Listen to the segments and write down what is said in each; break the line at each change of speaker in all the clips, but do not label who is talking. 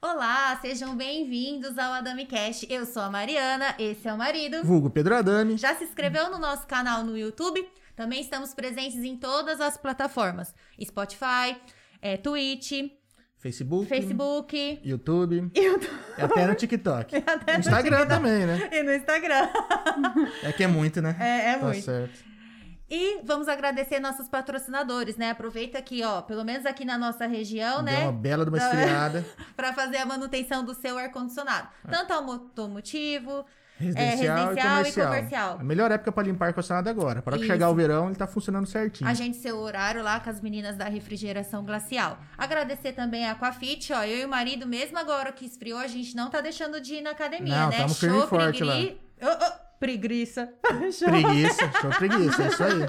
Olá, sejam bem-vindos ao Adami Cast. Eu sou a Mariana, esse é o marido.
Vulgo Pedro Adami.
Já se inscreveu no nosso canal no YouTube? Também estamos presentes em todas as plataformas: Spotify, é, Twitch,
Facebook,
Facebook,
YouTube.
YouTube
E até no TikTok.
até no
Instagram também, né?
e no Instagram.
É que é muito, né?
É, é
tá
muito.
certo.
E vamos agradecer nossos patrocinadores, né? Aproveita aqui, ó, pelo menos aqui na nossa região,
Deu
né?
uma bela de uma
Tá vendo?
esfriada.
Pra fazer a manutenção do seu ar-condicionado.
É.
Tanto ao automotivo,
Residencial,
residencial e
e, comercial.
comercial.
A melhor época pra limpar ar-condicionado é agora. Para que
Isso.
chegar o verão, ele tá funcionando certinho.
a gente seu horário lá com as meninas da refrigeração glacial. Agradecer também a Aquafit, ó. Eu e o marido, mesmo agora que esfriou, a gente não tá deixando de ir na academia,
Não,
né?
tamo firme e forte
Ô, ô, preguiça.
Preguiça, show preguiça, é isso aí.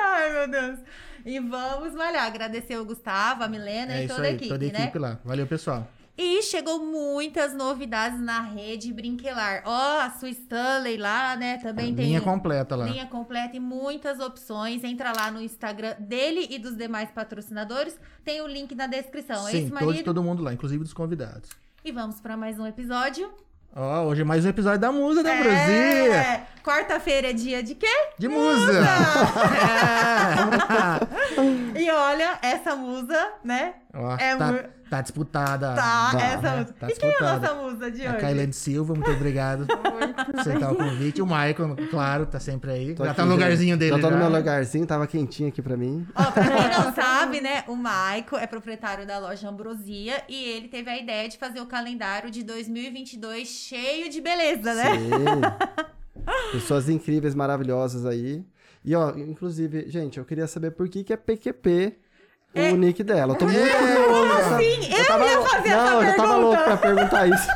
Ai, meu Deus. E vamos malhar. Agradecer o Gustavo, a Milena
é
e
isso
toda a
aí,
equipe,
toda a
né?
equipe lá. Valeu, pessoal.
E chegou muitas novidades na rede Brinquelar. Ó, a sua Stanley lá, né? Também tem
Linha completa lá.
linha completa e muitas opções. Entra lá no Instagram dele e dos demais patrocinadores. Tem o link na descrição. é
Sim,
isso,
todos,
marido?
todo mundo lá, inclusive dos convidados.
E vamos para mais um episódio.
Ó, hoje é mais um episódio da Musa da Ambrosia.
É, Quarta-feira é dia de quê?
De Musa! É.
E olha, essa musa, né?
Ó,
É
tá,
mu-
tá disputada.
Tá,
Vá,
essa
né?
musa.
Tá
e quem é a
disputada.
nossa musa de
A
hoje?
Kailane Silva, muito obrigado por aceitar o convite. O Maicon, claro, tá sempre aí.
Tô
já
aqui,
tá no lugarzinho dele.
Já tô no
já.
meu lugarzinho, tava quentinho aqui pra mim.
Ó, pra quem não sabe, né, o Maico é proprietário da loja Ambrosia e ele teve a ideia de fazer o calendário de 2022 cheio de beleza, né?
Sim. Pessoas incríveis, maravilhosas aí. E ó, inclusive, gente, eu queria saber por que que é PQP
É.
o nick dela. Eu tô muito
Como
curioso.
assim? Eu, ia fazer essa
Não, eu já
pergunta.
tava louco pra perguntar isso.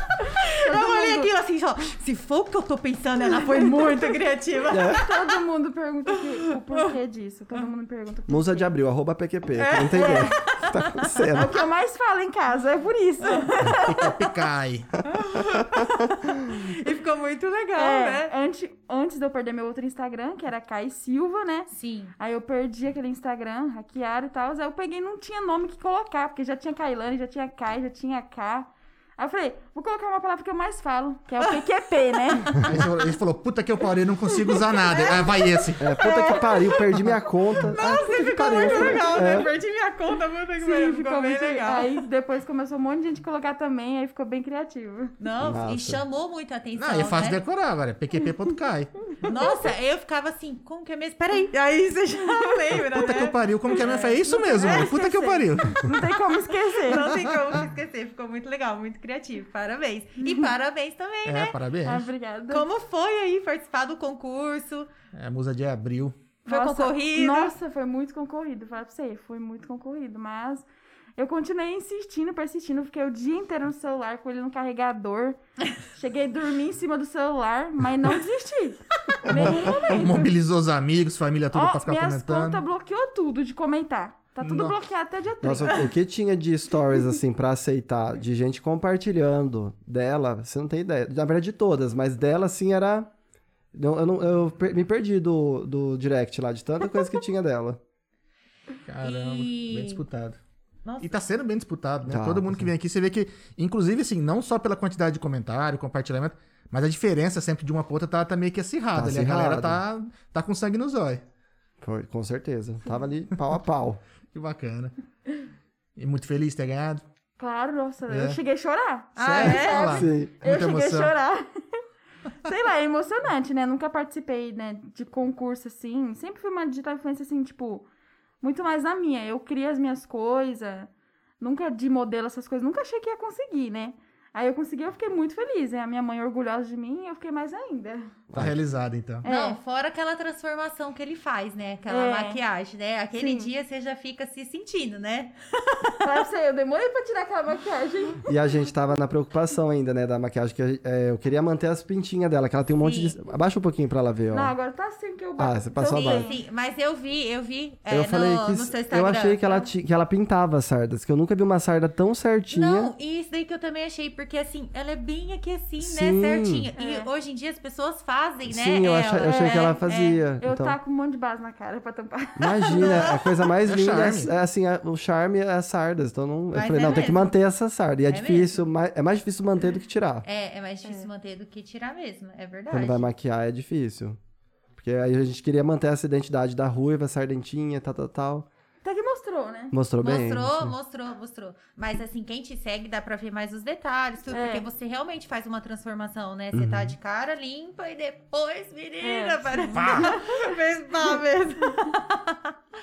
Eu olhei aquilo assim, ó. Se for o que eu tô pensando, ela foi muito criativa.
Todo mundo pergunta que- o porquê disso. Todo mundo pergunta o porquê.
Musa de Abril, arroba PQP. que Não tem ideia. O que tá
É
acontecendo?
o que eu mais falo em casa, é por isso.
Então,
Pica, Tá picai.
E ficou muito legal,
É,
né?
antes, antes de eu perder meu outro Instagram, que era Kai Silva, né?
Sim.
Aí eu perdi aquele Instagram, hackearam e tal. Aí eu peguei não tinha nome que colocar, porque já tinha Kailane, já tinha Kai, já tinha K. Aí eu falei, vou colocar uma palavra que eu mais falo, que é o PQP, né?
Aí ele falou- ele falou: puta que eu parei, não consigo usar nada. Ah, vai esse.
Então,
É, puta que pariu, perdi minha conta. ah, puta que
Ficou
pariu.
muito legal, né?
É.
Perdi minha conta, muito legal.
Sim,
ficou, bem
muito-
legal.
Aí depois começou um monte de gente colocar também, aí ficou bem criativo.
Não, e
Nossa.
chamou muito a atenção,
Não, e é fácil
né?
decorar agora. é PQP.cai.
Nossa, eu ficava assim, como que é mesmo? Peraí. Aí você já lembra,
Puta que eu
né?
pariu, como que é? mesmo? É isso mesmo, mano. Puta que eu pariu.
Não tem como esquecer.
Não tem como esquecer, ficou muito legal, muito criativo. Parabéns.
Uhum.
E parabéns também, né?
É, parabéns.
Ah, obrigada.
Como foi aí participar do concurso?
É a Musa de Abril.
Foi concorrido?
Nossa, foi muito concorrido. Falar pra você, foi muito concorrido. Mas eu continuei insistindo, persistindo. Fiquei o dia inteiro no celular, com ele no carregador. Cheguei a dormir em cima do celular, mas não desisti. Nenhum momento.
Mobilizou os amigos, família toda pra
Ó,
ficar
minhas
tá comentando.
contas bloqueou tudo de comentar. Tá tudo
Nossa.
bloqueado até dia 3.
Nossa, o que tinha de stories, assim, pra aceitar? De gente compartilhando dela, você não tem ideia. Na verdade, de todas, mas dela, assim, era. Não, eu, não- eu per- me perdi do, do direct lá, de tanta coisa que tinha dela.
Caramba,
E-
bem disputado.
Nossa.
E tá sendo bem disputado, né?
Tá,
Todo
tá
mundo que
sendo.
vem aqui, você vê que, inclusive, assim, não só pela quantidade de comentário, compartilhamento, mas a diferença sempre de uma pra outra tá, tá meio que acirrada
Tá
ali. A galera tá, tá com sangue nos olhos.
Foi, com certeza. Tava ali pau a pau.
Que bacana. E muito feliz de ter ganhado.
Claro, nossa,
É.
eu cheguei a chorar.
Ah,
Sério?
é?
Olha lá.
Sim.
Eu
Muita
cheguei
emoção.
a chorar. Sei lá, é emocionante, né? Nunca participei, né, de concurso assim. Sempre fui uma digital influencer assim, tipo, muito mais na minha. Eu crio as minhas coisas, nunca de modelo essas coisas, nunca achei que ia conseguir, né? Aí eu consegui, eu fiquei muito feliz. né? A minha mãe orgulhosa de mim, eu fiquei mais ainda.
Tá realizado, então.
É.
Não, fora aquela transformação que ele faz, né? Aquela
É.
maquiagem, né? Aquele
Sim.
dia você já fica se sentindo, né?
Pra você, eu demorei pra tirar aquela maquiagem.
E a gente tava na preocupação ainda, né, da maquiagem, que é, eu queria manter as pintinhas dela, que ela tem um monte de. Abaixa um pouquinho pra ela ver, ó.
Não, agora tá assim que eu
Ah, você passou a
Sorri.
barra.
Sim, sim. Mas eu vi, eu vi é,
eu
no,
falei que.
no seu Instagram. né?
eu achei que ela, ti- que ela pintava as sardas, que eu nunca vi uma sarda tão certinha.
Não, e isso daí que eu também achei, porque assim, ela é bem aqui assim,
Sim.
né? Certinha.
É.
E hoje em dia as pessoas fazem, né?
Sim, eu acha- eu achei,
ela,
que ela
é, é.
fazia.
Eu
então,
taco um monte de base na cara pra tampar.
imagina, a coisa mais
É
linda
charme.
é, é assim, a- o charme é as sardas. Então não, eu
Mas
falei,
é
não, tem que
mesmo.
manter essa sarda. E é,
É
difícil, mais, é mais difícil manter do que tirar.
É, é mais difícil manter do que tirar mesmo, é verdade.
Quando vai maquiar é difícil. Porque aí a gente queria manter essa identidade da ruiva, sardentinha, tal, tal, tal.
Até que mostrou, né?
Mostrou, bem.
Mostrou, mostrou, mostrou. Mas assim, quem te segue dá pra ver mais os detalhes, tudo,
É.
porque você realmente faz uma transformação, né? Você tá
Uhum.
de cara limpa e depois, menina,
É.
parece fez mal mesmo.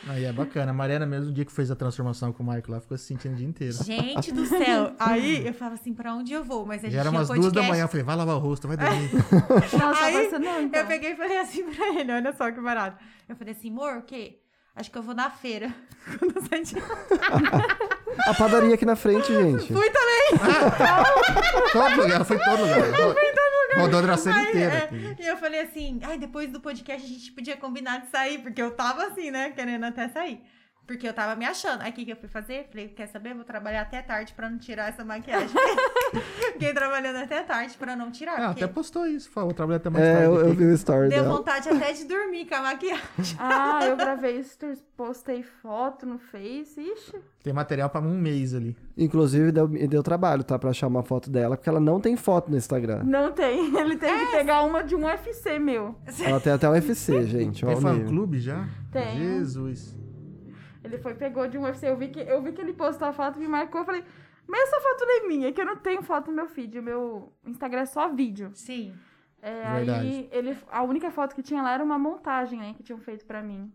Aí é bacana. A Mariana, mesmo o dia que fez a transformação com o Michael lá, ficou se sentindo o dia inteiro.
Gente do céu. Aí eu falo assim, pra onde eu vou? Mas a gente
Já era
tinha
umas duas
podcast.
da manhã. Eu falei, vai lavar o rosto, vai dormir.
Ela só
Aí,
apareceu, não, então.
Eu peguei e falei assim pra ele, olha só que barato. Eu falei assim, amor, o quê? Acho que eu vou na feira. Quando eu saí de
A padaria aqui na frente, gente.
Fui também.
todo lugar, ela foi em todo lugar. Rodou a Dracena inteira. né?
É, E eu falei assim, ai, depois do podcast a gente podia combinar de sair, porque eu tava assim, né, querendo até sair. Porque eu tava me achando. Aí o que, que eu fui fazer? Falei, quer saber? Vou trabalhar até tarde pra não tirar essa maquiagem. Fiquei trabalhando até tarde pra não tirar.
Ah,
porque
até postou isso. Falou, trabalhei até mais
É,
tarde.
eu, eu
aqui.
vi o story
deu
dela.
vontade até de dormir com a maquiagem.
Ah, eu gravei stories, postei foto no Face. Ixi,
Tem material pra um mês ali.
Inclusive, deu, me deu trabalho, tá? Pra achar uma foto dela, porque ela não tem foto no Instagram.
não tem. Ele teve que pegar uma de um UFC meu.
Ela tem até o UFC, gente.
Tem
Olha o nível.
fã-clube já?
Tem.
Jesus.
Ele foi, pegou de um UFC. Eu vi que, eu vi que ele postou a foto, me marcou. Eu falei, mas essa foto não é minha, que eu não tenho foto no meu feed. O meu Instagram é só vídeo.
Sim.
É,
Verdade.
aí ele, a única foto que tinha lá era uma montagem, né, que tinham feito pra mim.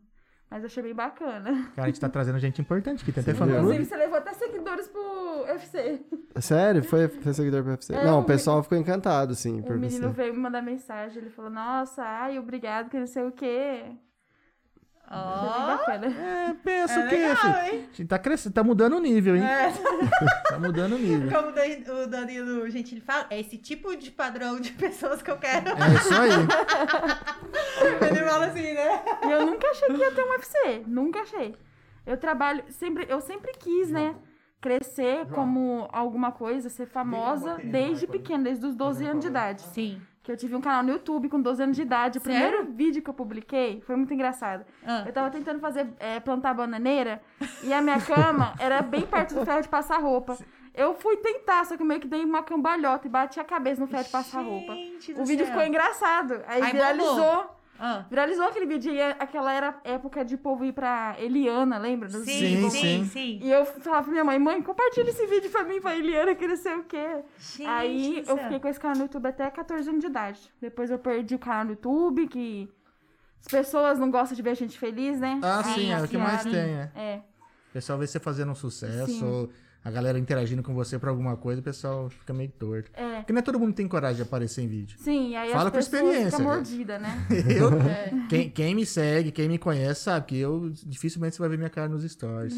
Mas eu achei bem bacana.
Cara, a gente tá trazendo gente importante aqui. Tem até
Sim,
Inclusive,
fã-clube.
você levou até seguidores pro UFC.
Sério? Foi, foi seguidor pro UFC?
É,
não,
o
um
o pessoal ficou encantado, sim,
O
por você.
menino veio me mandar mensagem. Ele falou, nossa, ai, obrigado, que não sei o quê. Achei bem
Ó,
bacana.
É, pensa o quê, filho?
legal, hein?
A gente Tá crescendo, tá mudando o nível, hein?
É.
Tá mudando o nível.
Como o Dan- o Danilo Gentili fala, é esse tipo de padrão de pessoas que eu quero.
É isso aí. É.
Ele fala assim, né?
E eu nunca achei que ia ter um UFC. Nunca achei. Eu trabalho. Sempre, eu sempre quis, né? Crescer como alguma coisa, ser famosa desde pequena, desde os 12 anos de idade.
Sim.
Que eu tive um canal no YouTube com 12 anos de idade. O
Sério?
primeiro vídeo que eu publiquei foi muito engraçado.
Ah.
Eu tava tentando fazer é, plantar bananeira e a minha cama era bem perto do ferro de passar roupa. Eu fui tentar, só que meio que dei uma cambalhota e bati a cabeça no ferro de passar roupa.
Gente do
O vídeo
céu.
ficou engraçado. Aí,
Aí
viralizou.
bombou. Ah.
Viralizou aquele vídeo e é aquela era época de povo ir pra Eliana, lembra? Dos
Sim, sim,
Sim, sim.
sim.
E eu falava pra minha mãe, mãe, compartilha esse vídeo pra mim, pra Eliana, que não sei o quê.
Gente
Aí
do
eu
céu.
fiquei com esse canal no YouTube até 14 anos de idade. Depois eu perdi o canal no YouTube, que as pessoas não gostam de ver a gente feliz, né?
Ah,
Sim,
sim, é o que mais
sim.
tem, é.
É.
O pessoal vê você fazendo um sucesso,
Sim.
ou a galera interagindo com você pra alguma coisa, o pessoal fica meio torto.
É.
Porque não é todo mundo que tem coragem de aparecer em vídeo.
Sim, aí
Fala
as
por
pessoas
experiência,
ficam
né?
mordidas, né?
Eu, quem, quem me segue, quem me conhece, sabe que eu dificilmente você vai ver minha cara nos stories.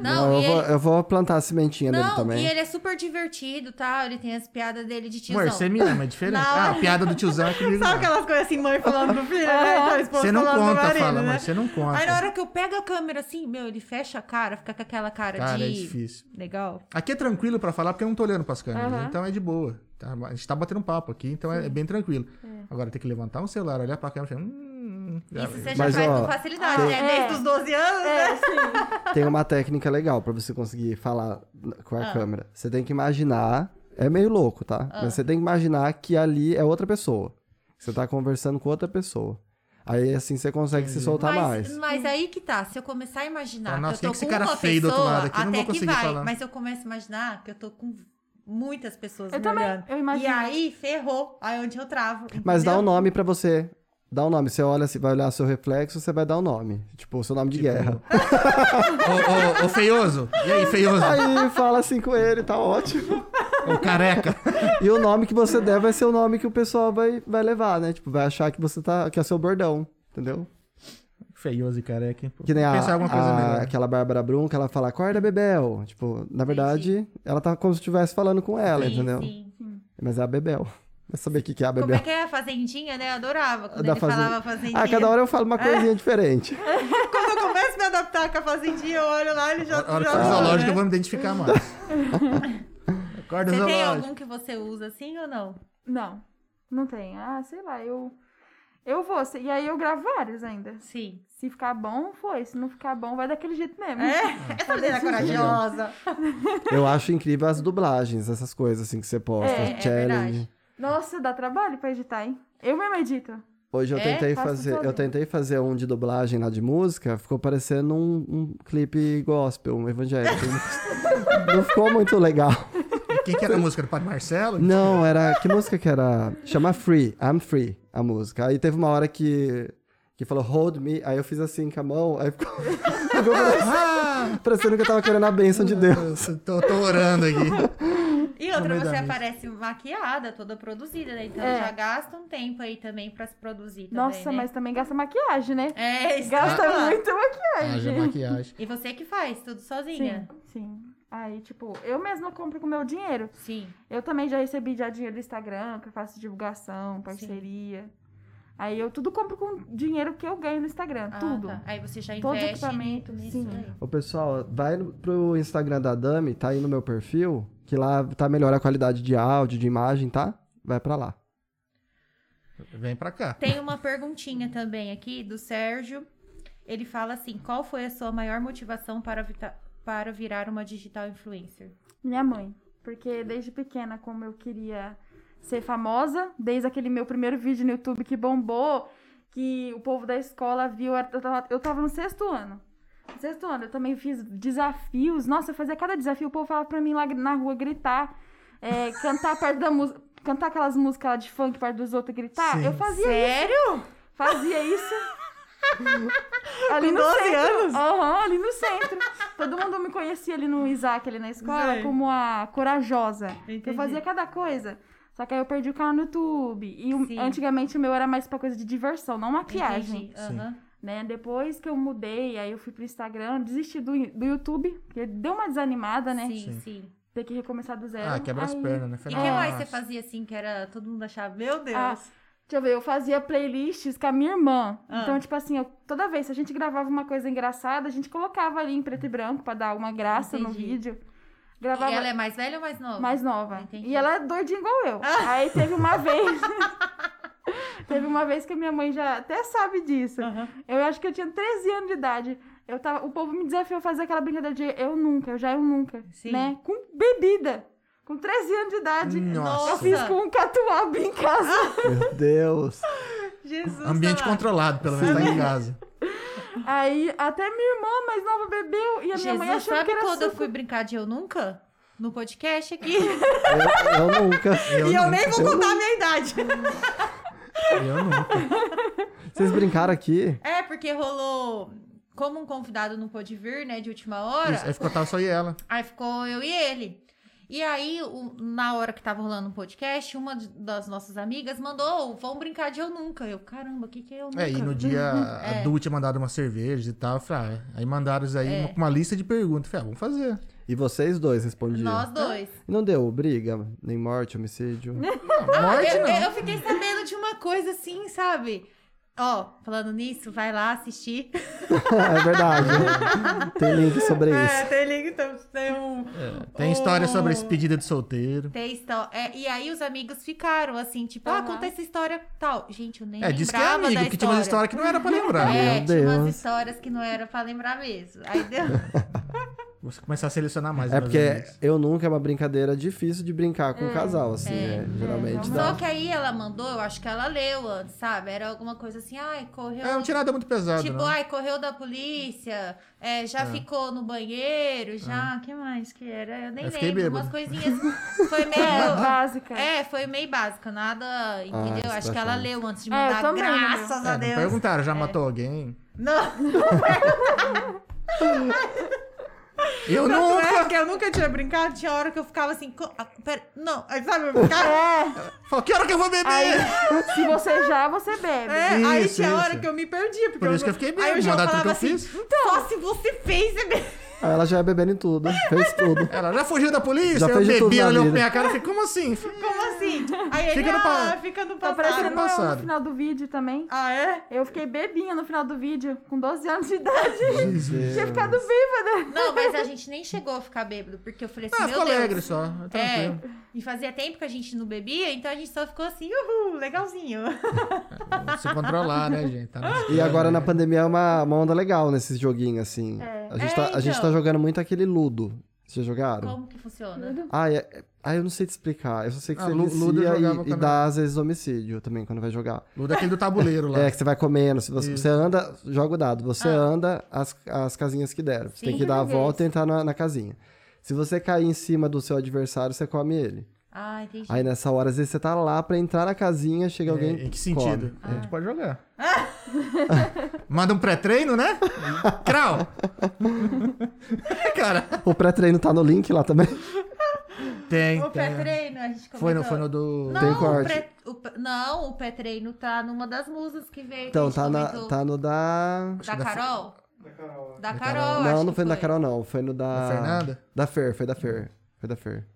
Não,
eu,
e
vou,
ele...
eu vou plantar a sementinha dele
Não,
também.
e ele é super divertido, tá? Ele tem as piadas dele de tiozão.
Amor, você me ama, é diferente.
Não.
Ah, a piada do tiozão é comigo.
Sabe
não.
aquelas coisas assim, mãe falando pro filho, né? Então, esposa
Você não
falando pro
conta,
marido,
fala,
né?
amor, você não conta.
Aí na hora que eu pego a câmera assim, meu, ele fecha a cara, fica com aquela cara,
Cara, é
de...
difícil.
Legal.
Aqui é tranquilo pra falar porque eu não tô olhando pras câmeras,
Aham.
então é de boa. Tá? A gente tá batendo um papo aqui, então é, é bem tranquilo. Agora tem que levantar um celular, olhar pra câmera e falar, hum, já-
Isso você já
Mas,
faz
ó,
com facilidade,
ah,
né?
é.
Desde os 12 anos, né?
É, sim.
Tem uma técnica legal pra você conseguir falar n- com
Ah.
a câmera. Você tem que imaginar. É meio louco, tá? Mas você tem que imaginar que ali é outra pessoa. Você tá conversando com outra pessoa. Aí assim você consegue se soltar
Mas,
mais.
mas aí que tá, se eu começar a imaginar
Fala, "Nossa,
que eu tô
quem que
com
esse cara
uma
feio do
pessoa,
outro lado aqui? Eu não
até
vou
que
conseguir
vai,
falar."
mas eu começo a imaginar que eu tô com muitas pessoas
Eu
me
também,
olhando.
eu imagino.
E aí, ferrou, aí é onde eu travo,
Mas dá um
entendeu?
nome pra você. Dá um nome. Você olha, você vai olhar seu reflexo, você vai dar um nome. Tipo, o seu nome de guerra.
Ô, ô, ô, feioso! E aí,
um-
feioso?
Aí fala assim com ele, tá ótimo.
Ô, careca!
E o nome que você der vai ser o nome que o pessoal vai, vai levar, né? Tipo, vai achar que você tá. que é seu bordão, entendeu?
Feioso e careca, hein? pô.
Que nem a,
Pensar alguma coisa
a-
melhor.
aquela Bárbara Brum, que ela fala, acorda, Bebel. Tipo, na verdade, ela tá como se estivesse falando com ela,
Sim,
entendeu?
sim.
Mas é a Bebel. Vai saber o que, que é a
Como assim,
Bebel.
é que é a fazendinha, né? Eu adorava quando
Da
ele
fazenda.
falava fazendinha.
Ah, cada hora eu falo uma coisinha diferente.
Quando eu começo a me adaptar com a fazendinha, eu olho lá, ele já...
A hora que
já
for
fala,
zoológico,
né?
eu vou me identificar mais. Corda
Você tem
zoológica.
algum que você usa assim ou não?
Não, não tem. Ah, sei lá, eu. Eu vou. se- E aí eu gravo vários ainda.
Sim.
Se ficar bom, foi. Se não ficar bom, vai daquele jeito mesmo.
É, essa menina é corajosa.
Eu acho incrível as dublagens, essas coisas assim que você posta.
É, é
challenge.
verdade.
Nossa, dá trabalho pra editar, hein? Eu mesmo edito.
Hoje eu
É?
tentei
Faço
fazer.
sozinha.
Eu tentei fazer um de dublagem lá de música, ficou parecendo um, um clipe gospel, um evangélico. não ficou muito legal.
Quem que era a música? Do Padre Marcelo?
Não, era. Que música que era? Chama Free, I'm Free, a música. Aí teve uma hora que. Que falou, hold me. Aí eu fiz assim com a mão. Aí ficou. ficou parecendo-
Ah!
parecendo que eu tava querendo a bênção de Deus.
Eu tô, tô orando aqui.
E outra,
Também dá
você
mesmo.
aparece maquiada, toda produzida, né? Então
É.
já gasta um tempo aí também pra se produzir. Também,
Nossa,
né?
mas também gasta maquiagem, né?
É, isso que eu ia
Gasta
falar.
muito
Haja
maquiagem.
Ah, maquiagem.
E você que faz, tudo sozinha.
Sim, sim. Aí, tipo, eu mesma compro com o meu dinheiro.
Sim.
Eu também já recebi já dinheiro do Instagram, que eu faço divulgação, parceria. Aí eu tudo compro com dinheiro que eu ganho no Instagram.
Ah,
tudo.
tá. Aí você já
Todo
investe
equipamento,
nisso né?
sim.
aí.
Ô, pessoal, vai no- pro Instagram da Dami, tá aí no meu perfil, que lá tá melhor a qualidade de áudio, de imagem, tá? Vai pra lá.
Vem pra cá.
Tem uma perguntinha também aqui do Sérgio. Ele fala assim: qual foi a sua maior motivação para, vita- para virar uma digital influencer?
Minha mãe. Porque desde pequena, como eu queria ser famosa, desde aquele meu primeiro vídeo no YouTube que bombou, que o povo da escola viu, eu tava, eu tava no sexto ano. No sexto ano, eu também fiz desafios. Nossa, eu fazia cada desafio, o povo falava pra mim lá na rua gritar, é, cantar perto da música. Cantar aquelas músicas lá de funk perto dos outros e gritar.
Sim.
Eu fazia
Sério?
Fazia isso. ali
Com
no
12
centro.
anos?
Aham, ali no centro. Todo mundo me conhecia ali no Isaac, ali na escola,
Sei.
como a corajosa.
Entendi.
Eu fazia cada coisa. Só que aí eu perdi o canal no YouTube. E o-
Sim.
antigamente o meu era mais pra coisa de diversão, não maquiagem.
Entendi. Aham.
Né? Depois que eu mudei, aí eu fui pro Instagram, desisti do, do YouTube, porque deu uma desanimada, né?
Sim,
Sim.
sim.
Ter que recomeçar do zero.
Ah, quebra as
Aí-
pernas, né?
E o que
Nossa.
mais você fazia assim que era todo mundo achava, meu Deus?
Ah, Deixa eu ver, eu fazia playlists com a minha irmã.
Ah.
Então, tipo assim, eu- toda vez que a gente gravava uma coisa engraçada, a gente colocava ali em preto e branco pra dar uma graça no
Entendi.
vídeo.
e
Gravava
ela é mais velha ou mais nova?
mais nova.
Entendi. Ah.
E ela é doidinha igual eu. Aí teve uma vez. teve uma vez que a minha mãe já até sabe disso.
Aham.
Eu acho que eu tinha 13 anos de idade. Eu tava, o povo me desafiou a fazer aquela brincadeira de eu nunca, eu já eu nunca.
Sim.
Né? Com bebida. Com 13 anos de idade.
Nossa.
Eu fiz com um catuaba em casa.
Meu Deus.
Jesus.
Ambiente
amado.
controlado, pelo menos tá em casa.
Aí até minha irmã mais nova bebeu e a minha
Jesus,
mãe achou
sabe
que era
quando eu
suco.
fui brincar de eu nunca? No podcast aqui.
Eu, eu nunca.
e eu
nunca,
nem vou contar a minha idade.
Eu nunca.
Vocês brincaram aqui?
É, porque rolou. Como um convidado não pôde vir, né, de última hora,
Isso, aí ficou tava só e ela.
aí ficou eu e ele. E aí, o- na hora que tava rolando um podcast, uma de- das nossas amigas mandou, "Ô, vão brincar de eu nunca. Eu, caramba, o que que é eu nunca?
É, e no dia a Du tinha mandado uma cerveja e tal. eu falei, ah, aí mandaram isso aí
É.
uma, uma lista de perguntas. Eu Falei, ah, vamos fazer.
E vocês dois respondiam.
É
Nós dois.
Não deu briga, nem morte, homicídio.
Morte
Ah, Eu,
não.
eu fiquei sabendo de uma coisa assim, sabe? Ó, falando nisso, vai lá assistir.
é verdade. né? Tem link sobre isso.
tem link, então, tem um.
É, Tem história
Oh.
sobre esse pedido de solteiro.
Tem histó- é, e aí os amigos ficaram assim, tipo, ah,
Aham.
conta essa história tal. Gente, eu nem
É,
lembrava
diz que é
da
amigo, que tinha umas histórias que não era pra lembrar.
É,
Meu
tinha
Deus.
umas histórias que não era pra lembrar mesmo. Aí deu.
Vou começar a selecionar mais.
É
meus
porque
amigos.
eu nunca é uma brincadeira difícil de brincar
É,
com o casal, assim, né? Geralmente
não
dá.
Só que aí ela mandou, eu acho que ela leu antes, sabe? Era alguma coisa assim, ai, correu.
É, não tinha nada muito pesado,
Tipo,
não.
ai, correu da polícia, é, já ficou no banheiro, já. que mais que era? Eu nem
É. Eu fiquei
lembro.
bêbado.
Umas coisinhas. Foi
É,
meio.
básica.
É, foi meio básico, nada, entendeu? Acho que ela
despachante.
leu antes de
É, eu
mandar,
também, né?
graças a
Ah, É, não
Deus.
perguntaram, já matou alguém?
Não,
Eu
não é
nunca!
porque eu nunca tinha brincado, tinha hora que eu ficava assim, co- ah, pera, não, aí sabe, eu brincava?
É,
Falou, que hora que eu vou beber?
aí se você já, você bebe.
É, aí
Isso,
tinha hora
isso.
que eu me perdia, porque
Por isso
não-
que eu fiquei bem,
Aí o João
mandar tudo
falava
que eu
assim,
fiz.
só se você fez, você...
Aí ela já ia bebendo em tudo, fez tudo.
Ela já fugiu da polícia?
Já
eu
fez de tudo
bebi,
na
ela olhou pra
vida.
minha cara e falei, como assim? Falei,
Como assim? Aí ele,
Fica no
ah,
pa-
fica no
Tá
passado.
parecendo eu
passado.
no final do vídeo também.
Ah, é?
Eu fiquei bebinha no final do vídeo, com 12 anos de idade.
Deus.
Tinha ficado viva.
Não, mas a gente nem chegou a ficar bêbado, porque eu falei assim,
Ah,
meu
ficou
Deus.
alegre só. Tranquilo.
É, e fazia tempo que a gente não bebia, então a gente só ficou assim, uhul, legalzinho.
Vamos Se controlar, né, gente? Tá no-
E agora na pandemia é uma, uma onda legal nesses joguinhos, assim. A, gente
É,
tá, a gente
então.
tá jogando muito aquele Ludo. Vocês jogaram?
Como que funciona?
Ah, é- é- ah, eu não sei te explicar. Eu só sei que
Ah,
você
Lu- Ludo eu
vicia
jogava
e, e
também.
dá às vezes homicídio também quando vai jogar.
Ludo é aquele do tabuleiro lá.
É, que você vai comendo. Se você,
Isso.
você anda, joga o dado. Você
Ah.
anda as, as casinhas que deram. Você
Sim.
tem que
Nunca
dar a
joguei
volta e entrar na, na casinha. Se você cair em cima do seu adversário, você come ele.
Ah, entendi.
Aí nessa hora, às vezes, você tá lá pra entrar na casinha, chega alguém.
É, em que
e come.
sentido? A gente pode jogar. Manda um pré-treino, né? Crau! Cara,
O pré-treino tá no link lá também.
tem.
o
tem.
pré-treino, a gente comentou.
Foi no, foi no do.
Não,
Tem
o
corte.
pré, o pré- não, o pré-treino tá numa das musas que veio. que a
Então,
gente
tá, na,
comentou.
tá no da.
Da Carol? Da Carol. é. Da Carol, acho
Não, não
que
foi no da Carol, não. Foi no da.
Da Fernanda?
Da Fer, foi da Fer. Foi da Fer.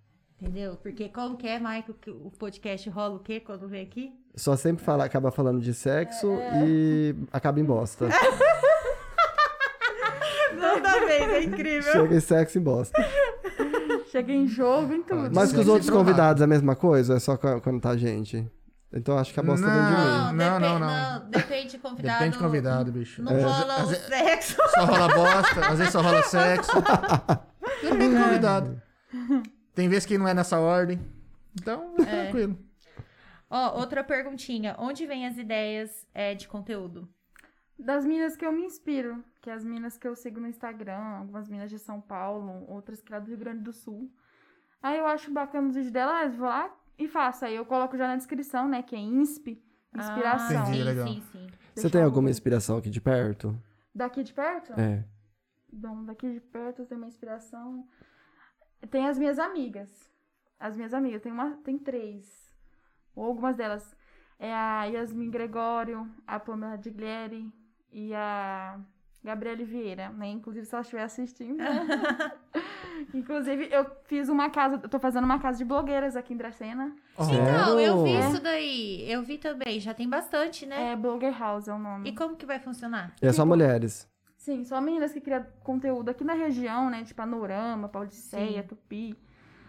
Entendeu? Porque como que é, Michael, que o podcast rola o quê quando vem aqui?
Só sempre fala, acaba falando de sexo e acaba em bosta.
Toda vez, é incrível.
Chega em sexo e bosta.
Cheguei em jogo, em tudo.
Mas
Isso
com os
é
outros
comprovado.
convidados é a mesma coisa? ou É só co- quando tá a gente? Então acho que a bosta vem de mim.
Não,
Não,
depen-
não, não.
Depende do convidado.
Depende do convidado, É. bicho.
Não rola
Às
o
vezes
sexo.
só rola bosta, às vezes só rola sexo. Depende do convidado. Tem vezes que não é nessa ordem. Então,
É.
tranquilo.
Ó, outra perguntinha. Onde vem as ideias é, de conteúdo?
Das minas que eu me inspiro, que é as minas que eu sigo no Instagram, algumas minas de São Paulo, outras que lá do Rio Grande do Sul. Aí eu acho bacana os vídeos dela, eu vou lá e faço. Aí eu coloco já na descrição, né, que é INSP, inspiração.
Ah,
Entendi,
sim,
legal.
sim, sim.
Você tem alguma
inspiração?
inspiração aqui de perto?
Daqui de perto?
É.
Bom, daqui de perto tem uma inspiração. Tem as minhas amigas. As minhas amigas, tem uma, tem três. Ou algumas delas. É a Yasmin Gregório, a Pamela Diglieri e a Gabriele Vieira, né? Inclusive, se ela estiver assistindo. Inclusive, eu fiz uma casa, eu tô fazendo uma casa de blogueiras aqui em Dracena.
Então, eu vi
É.
isso daí. Eu vi também. Já tem bastante, né?
É Blogger House é o nome.
E como que vai funcionar?
É só mulheres.
Sim, só meninas que criam conteúdo aqui na região, né? De Panorama, Pauliceia,
Sim.
Tupi.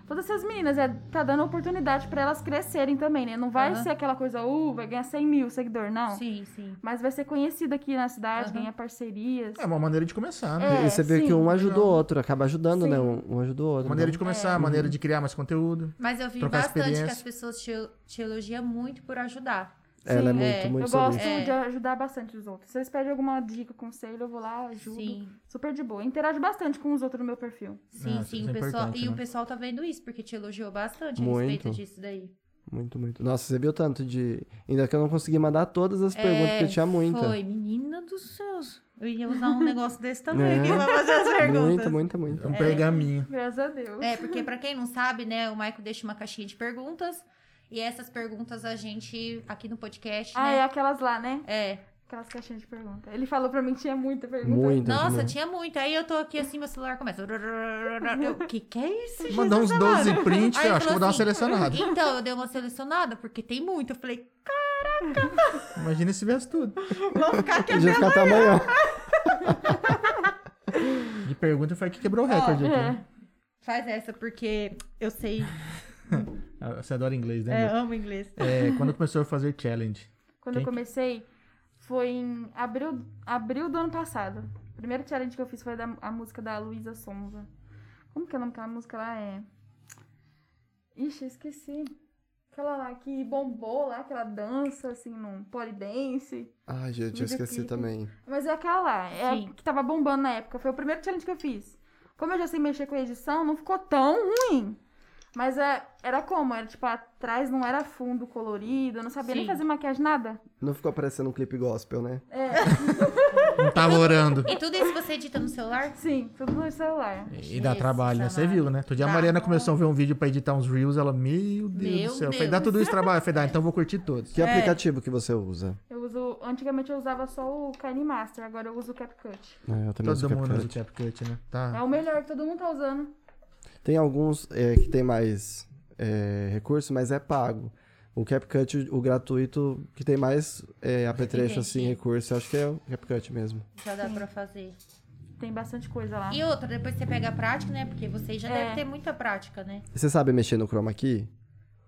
Todas essas meninas, é, tá dando oportunidade pra elas crescerem também, né? Não vai
Aham.
ser aquela coisa, uh, vai ganhar 100 mil seguidor, não.
Sim, sim.
Mas vai ser conhecida aqui na cidade,
Aham.
ganhar parcerias.
É uma maneira de começar, né?
É,
e você vê
sim.
que um ajuda o outro, acaba ajudando, né?
Sim.
Um, um ajuda o outro.
Maneira de
né?
É.
começar, maneira de criar mais conteúdo.
Mas eu vi
Trocar
bastante que
experiência.
as pessoas te, te elogiam muito por ajudar.
Ela é
Sim,
muito,
é.
muito
eu gosto
solista.
É.
de ajudar bastante os outros. Se eles pedem alguma dica, conselho, eu vou lá, ajudo.
Sim,
Super de boa. Interage bastante com os outros no meu perfil.
sim,
Ah,
sim.
isso
O
é
pessoal,
importante,
e o
né?
pessoal tá vendo isso, porque te elogiou bastante a
Muito.
respeito disso daí.
Muito, muito. Nossa, você viu tanto de. Ainda que eu não consegui mandar todas as perguntas, porque tinha muita.
É, Foi, menina dos céus. Eu ia usar um negócio desse também,
É.
que vai fazer as perguntas.
Muita, muita, muita.
Um pergaminho.
Graças a Deus.
É, porque pra quem não sabe, né, o Maico deixa uma caixinha de perguntas. E essas perguntas a gente, aqui no podcast,
Ah,
né?
é aquelas lá, né?
É.
Aquelas caixinhas de pergunta. Ele falou pra mim que tinha muita pergunta.
Muita.
Nossa,
demais.
tinha muito. Aí eu tô aqui assim, meu celular começa. O que que é isso, gente?
Mandou uns 12 prints,
Aí
eu
falou
acho que vou dar uma
assim,
selecionada.
Então, eu dei uma selecionada, porque tem muito. Eu falei, hum."
Imagina se tivesse tudo.
vamos ficar aqui
Podia ficar até amanhã.
De pergunta foi a que quebrou o
É,
recorde aqui. né?
Faz essa, porque eu sei,
Ah, Você adora inglês,
é,
né?
amo inglês.
É, quando começou a fazer challenge.
Quando
Quem
eu
que-
comecei, foi em abril, abril do ano passado. O primeiro challenge que eu fiz foi da, a música da Luísa Sonza. Como que é o nome daquela música lá? É. Ixi, eu esqueci. Aquela lá que bombou lá, aquela dança, assim, num polidense.
Ai, gente, eu esqueci
Videoclipe.
também.
Mas é aquela lá, é a
Sim.
que tava bombando na época. Foi o primeiro challenge que eu fiz. Como eu já sei mexer com edição, não ficou tão ruim. Mas é, era como? Era tipo, atrás não era fundo colorido, eu não sabia nem
Sim.
fazer maquiagem, nada.
Não ficou parecendo um clipe gospel, né?
É.
Não tava tá orando.
E tudo isso você edita no celular?
Sim, tudo no celular.
E dá trabalho, né? Você
Excepcional.
viu, né? Outro dia a
Dá.
Mariana começou a ver um vídeo pra editar uns reels, ela, meu
Meu
Deus do céu. Eu
Deus.
Falei, dá tudo isso trabalho. Eu falei, dá, então eu vou curtir todos.
Que aplicativo que você usa?
Eu uso. Antigamente eu usava só o Kine Master, agora eu uso o CapCut.
É, eu também uso
Todo mundo usa o
CapCut.
CapCut, né?
É
Tá.
o melhor que todo mundo tá usando.
Tem alguns é, que tem mais é, recurso, mas é pago. O CapCut, o gratuito, que tem mais é, apetrecho, assim, recurso, eu acho que é o CapCut mesmo.
Já dá pra fazer.
Tem bastante coisa lá.
E outra, depois você pega a prática, né? Porque vocês já
É.
devem ter muita prática, né?
Você sabe mexer no Chroma Key?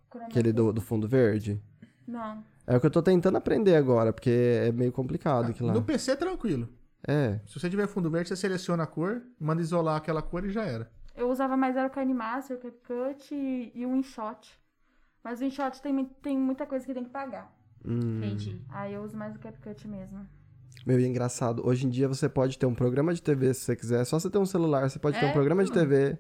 Chroma-
Aquele do, do fundo verde?
Não.
É o que eu tô tentando aprender agora, porque é meio complicado aquilo
No
lá.
PC é tranquilo.
É.
Se você tiver fundo verde, você seleciona a cor, manda isolar aquela cor e já era.
Eu usava mais era o Kine Master, o CapCut e, e o InShot. Mas o InShot tem, mu- tem muita coisa que tem que pagar.
Hum.
Entendi.
Aí eu uso mais o CapCut mesmo.
Meu, e é engraçado. Hoje em dia você pode ter um programa de TV se você quiser. Só você ter um celular, você pode ter
É?
um programa de TV,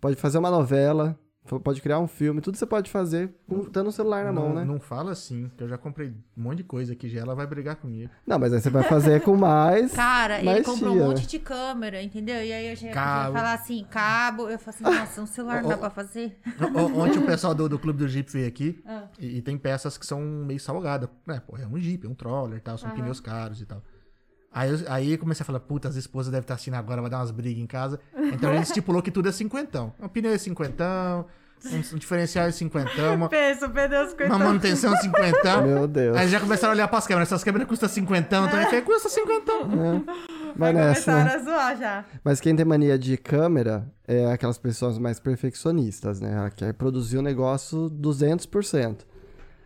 pode fazer uma novela, fo- pode criar um filme, tudo você pode fazer com- dando um celular na
não,
mão, né?
não fala assim, que eu já comprei um monte de coisa aqui já. Ela vai brigar comigo.
Não, mas aí você vai fazer com mais.
Cara, ele
Mas
comprou
tinha,
um
né?
monte de câmera, entendeu? E aí eu já ia
Cabo.
falar assim, cabo. Eu falo assim, nossa, um celular não dá pra fazer?
O- o- Ontem o pessoal do, do Clube do Jeep veio aqui e, e tem peças que são meio salgadas. Né? Pô, é um Jeep, é um troller e tal, são pneus caros e tal. Aí, eu- aí eu comecei a falar, puta, as esposas devem estar assistindo agora, vai dar umas brigas em casa. Então a gente estipulou que tudo é cinquentão. Um pneu é cinquentão, um, um diferencial é cinquentão, uma,
Pensa, meu Deus,
uma manutenção é cinquentão.
Meu Deus.
Aí já começaram a olhar pras câmeras, essas câmeras custam cinquentão, então eu falei, custa cinquentão.
Vai nessa. né?
a zoar já.
Mas quem tem mania de câmera é aquelas pessoas mais perfeccionistas, né? Ela quer produzir o negócio 200%.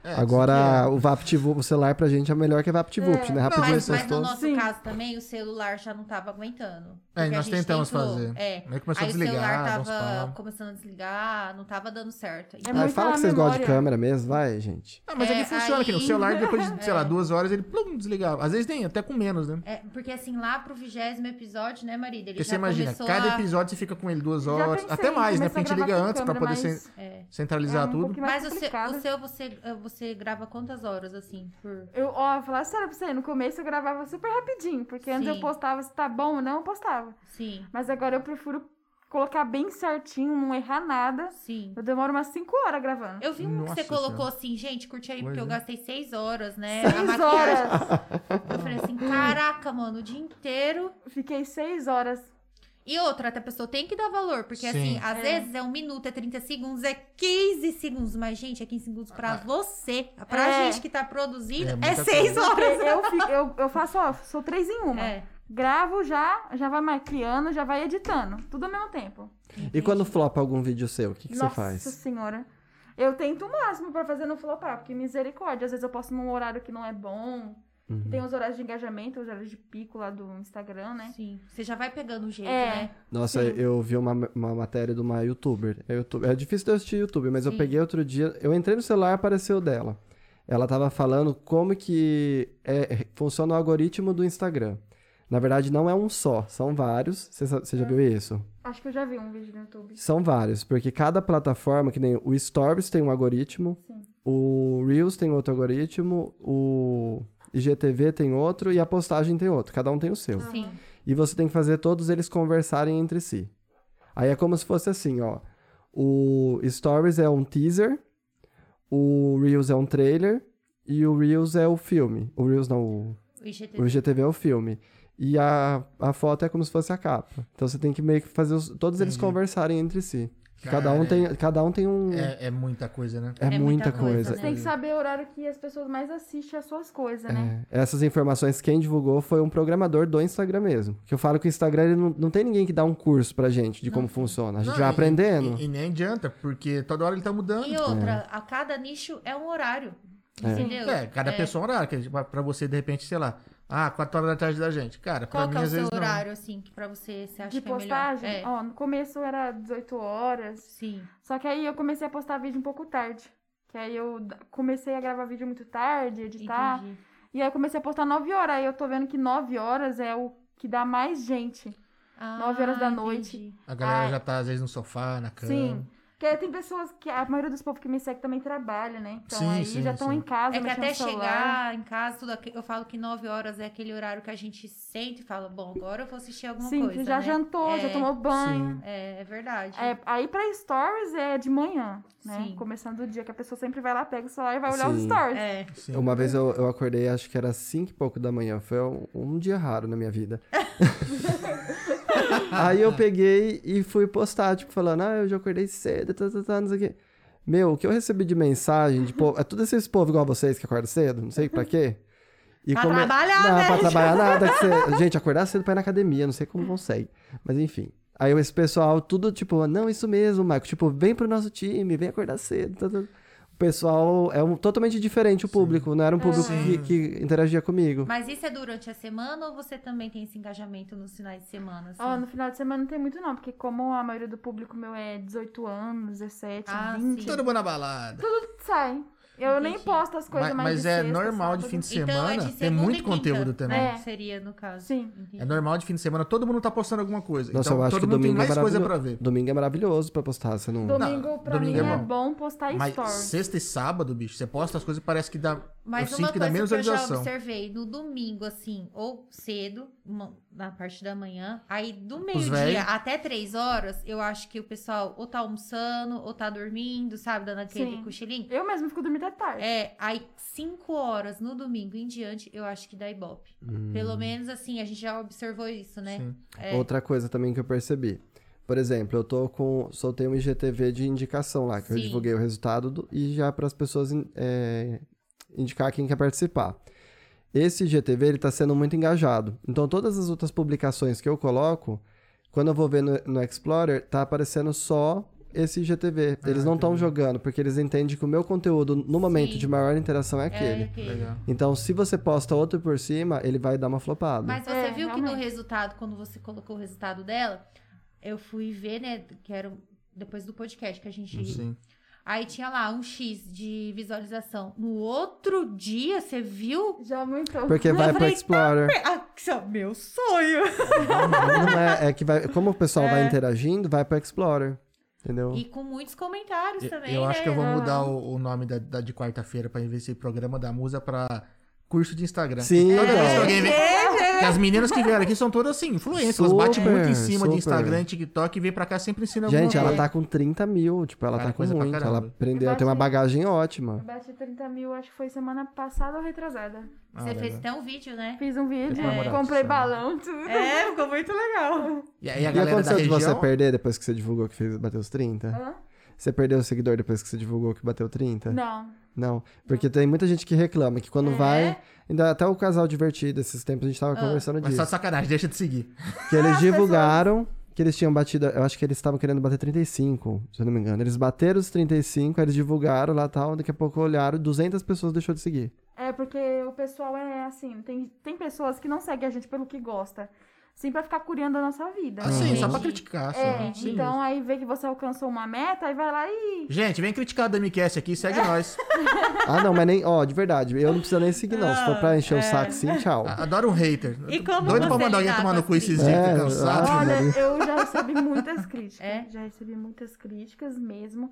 É,
Agora, o VaptVup, o celular pra gente é melhor que VaptVup, né? Rapidinho,
Mas, mas
essas
no
coisas.
nosso
Sim.
caso também, o celular já não tava aguentando.
É,
Porque a
nós
gente
tentamos
tentou,
fazer.
É.
Aí começou
Aí
a desligar,
o celular
dar uns
tava
pau.
começando a desligar, não tava dando certo. Então,
É
Ah,
muito
fala
na
que vocês gostam de
memória.
câmera mesmo, vai, gente.
Ah, mas
É,
aqui funciona, aqui no
aí-
celular, depois de, sei lá, duas horas, ele plum, desligava. Às vezes nem, até com menos, né?
É, porque assim, lá pro vigésimo episódio, né, marido? Ele
Porque
já
você imagina,
começou
cada
a...
episódio você fica com ele duas
Já
horas,
pensei
até
em
mais, né?
começar
Porque a gente
gravar
liga
com
antes pra
câmera,
poder cen-
mas
É.
é
centralizar
um
tudo.
pouquinho mais
Mas o seu,
complicado.
o seu você, eh, você grava quantas horas, assim, por...
Eu, ó, eu falar sério pra você, no começo eu gravava super rapidinho, porque antes
Sim.
eu postava se tá bom ou não, eu postava.
Sim,
Mas agora eu prefiro colocar bem certinho, não errar nada.
sim.
Eu demoro umas 5 horas gravando.
Eu vi um que
Nossa
você colocou assim, gente, curte aí, porque
Pois
eu
é.
gastei seis horas, né? A
6
maquiagem.
horas!
Eu falei assim, caraca, mano, o dia inteiro.
Fiquei 6 horas.
E outra, até a pessoa tem que dar valor, porque
Sim.
assim, às
É.
vezes é um minuto, é 30 segundos, é 15 segundos, mas gente, é 15 segundos pra você. Pra
É.
gente que tá produzindo,
Ah. É
é,
muita
seis
coisa.
horas.
Eu, fi- eu, eu faço, ó, sou três em uma.
É.
Gravo já, já vai maquiando, já vai editando. Tudo ao mesmo tempo.
E quando flopa algum vídeo seu, o que, que você
Nossa
faz?
senhora. Eu tento o máximo pra fazer não flopar, porque misericórdia. Às vezes eu posto num horário que não é bom.
Uhum.
Tem os horários de engajamento, os horários de pico lá do Instagram, né?
Sim, você já vai pegando o jeito,
É.
né?
Nossa, eu vi uma, uma matéria de uma youtuber. É, YouTube, é difícil de eu assistir YouTube, mas
Sim.
eu peguei outro dia. Eu entrei no celular apareceu dela. Ela tava falando como que é- funciona o algoritmo do Instagram. Na verdade, não é um só, são vários. Você sa- você já
Ah.
viu isso?
Acho que eu já vi um vídeo no YouTube.
São vários, porque cada plataforma, que nem o Stories tem um algoritmo,
Sim.
o Reels tem outro algoritmo, o IGTV tem outro e a postagem tem outro. Cada um tem o seu.
Sim.
E você tem que fazer todos eles conversarem entre si. Aí é como se fosse assim, ó. O Stories é um teaser, o Reels é um trailer e o Reels é o filme. O Reels não, o
O IGTV.
o IGTV é o filme. E a, a foto é como se fosse a capa. Então você tem que meio que fazer os- todos eles conversarem entre si. cada, um
Cara,
tem, cada um tem um. É,
É, é muita coisa, né?
É muita
muita
coisa,
coisa.
Você tem que saber o horário que as pessoas mais assistem as suas coisas, né?
É, essas informações quem divulgou foi um programador do Instagram mesmo. Que eu falo que o Instagram ele não, não tem ninguém que dá um curso pra gente de como funciona. A gente
Não,
vai
e-
aprendendo.
E, e nem adianta, porque toda hora ele tá mudando.
E outra,
né?
a cada nicho é um horário. Entendeu?
É, cada pessoa um horário. que é pra- Pra você, de repente, sei lá, ah, quatro horas da tarde da gente. Cara, pra
Qual que é
mim,
o
às
seu
vezes não.
horário, assim, que pra você você acha
De
que é melhor?
postagem,
É.
ó, no começo era 18 horas.
Sim.
Só que aí eu comecei a postar vídeo um pouco tarde. Que aí eu da- comecei a gravar vídeo muito tarde, editar.
Entendi.
E aí eu comecei a postar 9 horas. Aí eu tô vendo que 9 horas é o que dá mais gente.
Ah,
Nove horas da noite.
entendi.
A galera
Ah,
já tá, às vezes, no sofá, na cama.
Sim. Porque tem pessoas que. A maioria dos povos que me segue também trabalha, né? Então
Sim,
aí
sim,
já estão
sim.
em casa,
É que
mexendo no
até
celular.
chegar em casa, tudo aqui- eu falo que 9 horas é aquele horário que a gente sente e fala, bom, agora eu vou assistir alguma
Sim,
coisa.
você já
né?
jantou, já
É.
tomou banho.
Sim.
É, é verdade.
É, aí pra stories é de manhã, né?
Sim.
Começando o dia, que a pessoa sempre vai lá, pega o celular e vai olhar os
Sim.
stories.
É.
Sim.
Uma vez eu, eu acordei, acho que era 5 e pouco da manhã. Foi um, um dia raro na minha vida. Aí eu peguei e fui postar, tipo, falando, ah, eu já acordei cedo, tá, tá, tá, não sei o quê. Meu, o que eu recebi de mensagem de povo. É tudo esses povo igual vocês que acordam cedo, não sei pra quê. E
Pra trabalhar,
Não,
né?
pra trabalhar nada. que você- Gente, acordar cedo pra ir na academia, não sei como consegue. Mas enfim. Aí esse pessoal, tudo tipo, não, isso mesmo, Marco. Tipo, vem pro nosso time, vem acordar cedo. tá, tá. O pessoal é um, totalmente diferente o público. Não era um público que, que interagia comigo.
Mas isso é durante a semana ou você também tem esse engajamento nos finais de semana? assim?
Ó, no final de semana não tem muito, não, porque como a maioria do público meu é 18 anos, 17,
Ah,
20,
sim.
Todo mundo na balada.
sai. Eu nem
Entendi.
posto as coisas
Mas,
mais.
mas
de
é
sexta,
normal de
sábado.
fim de
Então,
semana.
é de
tem
segunda e
muito
quinta,
conteúdo também.
né? É.
Seria no caso.
Sim.
Entendi.
É normal de fim de semana, todo mundo tá postando alguma coisa.
Nossa,
então
eu acho
todo
que
mundo tem
domingo é
mais coisa pra
maravilhoso.
ver.
Domingo é maravilhoso pra postar, você não.
Domingo, pra
domingo
mim,
é
é
bom.
bom
Tá
postar
Mas
stories.
sexta e sábado, bicho, você posta as coisas e parece que dá.
Mas
eu
uma
sinto que dá
coisa
menos
que eu já
organização.
observei, no domingo, assim, ou cedo, uma- na parte da manhã, aí do
véi.
meio-dia até três horas, eu acho que o pessoal ou tá almoçando, ou tá dormindo, sabe, dando aquele
Sim.
cochilinho.
Eu mesmo fico dormindo até tarde.
É, aí cinco horas no domingo em diante, eu acho que dá ibope.
Hum.
Pelo menos, assim, a gente já observou isso, né?
Hum. Sim.
É.
Outra coisa também que eu percebi. Por exemplo, eu tô com. Soltei um IGTV de indicação lá, que eu
Sim.
divulguei o resultado do- e já para as pessoas in- é, indicar quem quer participar. Esse IGTV ele tá sendo muito engajado. Então todas as outras publicações que eu coloco, quando eu vou ver no, no Explorer, tá aparecendo só esse IGTV.
Ah,
Eles não estão jogando, porque eles entendem que o meu conteúdo, no momento
Sim.
de maior interação, é aquele.
É, aquele.
Legal.
Então, se você posta outro por cima, ele vai dar uma flopada.
Mas você
É,
viu que no
realmente.
resultado, quando você colocou o resultado dela, eu fui ver, né? Que era depois do podcast que a gente.
Sim.
Aí tinha lá um X de visualização. No outro dia, você viu?
Já aumentou.
Porque vai pro
falei,
Explorer.
Ah, que é o meu sonho!
Não é, é que vai, como o pessoal vai interagindo, vai pro Explorer. Entendeu?
E com muitos comentários
Eu,
também,
eu
né?
acho que eu vou mudar o, o nome da, da de quarta-feira pra investir programa da musa pra curso de Instagram.
Sim,
Toda
é.
vez que alguém vem.
né?
Que as meninas que vieram aqui são todas assim, influências. Elas batem
Super,
muito em cima de
super.
Instagram, TikTok e vem pra cá sempre ensinando
Gente,
alguma
ela
coisa.
tá com 30 mil. Tipo, ela
Cara, é
tá com
coisa pra
muito. Ela
caramba.
aprendeu,
Eu
tem uma
achei-
bagagem ótima.
Eu bati 30 mil, acho que foi semana passada ou retrasada.
tá
Ah,
Você fez
legal.
até um vídeo, né?
Fiz um vídeo,
Depois, amor,
comprei
sabe?
balão, tudo.
É, ficou muito legal.
E aí a galera
E
da
aconteceu de
região...
você perder depois que você divulgou que fez, bateu os 30?
Hã?
Você perdeu o seguidor depois que você divulgou que bateu 30?
Ah. Não.
Não, porque tem muita gente que reclama que quando vai. Ainda até o casal divertido, esses tempos a gente tava conversando
Mas
disso.
só de sacanagem, deixa de seguir.
Que
Ah,
eles divulgaram que eles tinham batido. Eu acho que eles estavam querendo bater 35, se eu não me engano. Eles bateram os 35, aí eles divulgaram lá tal. Daqui a pouco olharam, 200 pessoas deixou de seguir.
É, porque o pessoal é assim, tem, tem pessoas que não seguem a gente pelo que gosta. Sim, pra ficar curiando a nossa vida. né,
Assim, só
gente?
pra criticar. Só.
É,
Sim.
então aí vê que você alcançou uma meta, aí vai lá e.
Gente, vem criticar a Damicast aqui, segue nós.
Ah, não, mas nem. Ó, de verdade, eu não preciso nem seguir, não. Se for pra
Ah, é.
encher o saco, sim, tchau.
A- Adoro um hater.
E quando
Doido pra
você
mandar alguém
lidar
tomar
com
no
as
cu esses dias
críticas?
que
É,
tá cansado.
ah,
Olha, eu já recebi muitas críticas.
É?
Já recebi muitas críticas mesmo.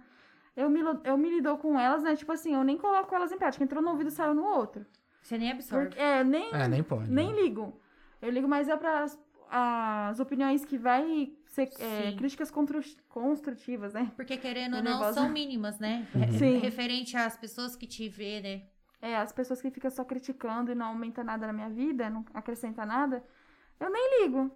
Eu me, lo- eu me lido com elas, né? Tipo assim, eu nem coloco elas em prática. Entrou no ouvido, saiu no outro.
Você nem absorve.
Porque, é, nem,
É, nem pode.
nem
né?
ligo. Eu ligo mais é para as opiniões que vai ser é,
Sim.
críticas constru- construtivas, né?
Porque, querendo
Tô
ou não,
nervosa.
são mínimas, né?
Uhum.
Re-
Sim.
Referente às pessoas que te vê, né?
É, as pessoas que ficam só criticando e não aumenta nada na minha vida, não acrescenta nada, eu nem ligo.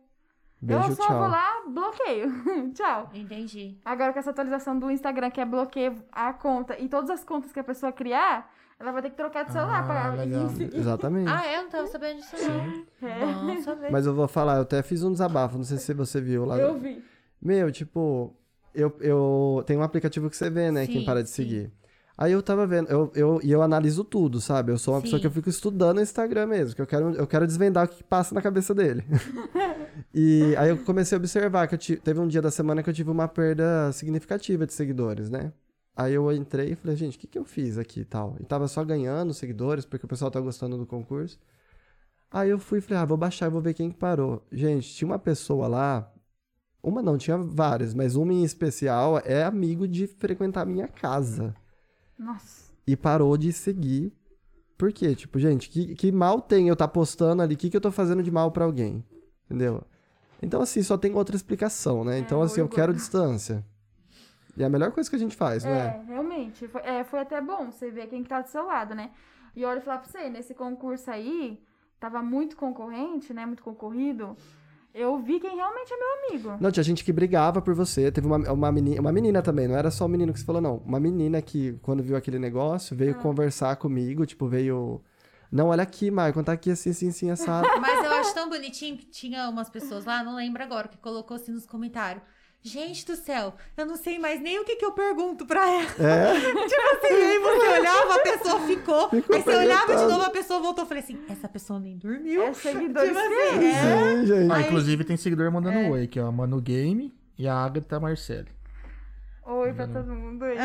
Beijo,
eu só
tchau.
vou lá, bloqueio. tchau.
Entendi.
Agora com essa atualização do Instagram, que é bloqueio a conta e todas as contas que a pessoa criar, ela vai ter que trocar de celular
Ah,
pra
legal.
ir seguir.
Exatamente.
Ah, é? Eu não tava sabendo disso, não.
É,
Bom saber.
Mas eu vou falar, eu até fiz um desabafo, não sei se você viu lá.
eu vi.
Meu, tipo, eu, eu tem um aplicativo que você vê, né? quem
Sim,
para de
sim.
seguir. Aí eu tava vendo, eu, eu, e eu analiso tudo, sabe? Eu sou uma pessoa
Sim.
que eu fico estudando o Instagram mesmo, que eu quero, eu quero desvendar o que passa na cabeça dele. e aí eu comecei a observar que eu ti- teve um dia da semana que eu tive uma perda significativa de seguidores, né? Aí eu entrei e falei, gente, o que, que eu fiz aqui e tal? E tava só ganhando seguidores, porque o pessoal tá gostando do concurso. Aí eu fui e falei, ah, vou baixar, vou ver quem que parou. Gente, tinha uma pessoa lá Uma não, tinha várias, mas uma em especial é amigo de frequentar a minha casa.
Nossa.
E parou de seguir. Por quê? Tipo, gente, que, que mal tem eu tá postando ali? O que, que eu tô fazendo de mal pra alguém? Entendeu? Então, assim, só tem outra explicação, né? então,
eu-
assim, eu,
eu
quero
gosto.
distância. E é a melhor coisa que a gente faz, não
É,
é?
realmente. Foi, é, foi até bom você ver quem que tá do seu lado, né? E olha, eu falar pra você, nesse concurso aí, tava muito concorrente, né? Muito concorrido. Eu vi quem realmente é meu amigo.
Não, tinha gente que brigava por você. Teve uma, uma, menina, uma menina também, não era só o menino que você falou, não. Uma menina que, quando viu aquele negócio, veio conversar comigo, tipo, veio. Não, olha aqui, Maicon, tá aqui assim, assim, assim, assado.
Mas eu acho tão bonitinho que tinha umas pessoas lá, não lembro agora, que colocou assim nos comentários. Gente do céu, eu não sei mais nem o que, que eu pergunto pra ela.
É,
tipo assim, aí você olhava, a pessoa ficou.
Ficou
aí você olhava de
perguntando.
novo, a pessoa voltou. Eu falei assim, essa pessoa nem dormiu.
É seguidor
Tipo assim,
fiel.
é.
Sim, gente.
Ah,
Mas- É.
inclusive tem seguidor mandando oi aqui, ó. Mano Game e a Agatha Marcelli.
Oi
Uhum.
pra todo mundo aí.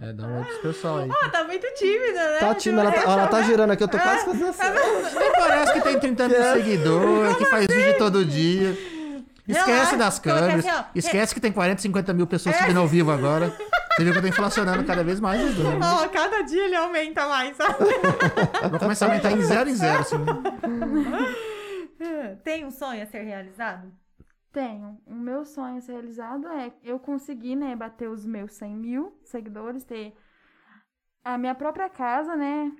É, dá um oi pro pessoal aí.
Ah, tá muito tímida, né?
Tá, tímida, ela, tá, ela tá girando aqui, eu tô quase fazendo assim.
Nem parece que tem 30 mil seguidores, que faz vídeo todo dia. Esquece
assim? Relaxa,
das
coloca
câmeras.
assim, ó. É.
Esquece que tem 40, 50 mil pessoas seguindo ao vivo agora. Você viu que eu tô inflacionando cada vez mais os números.
Ó, cada dia ele aumenta mais, sabe?
Vou começar a aumentar em zero em zero, assim.
Tem um sonho a ser realizado?
Tenho. O meu sonho a ser realizado é eu conseguir, né, bater os meus 100 mil seguidores, ter a minha própria casa, né?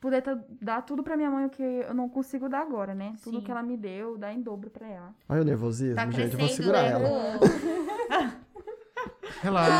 Poder ta- dar tudo pra minha mãe o que eu não consigo dar agora, né? Tudo
Sim.
que ela me deu, dar em dobro pra ela.
Olha o nervosismo,
Tá
gente. Eu
crescendo,
vou segurar
né?
ela.
o-
Relaxa.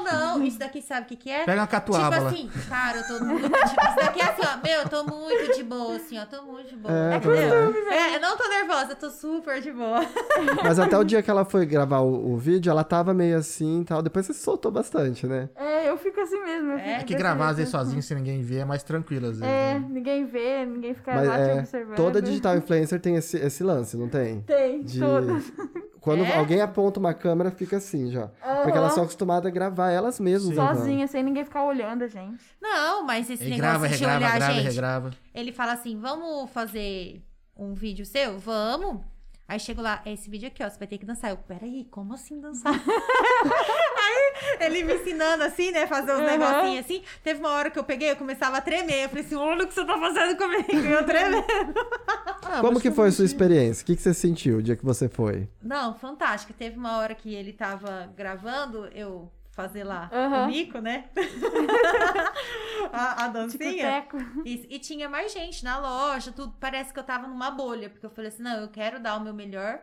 Não, não. Isso daqui sabe o que, que é?
Pega uma
Tipo
catuaba lá.
assim, cara, eu tô muito. tipo, Isso daqui é assim, ó. Meu, eu tô muito de boa, assim, ó. Tô muito de boa.
É,
Entendeu?
costume, né?
É, eu não tô nervosa, eu tô super de boa.
Mas até o dia que ela foi gravar o, o vídeo, ela tava meio assim e tal. Depois você soltou bastante, né?
É, eu fico assim mesmo. eu
É
É
fico
que
desse
gravar às
jeito.
vezes sozinho, sem ninguém ver, é mais tranquilo às vezes.
É,
né?
ninguém vê, ninguém fica
Mas
lá te
é,
observando.
toda digital influencer tem esse, esse lance, não tem?
Tem,
De-
todas.
Quando
É?
alguém aponta uma câmera, fica assim já. Porque elas são acostumadas a gravar elas mesmas.
né?
gravando.
Sozinha, sem ninguém ficar olhando a gente.
Não, mas esse
E
negócio
grava,
de
regrava,
olhar,
grava,
gente.
regrava.
Ele fala assim: vamos fazer um vídeo seu? Vamos. Aí chego lá, é esse vídeo aqui, ó. Você vai ter que dançar. Eu, peraí, como assim dançar? Aí ele me ensinando assim, né? Fazer uns
Aham.
negocinhos assim. Teve uma hora que eu peguei, eu começava a tremer. Eu falei assim: olha o que você tá fazendo comigo. Eu tremendo.
Ah,
Como que foi a sua experiência? O que, que você sentiu o dia que você foi?
Não, fantástica. Teve uma hora que ele tava gravando, eu fazer lá
Aham.
o mico, né? a, a
Tipo,
dancinha.
teco.
E, e tinha mais gente na loja, tudo. Parece que eu tava numa bolha, porque eu falei assim: não, eu quero dar o meu melhor.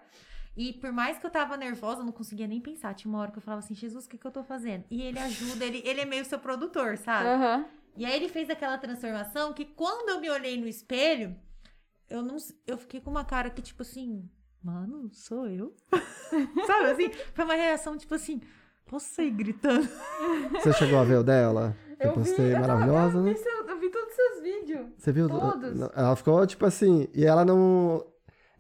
E por mais que eu tava nervosa, eu não conseguia nem pensar. Tinha uma hora que eu falava assim: Jesus, o que, que eu tô fazendo? E ele ajuda, ele, ele é meio seu produtor, sabe?
Aham.
E aí ele fez aquela transformação que quando eu me olhei no espelho, eu não s- eu fiquei com uma cara que tipo assim, mano, sou eu? Sabe assim? Foi uma reação tipo assim, você gritando.
Você chegou a ver o dela? Eu postei
tava-
maravilhosa,
eu
né?
vi seu- eu vi todos os seus vídeos.
Você viu?
Todos.
Ela ficou tipo assim, e ela não.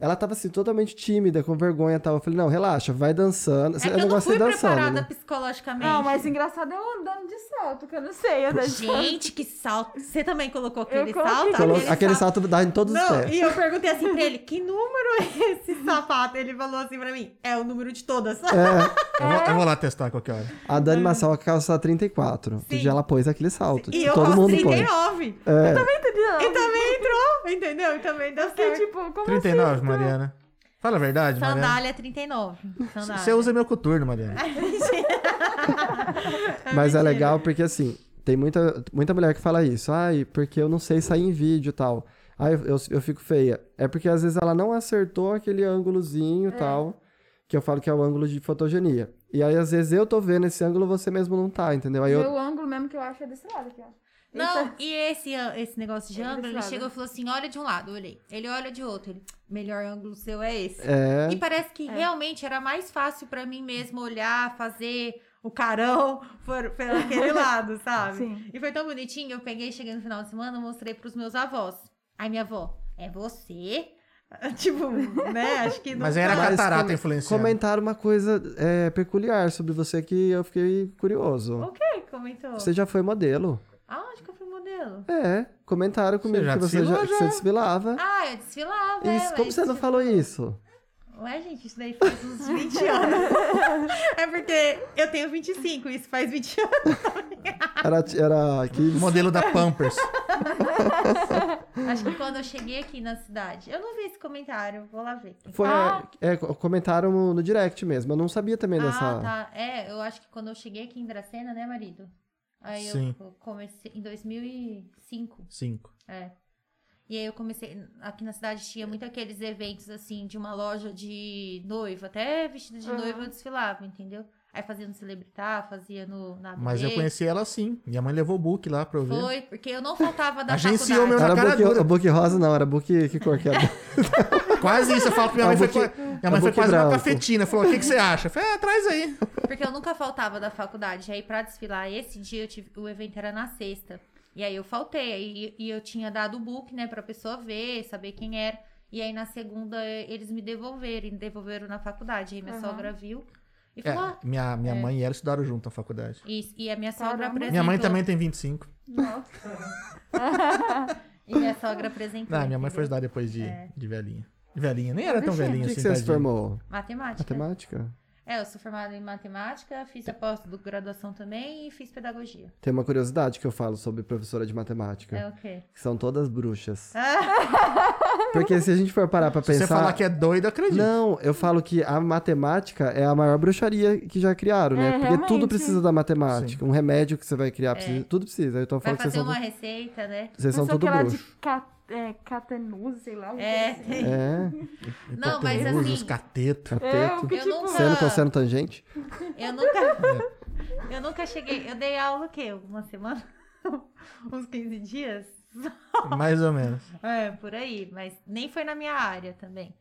Ela tava assim, totalmente tímida, com vergonha e tal. Eu falei, não, relaxa, vai dançando.
É que
é
eu não
negócio
fui
de dançando.
preparada
Né?
psicologicamente.
Não, mas engraçado é eu andando de salto, que eu não sei andar de salto.
Gente, que salto. Você também colocou aquele
coloquei.
salto?
Colo- Aquele salto dá em todos os
Não,
pés.
e eu perguntei assim pra ele, que número é esse sapato? Ele falou assim pra mim, é o número de todas.
Eu vou, eu vou
É.
lá testar a qualquer hora.
A Dani Massal calça 34. Outro
Sim.
dia ela pôs aquele salto.
E
tipo,
eu
todo
faço
mundo É. põe.
39. E um.
Entendeu?
também entrou, entendeu? E também deu
Então, Fiquei
certo.
tipo, como
assim?
39, Mariana. Fala a verdade, Mariana.
Sandália 39. Sandália.
Você usa meu coturno, Mariana.
Mas é
mentira.
legal porque, assim, tem muita, muita mulher que fala isso. Ai, porque eu não sei sair em vídeo e tal. Ai, eu, eu, eu fico feia. É porque às vezes ela não acertou aquele
É.
ângulozinho e tal, que eu falo que é o ângulo de fotogenia. E aí, às vezes, eu tô vendo esse ângulo você mesmo não tá, entendeu? Aí
assim?
eu.
Meu ângulo mesmo que eu acho é desse lado aqui, ó.
Não, e esse, ah, esse negócio de
Olha
ângulo,
desse
ele
lado.
chegou e falou assim: olha de um lado, eu olhei. Ele olha de outro. Ele, melhor ângulo seu é esse.
É.
E parece que realmente era mais fácil pra mim mesmo olhar, fazer o carão por, por aquele lado, sabe?
Sim.
E foi tão bonitinho, eu peguei, cheguei no final de semana, eu mostrei pros meus avós. Aí minha avó, é você? Tipo, né? Acho que não.
Mas era
Mas
catarata
come-
influenciando.
Comentaram uma coisa é, peculiar sobre você que eu fiquei curioso.
O que comentou?
Você já foi modelo?
Aonde que eu fui modelo?
É, comentaram comigo
já
que você
desfilou,
já, que
já?
você desfilava.
Ah, eu desfilava.
Isso,
é,
como
mas-
você não falou isso?
Ué, gente, isso daí faz uns 20 anos. é porque eu tenho 25, isso faz 20 anos.
Era, era aqui.
O modelo da Pampers.
Acho que quando eu cheguei aqui na cidade. Eu não vi esse comentário, vou lá ver.
Foi,
Ah.
é, comentaram no, no direct mesmo. Eu não sabia também dessa.
Ah, tá. É, eu acho que quando eu cheguei aqui em Dracena, né, marido? Aí
Sim.
eu comecei em 2005.
Cinco.
É. E aí eu comecei. Aqui na cidade tinha muito aqueles eventos assim de uma loja de noiva. Até vestido de
Aham.
noiva eu desfilava, entendeu? Aí fazia no Celebritar, fazia no. Na
Mas eu
ABB.
conheci ela sim. Minha mãe levou o book lá pra eu ver.
Foi, porque eu não faltava da
Agenciou
faculdade.
meu-
Era
na cara
book,
dura.
o book rosa, não, era book. Que cor que era?
Quase isso. Eu falo pra minha
É
mãe.
um
Foi,
book-
qua- minha mãe foi
um book
quase uma
branco.
cafetina. Falou: o que, que você acha? Eu falei: é, traz aí.
Porque eu nunca faltava da faculdade. Aí pra desfilar esse dia, eu tive, o evento era na sexta. E aí eu faltei. aí- E, eu tinha dado o book, né, pra pessoa ver, saber quem era. E aí na segunda eh, eles me devolveram, e devolveram na faculdade. Aí minha
Aham.
sogra viu e
É,
falou: "Ah,
minha minha mãe e ela estudaram junto na faculdade.
Isso, e a minha sogra
Caramba.
apresentou.
Minha mãe também tem 25.
Nossa.
E minha sogra apresentou.
Não, Ah, minha mãe foi
entendeu?
estudar depois de,
É.
de velhinha. De velhinha, nem era tão
Vixe,
velhinha
O que,
assim.
que você se
tadinha.
formou?
Matemática.
Matemática?
É, eu sou formada em matemática, fiz a pós-graduação também e fiz pedagogia.
Tem uma curiosidade que eu falo sobre professora de matemática.
É o quê?
Que são todas bruxas.
Ah,
Porque se a gente for parar pra
Se você
pensar.
falar que é doido, eu acredito.
Não, eu falo que a matemática é a maior bruxaria que já criaram, né?
É,
Porque
realmente.
tudo precisa da matemática. Um remédio que você vai criar, precisa- tudo precisa. Então eu
É. vai
falo que vocês
fazer
são,
uma receita, né?
vocês são
Não sou
tudo
aquela
bruxo.
de ca... é, Catanuse, sei lá. assim.
É.
É,
Não, mas
Hipotenusa,
assim-
cateto.
É,
cateto.
o que
Eu
tipo...
nunca-
Seno, cosseno, tangente.
Eu nunca. eu nunca cheguei. Eu dei aula o quê? Uma semana? Uns 15 dias?
Mais ou menos.
É, por aí. Mas nem foi na minha área também.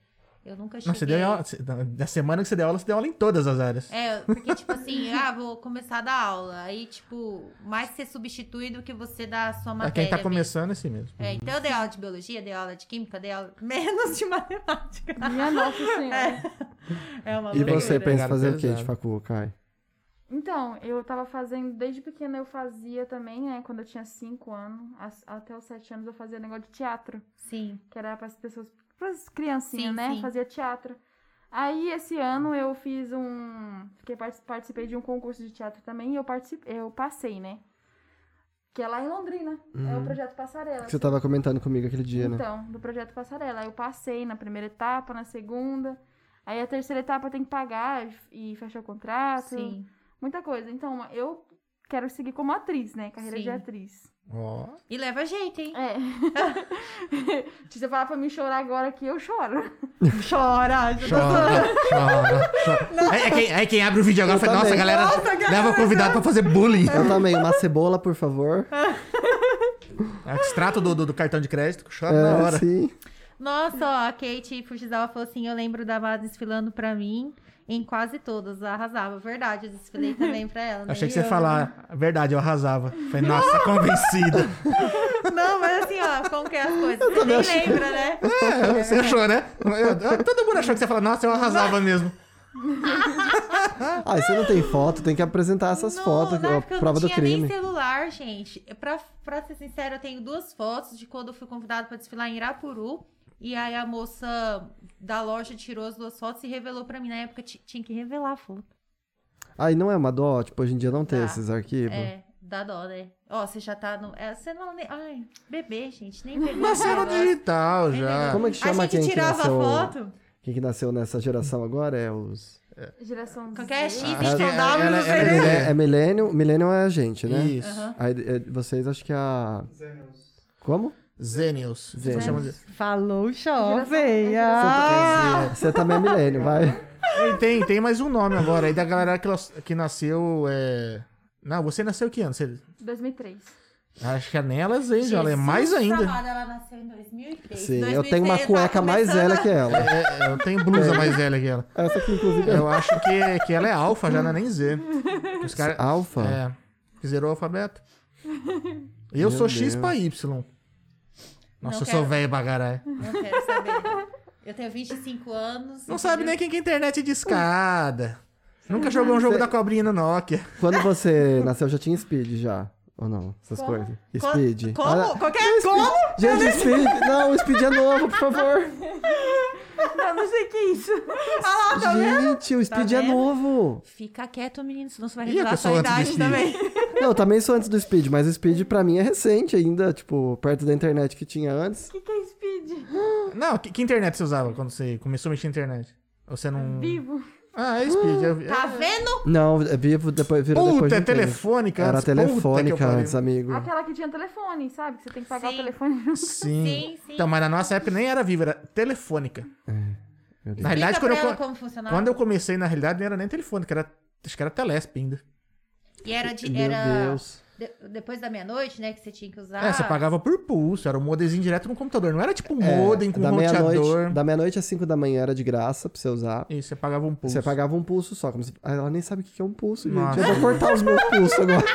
Eu nunca cheguei.
Não, você deu aula, você- na- na semana que você deu aula, você deu aula em todas as áreas.
É, porque, tipo assim, ah, vou começar a dar aula. Aí, tipo, mais ser substitui do que você dar a sua
Pra
matéria.
quem tá
mesmo.
começando, é assim mesmo.
É, então eu dei aula de biologia, dei aula de química, dei aula menos de matemática.
Minha nossa senhora.
É uma
E
loucura.
você pensa em
Pegaram
fazer o quê de
pesado.
facu, Kai?
Então, eu tava fazendo, desde pequena eu fazia também, né? Quando eu tinha 5 anos, as- até os 7 anos eu fazia negócio de teatro,
Sim.
que era para as pessoas, para as criancinhas,
Sim,
né?
sim.
Fazia teatro. Aí esse ano eu fiz um, fiquei parti- participei de um concurso de teatro também e eu participei, eu passei, né? Que é lá em Londrina, é o
Uhum.
projeto Passarela.
Que você tava comentando comigo aquele dia, né?
Então, do projeto Passarela. Aí eu passei na primeira etapa, na segunda. Aí a terceira etapa tem que pagar e fechar o contrato.
Sim.
Muita coisa. Então, eu quero seguir como atriz, né? Carreira
Sim.
de atriz.
Ó,
E leva jeito, hein?
É. Se você falar pra mim chorar agora aqui, eu choro.
Chora,
chora, chora, chora. Aí, aí quem, aí quem abre o vídeo agora
Eu
fala, nossa,
também.
galera, leva o convidado pra fazer bullying.
Então.
Eu também, uma cebola, por favor.
Ah,
É o Extrato do, do, do cartão de crédito, chora na
É,
hora.
sim.
Nossa, ó, a Kate Fujizawa falou assim: eu lembro da Mada desfilando pra mim em quase todas. Arrasava. Verdade, eu desfilei também pra ela. né?
Achei que
E
você ia
eu-
falar, "Ah, verdade, eu arrasava. Falei, nossa, convencida.
Não, mas assim, ó, como que é as coisas? Você nem lembra, né?
É, você achou, né? Eu- eu- todo mundo achou que você ia falar, nossa, eu arrasava mesmo.
Ah, e você não tem foto, tem que apresentar essas
Não,
fotos,
na
a
época eu
prova
não
do
tinha nem
crime.
celular, gente. Pra, pra ser sincera, eu tenho duas fotos de quando eu fui convidada pra desfilar em Irapuru. E aí a moça da loja tirou as duas fotos e revelou pra mim. Na época ti- tinha que revelar a foto.
Ah, e não é uma dó? Tipo, hoje em dia não tem
Tá.
esses
Tipo.
arquivos.
É, dá dó, né? Ó, você já tá no. é, você não. Nem, ai, bebê, gente, nem bebê.
Mas era digital já.
Como é que chama
a
quem
gente
que
tirava
nasceu-
foto.
Quem que nasceu nessa geração agora é os...
Geração
Qualquer
Z.
X, então
Acho que
Y,
Ah, ela-
W, não
ela-
sei.
ela-
né?
É, é Millennium, Millennium é a gente, né?
Isso.
Aham.
Aí, é, vocês acho que é a. Como?
Zenius. Você
Zenius.
chama de-
Falou,
jovem.
Ah!
Você também é milênio, vai.
Ei, Tem, tem mais um nome agora. Aí da galera que, las- que nasceu. é, Não, você nasceu que ano? Você-
2003.
Acho que a Nela é Zenius, ela é mais ainda.
Ela nasceu em 2003.
Sim, eu tenho uma
2003
cueca
tava
mais
tá começando
velha que ela.
É, é, eu tenho blusa mais velha que ela.
Essa aqui, inclusive, é
Eu acho que, que ela é alfa, já não é nem Z. Os caras.
alfa.
É. Que zerou o alfabeto. Eu
Meu
sou X
Deus.
pra Y. Nossa,
Não
eu
quero.
sou velho bagaré.
Não quero saber. Eu tenho 25 anos.
Não sabe nem quem que é internet de escada. Nunca jogou um jogo da cobrinha no Nokia.
Quando você nasceu, já tinha speed já. Ou não? Essas
Como?
coisas.
Co-
Speed.
Como?
Olha-
Qualquer como?
é Gente, speed. Não, speed é novo, por favor.
Não, eu não sei o que é isso.
Gente, o Speed é
Ah, tá vendo?
novo.
Fica quieto, menino, senão você vai
Ih, a
revelar a sua
pessoa antes do
idade
Steve.
também.
Não, eu também sou antes do Speed, mas o Speed pra mim é recente ainda, tipo, perto da internet que tinha antes.
O que, que é speed?
Não, que, que internet você usava quando você começou a mexer na internet? Ou você não.
Vivo.
Ah, é Speed. é-
Tá
é-
vendo?
Não, é vivo depois virou depois
Puta,
de
é
um tempo.
telefônica.
Era
antes. Puta que eu
telefônica
pariu.
antes, amigo.
Aquela que tinha telefone, sabe? Que você tem que pagar
Sim.
o telefone.
Sim.
Sim, sim.
Então, mas na nossa época nem era viva, era telefônica.
É, meu Deus.
Na realidade,
Explica pra
quando eu,
ela
co-
como funcionava.
quando eu comecei, na realidade, não era nem telefônica, era. Acho que era Telesp ainda.
E era de.
Meu
era...
Deus.
de- depois da meia-noite, né? Que você tinha que usar.
É, você pagava por pulso, era um modezinho direto no computador. Não era tipo um
É,
modem com um
da meia-noite
roteador.
da meia-noite às 5 da manhã era de graça pra você usar.
Isso, você pagava um pulso.
Você pagava um pulso só. Como se... Ah, Ela nem sabe o que que é um pulso, gente.
Nossa.
Eu vou cortar os meus pulsos agora.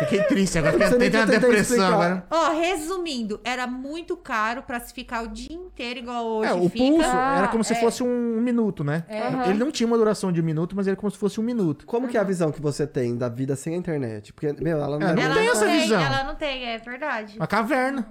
Fiquei triste agora,
Você
porque
nem
tem uma
tentei
depressão
explicar.
agora.
Ó, resumindo, era muito caro pra se ficar o dia inteiro igual hoje
É, o
fica.
pulso era como
Ah,
se
é.
fosse um minuto, né?
É.
Ele não tinha uma duração de um minuto, mas era como se fosse um minuto.
Como que é a visão que você tem da vida sem a internet? Porque, meu, ela não
É,
deve-
Ela
tem
não
essa
tem,
visão.
ela não tem, é verdade.
Uma caverna.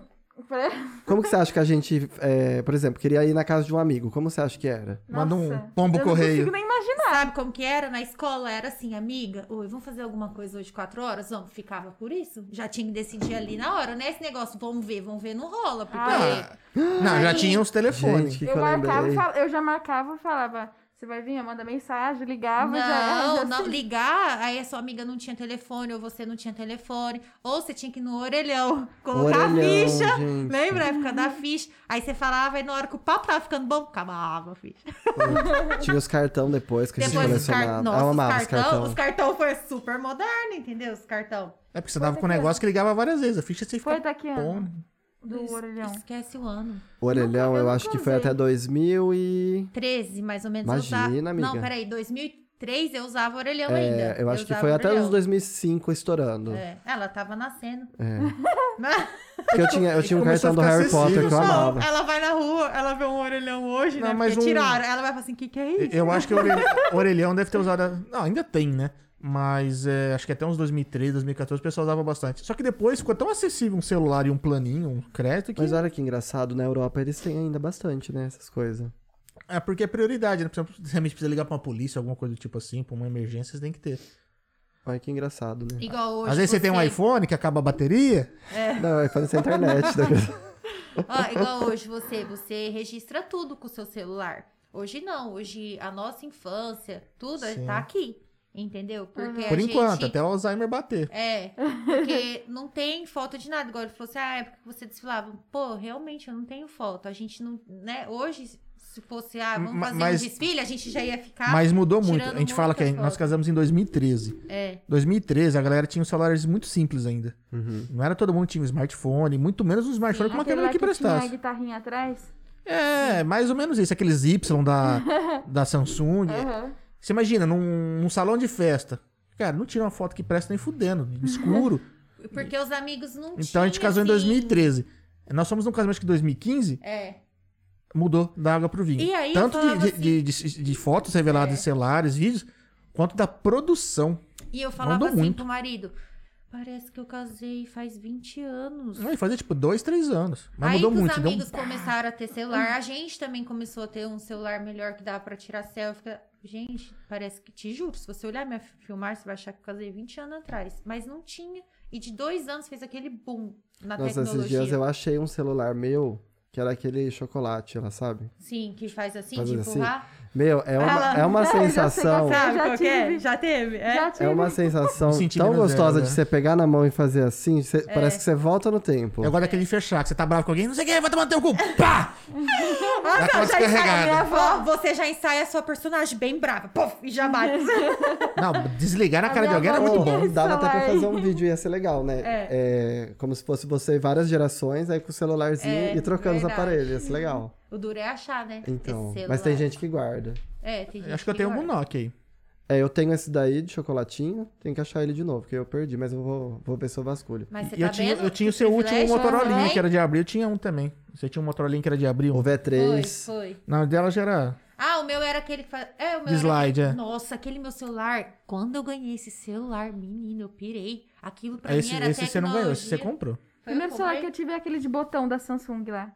Como que você acha que a gente, é, por exemplo, queria ir na casa de um amigo? Como você acha que era?
Manda um
Nossa,
pombo correio.
Eu não consigo nem imaginar.
Sabe como que era? Na escola era assim, amiga, oi, vamos fazer alguma coisa hoje quatro horas? Vamos, ficava por isso. Já tinha que decidir ali na hora, né? Esse negócio, vamos ver, vamos ver, não rola, porque
Ah.
Não, já
Aí-
tinha os telefones.
Gente, o que, que
Eu,
eu
marcava, e
lembrei?
fala- eu já marcava e falava, você vai vir? Eu manda mensagem, ligava e já... ah,
Não,
já
não
se-
ligar, aí a sua amiga não tinha telefone, ou você não tinha telefone, ou você tinha que ir no orelhão, colocar a
Orelhão,
ficha.
gente.
Lembra a época da ficha? Aí você falava, e na hora que o papo tava ficando bom, acabava a ficha.
Tinha os cartão depois que a
Depois
gente
os cartão.
colecionava. Ah,
Nossa,
eu
os
amava
cartão,
os
os cartão foi super moderno, entendeu? Os cartão.
É porque você dava com um negócio que ligava várias vezes. A ficha você
Foi
ficava.
daqui,
Bom,
ano,
né?
do
Es-
orelhão.
Esquece o ano.
O orelhão,
Nunca- eu
eu
nunca
acho que foi
usei.
até 2000 e...
13, mais ou menos. eu
Imagina,
usava...
amiga.
Não, peraí, 2003 eu usava orelhão
É,
ainda.
eu acho que
usava
foi até
orelhão.
os 2005 estourando.
É, ela tava nascendo.
É.
Mas-
Porque eu tinha, eu tinha um
Começou
cartão
a
do
ficar
Harry Potter que eu
acessível,
Não,
amava.
ela vai na rua, ela vê um orelhão hoje,
Não,
né?
mas
Porque
um-
tiraram. Ela vai falar assim, o que que é isso?
Eu acho que o orelhão, orelhão deve ter usado. a- Não, ainda tem, né? Mas é, acho que até uns 2013, 2014 o pessoal usava bastante. Só que depois ficou tão acessível um celular e um planinho, um crédito, que.
Mas olha que engraçado, na Europa eles têm ainda bastante, né, essas coisas.
É porque é prioridade, né? Por exemplo, se realmente precisa ligar pra uma polícia, alguma coisa do tipo assim, pra uma emergência, você tem que ter.
Olha que engraçado, né?
Igual hoje.
Às vezes você tem um iPhone que acaba a bateria.
Não, é falando sem internet. né?
Ó, igual hoje você, você registra tudo com o seu celular. Hoje não, hoje a nossa infância, tudo
Sim.
tá aqui. Entendeu? Porque É, a
Por enquanto,
gente...
até o Alzheimer bater.
É, porque não tem foto de nada. Agora, ele falou assim, ah, a época que você desfilava. Pô, realmente, eu não tenho foto. A gente não, né? Hoje, se fosse, ah, vamos
Ma-
fazer
mas-
um desfile, a gente já ia ficar...
Mas mudou
Ah, tirando
muito. A gente fala que
muita
nós
foto.
casamos em 2013.
É,
2013, a galera tinha uns celulares muito simples ainda.
Uhum.
Não era todo mundo que tinha um smartphone, muito menos um smartphone com uma
Aquele
câmera
lá
que
tinha a
prestasse.
guitarrinha atrás.
É, mais ou menos isso. Aqueles Y da, da Samsung.
Aham.
Você imagina, num, num salão de festa. Cara, não tira uma foto que presta nem fudendo, escuro.
porque os amigos não tinham,
Então a gente casou em
assim.
2013. Nós fomos num casamento acho que em 2015,
É,
mudou da água pro vinho.
E aí assim- É. eu
Tanto de,
falava
de- de, de- de fotos reveladas em celulares, vídeos, quanto da produção.
e eu falava
Mandou
assim
muito.
pro marido, parece que eu casei faz 20 anos.
Não, e fazia tipo dois, três anos. Mas
Aí
mudou
que
muito.
os
deu um-
amigos começaram a ter celular, a gente também começou a ter um celular melhor que dava pra tirar selfie. Fica- Gente, parece que te juro, se você olhar minha filmar, você vai achar que eu casei 20 anos atrás. Mas não tinha. E de dois anos fez aquele boom na
Nossa,
tecnologia.
esses dias eu achei um celular meu, que era aquele chocolate, ela sabe?
Sim, que faz assim,
Faz
de
assim.
empurrar.
Meu, é uma,
Ela-
é uma
eu já sei
sensação.
qual tá é. Sabe qual que é?
Já teve?
Já tive.
É uma sensação
Me senti
tão
menos
gostosa
velho,
de
Um né?
você pegar na mão e fazer assim, você- parece que você volta no tempo.
Eu gosto daquele de fechar, que você tá bravo com alguém, não sei o que, vai tomar no teu cu. Pá! Dá aquela descarregada.
Ó, você já ensaia a sua personagem bem brava. Puf, e já bate.
Não, desligar na
A
cara de
minha
alguém era muito
avó-
bom.
Ou dava até pra
celular.
fazer um vídeo, ia ser legal, né? É, como se fosse você e várias gerações, aí com o celularzinho
É,
e trocando os
verdade.
aparelhos, ia ser legal.
O duro é achar, né?
Então,
Esse
mas tem
celular.
gente que guarda.
É, tem gente
Acho que eu tenho um algum
guarda.
Nokia aí.
É, eu tenho esse daí de chocolatinho, tem que achar ele de novo, porque eu perdi, mas eu vou, vou ver se eu vasculho.
Mas você
E eu,
tá
tinha,
vendo
eu tinha o
que
seu último
privilégio,
Motorolinha,
né?
que era de abril, eu tinha um também. Você tinha um Motorolinha que era de
O
abril.
Foi,
V3,
foi.
Não, o dela já era.
Ah, o meu era aquele que faz... É, o meu
De slide,
era...
é.
Nossa, aquele meu celular. Quando eu ganhei esse celular, menino, eu pirei. Aquilo pra
Esse,
mim era
esse você não ganhou, esse você
tecnologia.
comprou.
Foi
O primeiro celular que
comprei.
eu tive é aquele de botão da Samsung lá.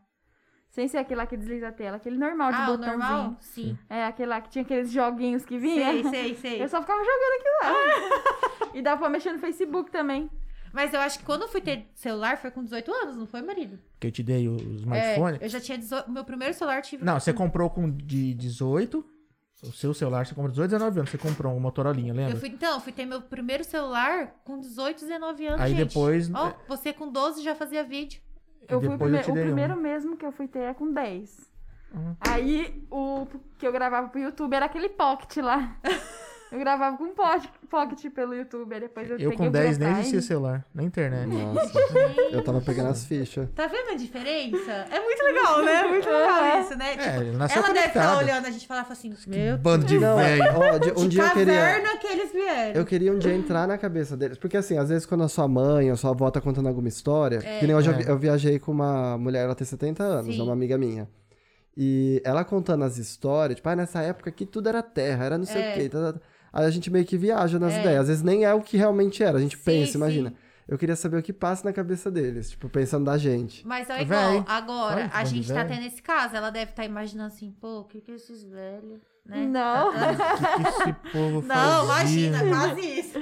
Sem ser aquele lá que desliza a tela, aquele normal de
Ah, o
botãozinho.
normal? Sim.
É, aquele lá que tinha aqueles joguinhos que vinha.
Sei, sei, sei.
Eu só ficava jogando aquilo lá. e dava pra mexer no Facebook também.
Mas eu acho que quando eu fui ter celular foi com 18 anos, não foi, marido?
Que eu te dei o smartphone.
É, eu já tinha 18. Meu primeiro celular eu tive.
Não, você comprou com de 18. O seu celular você comprou 18, 19 anos. Você comprou um Motorolinha, lembra?
Eu fui, então, eu fui ter meu primeiro celular com 18, 19 anos,
Aí
gente.
depois- é.
Ó, você com 12 já fazia vídeo.
E
Eu fui o,
depois eu
prime-
te
o
dei
primeiro
um.
mesmo que eu fui ter é com 10.
Uhum.
Aí o que eu gravava pro YouTube era aquele pocket lá. eu gravava com pocket, pocket pelo YouTube, aí depois eu,
Eu
peguei
com
o
10 nem
Groprime.
existia celular, na internet.
Nossa, eu tava pegando as fichas.
Tá vendo a diferença? É muito legal, né? Muito legal isso, né?
É,
Tipo,
ele nasceu
ela deve estar
conectado.
olhando a gente falar e falar assim, meu
Bando de
Não,
velho.
ó, de- um
de
dia eu queria.
caverna que eles vieram.
Eu queria um dia entrar na cabeça deles. Porque, assim, às vezes quando a sua mãe ou sua avó tá contando alguma história. Que nem hoje eu, vi-
É.
eu viajei com uma mulher, ela tem 70 anos,
É. Sim.
é uma amiga minha. E ela contando as histórias, tipo, ah, nessa época aqui tudo era terra, era não sei
É.
o quê. tá, tá, tá. Aí a gente meio que viaja nas
É.
ideias. Às vezes nem é o que realmente era, a gente
Sim,
pensa,
sim.
imagina. Eu queria saber o que passa na cabeça deles, tipo, pensando da gente.
Mas é
Tá
igual,
velho.
agora,
Olha que
a
bando de
gente tá
velho.
tendo esse caso, ela deve estar imaginando assim, pô, o que que esses velhos, né?
Ah,
Não.
que esse povo
Não,
fazia?
imagina, quase isso.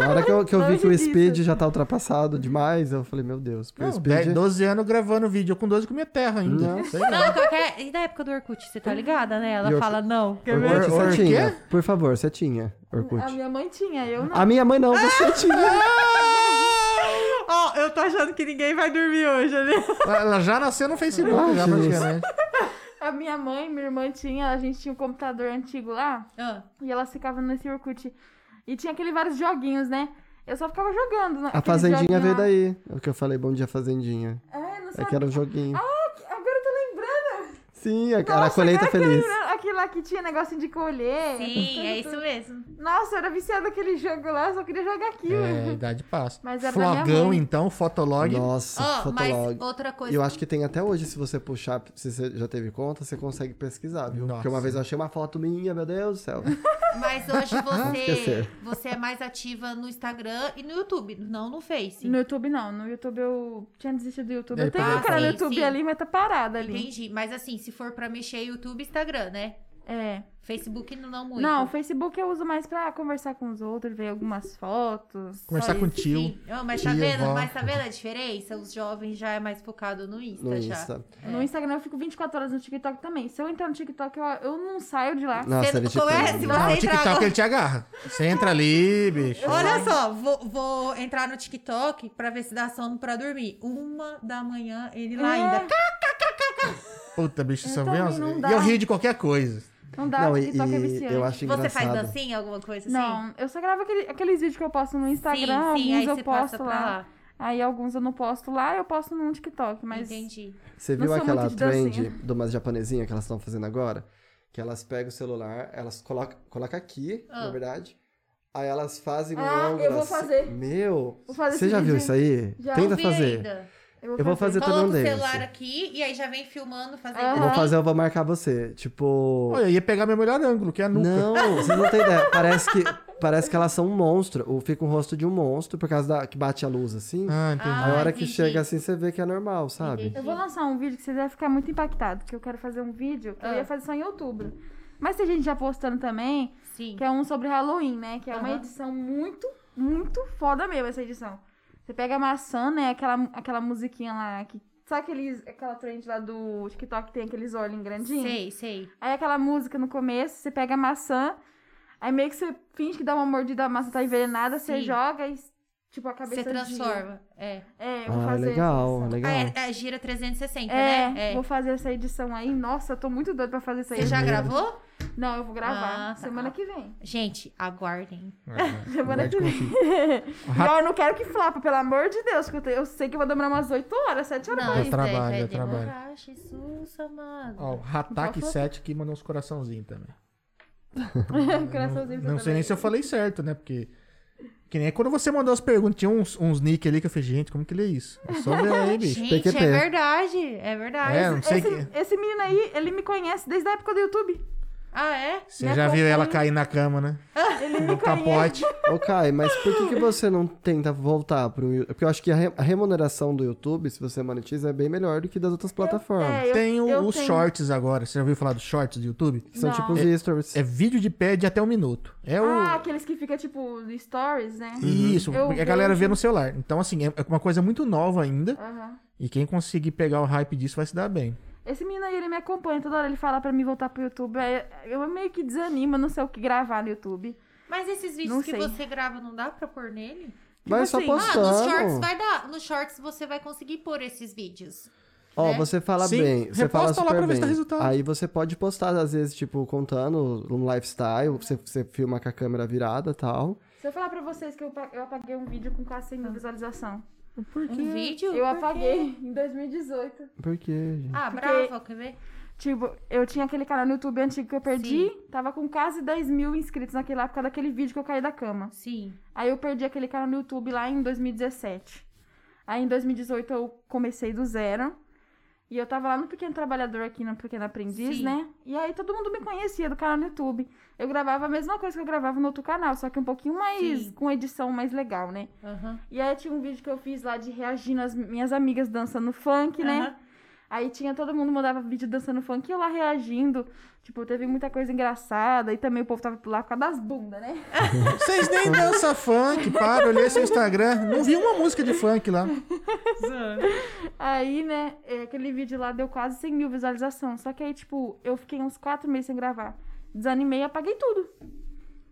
Na hora que eu, que eu vi
Longe
que o
disso.
Speed já tá ultrapassado demais, eu falei, meu Deus, porque
Não,
o Speed.
10, 12 anos gravando vídeo. Eu com 12 comia terra ainda.
Não.
Sei lá.
Não, qualquer... E da época do Orkut, você tá ligada, né? Ela
E Orkut-
fala, não. Quer ver?
Orkut,
Or-
você
Or-
tinha.
quê?
Por favor, você tinha, Orkut.
tá.
A minha mãe tinha,
Uhum.
eu não.
A minha mãe não,
Ah,
você tinha.
Ó, eu tô achando que ninguém vai dormir hoje né? ali.
Ela já nasceu no Facebook,
Ah,
já
Jesus.
praticamente.
A minha mãe, minha irmã tinha, a gente tinha um computador antigo lá. E elas ficavam nesse Orkut. E tinha aquele vários joguinhos, né? Eu só ficava jogando.
A Fazendinha veio daí. É o que eu falei, bom dia, Fazendinha.
É, não
É
sabe.
que era um joguinho.
Ah,
Agora eu tô lembrando.
Sim, a- era a
Nossa,
é colheita
agora que eu
feliz.
né?
lembro, Aquilo lá que tinha negocinho de colher.
Sim, é
tudo,
isso mesmo.
tudo. Nossa, eu era viciada naquele jogo lá, eu só queria jogar aquilo.
É, a idade passa.
Mas era da minha
Flogão,
mãe.
então, Fotolog.
Nossa,
Ó, mas
Fotolog.
outra coisa...
Eu acho que tem até hoje, se você puxar, se você já teve conta, você consegue pesquisar, viu?
Nossa.
Porque uma vez eu achei uma foto minha, meu Deus do céu.
Mas hoje você,
Esquecer.
você é mais ativa no Instagram e no YouTube, não no Face.
No YouTube não, no YouTube eu tinha desistido do YouTube.
Daí
É,
eu tenho
parou.
um canal no
Ah, sim,
YouTube
sim.
ali, mas tá parada ali.
Entendi. Mas assim, se for pra mexer YouTube e Instagram, né?
É.
Facebook não, não muito.
Não, o Facebook eu uso mais pra conversar com os outros, ver algumas fotos.
Conversar com o tio.
Sim. Ó, mas, tá
Ih, eu
vendo,
vou.
mas tá vendo a diferença? Os jovens já é mais focado no Insta
No
Tá já.
Insta.
No Instagram eu fico 24 horas no TikTok também. Se eu entrar no TikTok, eu, eu não saio de lá.
Nossa, ele te
qual é?
pega.
Se você
Não, o
entrar
TikTok
agora-
ele te agarra. Você entra ali, bicho.
Olha só, vou, vou entrar no TikTok pra ver se dá sono pra dormir. Uma da manhã, ele lá
É.
ainda.
Puta, bicho, só vem
também
umas...
então não
E
dá.
eu rio de qualquer coisa.
Não dá,
Não, e,
TikTok é
e
viciante.
eu acho engraçado.
Você faz dancinha, alguma coisa assim?
Não, eu só gravo aquele- aqueles vídeos que eu posto no Instagram,
sim, sim, aí
alguns
você
eu
passa
posto
pra
lá.
lá.
Aí alguns eu não posto lá, eu posto no TikTok, mas
Entendi.
Você
Não
viu
sou
aquela
é muito de
trend
dancinha.
de umas japonesinhas que elas estão fazendo agora? Que elas pegam o celular, elas colocam, colocam aqui,
Ah.
na verdade. Aí elas fazem um
Ah, eu
ângulo.
vou
assim-
fazer.
Meu,
Vou fazer
você
esse
já viu
vídeo.
isso aí?
Já.
Tenta
Não vi
fazer.
ainda.
Eu vou fazer
Coloca o
também
celular
desse.
aqui e aí já vem filmando, fazendo.
Aham.
Eu vou fazer, eu vou marcar você. Tipo.
Pô, eu ia pegar meu melhor ângulo, que é a nuca.
Não, vocês não têm ideia. Parece que, parece que elas são um monstro. Ou fica um rosto de um monstro por causa da, que bate a luz assim.
Ah, entendi.
Ah.
Aí a hora que
entendi.
chega assim, você vê que é normal, sabe?
Eu vou lançar um vídeo que vocês vão ficar muito impactados, que eu quero fazer um vídeo que eu
Ah.
ia fazer só em outubro. Mas tem gente já postando também,
Sim.
que é um sobre Halloween, né? Que é uma
Aham.
edição muito, muito foda mesmo essa edição. Você pega a maçã, né? Aquela, aquela musiquinha lá que. Sabe aqueles, aquela trend lá do TikTok que tem aqueles olhos grandinhos?
Sei, sei.
Aí aquela música no começo, você pega a maçã, aí meio que você finge que dá uma mordida, a maçã tá envenenada, você
Sim.
joga e, tipo, a cabeça
Você
gira.
transforma. É.
É, eu vou
Ah,
fazer
legal,
essa edição.
legal.
Ah, é, é, gira 360,
É,
né? É.
vou fazer essa edição aí. Nossa, eu tô muito doida pra fazer isso aí.
Você já gravou?
Não, eu vou gravar.
Ah, tá.
Semana que vem.
Gente, aguardem.
Ah,
Semana
Guarde
que vem. Não, eu não quero que flapa, pelo amor de Deus. que Eu, te- eu sei que eu vou demorar umas 8 horas, 7 horas.
Não,
Eu
isso
trabalho,
daí vai
eu trabalho.
demorar, Jesus amado.
Ó, o Hatak7 que mandou uns coraçãozinhos também.
Coraçãozinho
Não
pra
sei
mim.
nem se eu falei certo, né? Porque. Que nem quando você mandou as perguntas, tinha uns, uns nick ali que eu falei, gente, como que lê isso? É só ver aí, bicho.
Gente,
PQP.
é verdade. É verdade.
É, não sei
esse,
que.
esse menino aí, ele me conhece desde a época do YouTube.
Ah, é?
Você
Me
já viu ela
acompanha.
cair na cama, né?
Ele me
No
conhece.
capote.
Ô, Kai, mas por que, que você não tenta voltar pro YouTube? Porque eu acho que a re- a remuneração do YouTube, se você monetiza, é bem melhor do que das outras plataformas.
é, eu-
Tem o-
eu
os
tenho-
shorts agora. Você já ouviu falar dos shorts do YouTube?
Que são
Não.
tipo os stories.
É vídeo de pé de até um minuto. É o.
Ah, aqueles que fica tipo stories, né?
Isso,
Eu
porque a galera vê
vejo.
no celular. Então, assim, é é uma coisa muito nova ainda.
Aham.
E quem conseguir pegar o hype disso vai se dar bem.
Esse menino aí, ele me acompanha toda hora, ele fala pra mim voltar pro YouTube. Aí eu meio que desanimo, não sei o que gravar no YouTube.
Mas esses vídeos
Não
que
sei.
você grava, não dá pra pôr nele?
Vai
assim,
só
ah,
postando.
Ah, nos shorts vai dar. Nos shorts você vai conseguir pôr esses vídeos.
Ó,
é.
né?
você fala
Sim,
bem, você
reposta
fala
lá
super
pra ver
bem.
se dá resultado.
Aí você pode postar, às vezes, tipo, contando um lifestyle, você, você filma com a câmera virada e tal.
Se eu falar pra vocês que eu, pa- eu apaguei um vídeo com quase 100 mil visualização.
Por quê?
Um vídeo?
Eu
Por quê?
apaguei em 2018.
Por quê, gente?
Ah,
Porque-
brava, quer ver?
Tipo, eu tinha aquele canal no YouTube antigo que eu perdi. Tava com quase 10 mil inscritos naquele lá por causa daquele vídeo que eu caí da cama.
Sim.
Aí eu perdi aquele canal no YouTube lá em 2017. Aí em 2018 eu comecei do zero. E eu tava lá no Pequeno Trabalhador aqui, no Pequeno Aprendiz,
Sim.
né? E aí todo mundo me conhecia do canal no YouTube. Eu gravava a mesma coisa que eu gravava no outro canal, só que um pouquinho mais,
Sim.
com edição mais legal, né?
Aham.
E aí tinha um vídeo que eu fiz lá de reagindo às minhas amigas dançando funk, né?
Aham.
Aí tinha todo mundo mandava vídeo dançando funk e eu lá reagindo. Tipo, teve muita coisa engraçada. E também o povo tava lá por causa das bundas, né?
Vocês nem dançam funk, para, olhei seu Instagram. Não vi uma música de funk lá.
Aí, né, é, aquele vídeo lá deu quase 100 mil visualizações. Só que aí, tipo, eu fiquei uns 4 meses sem gravar. Desanimei e apaguei tudo.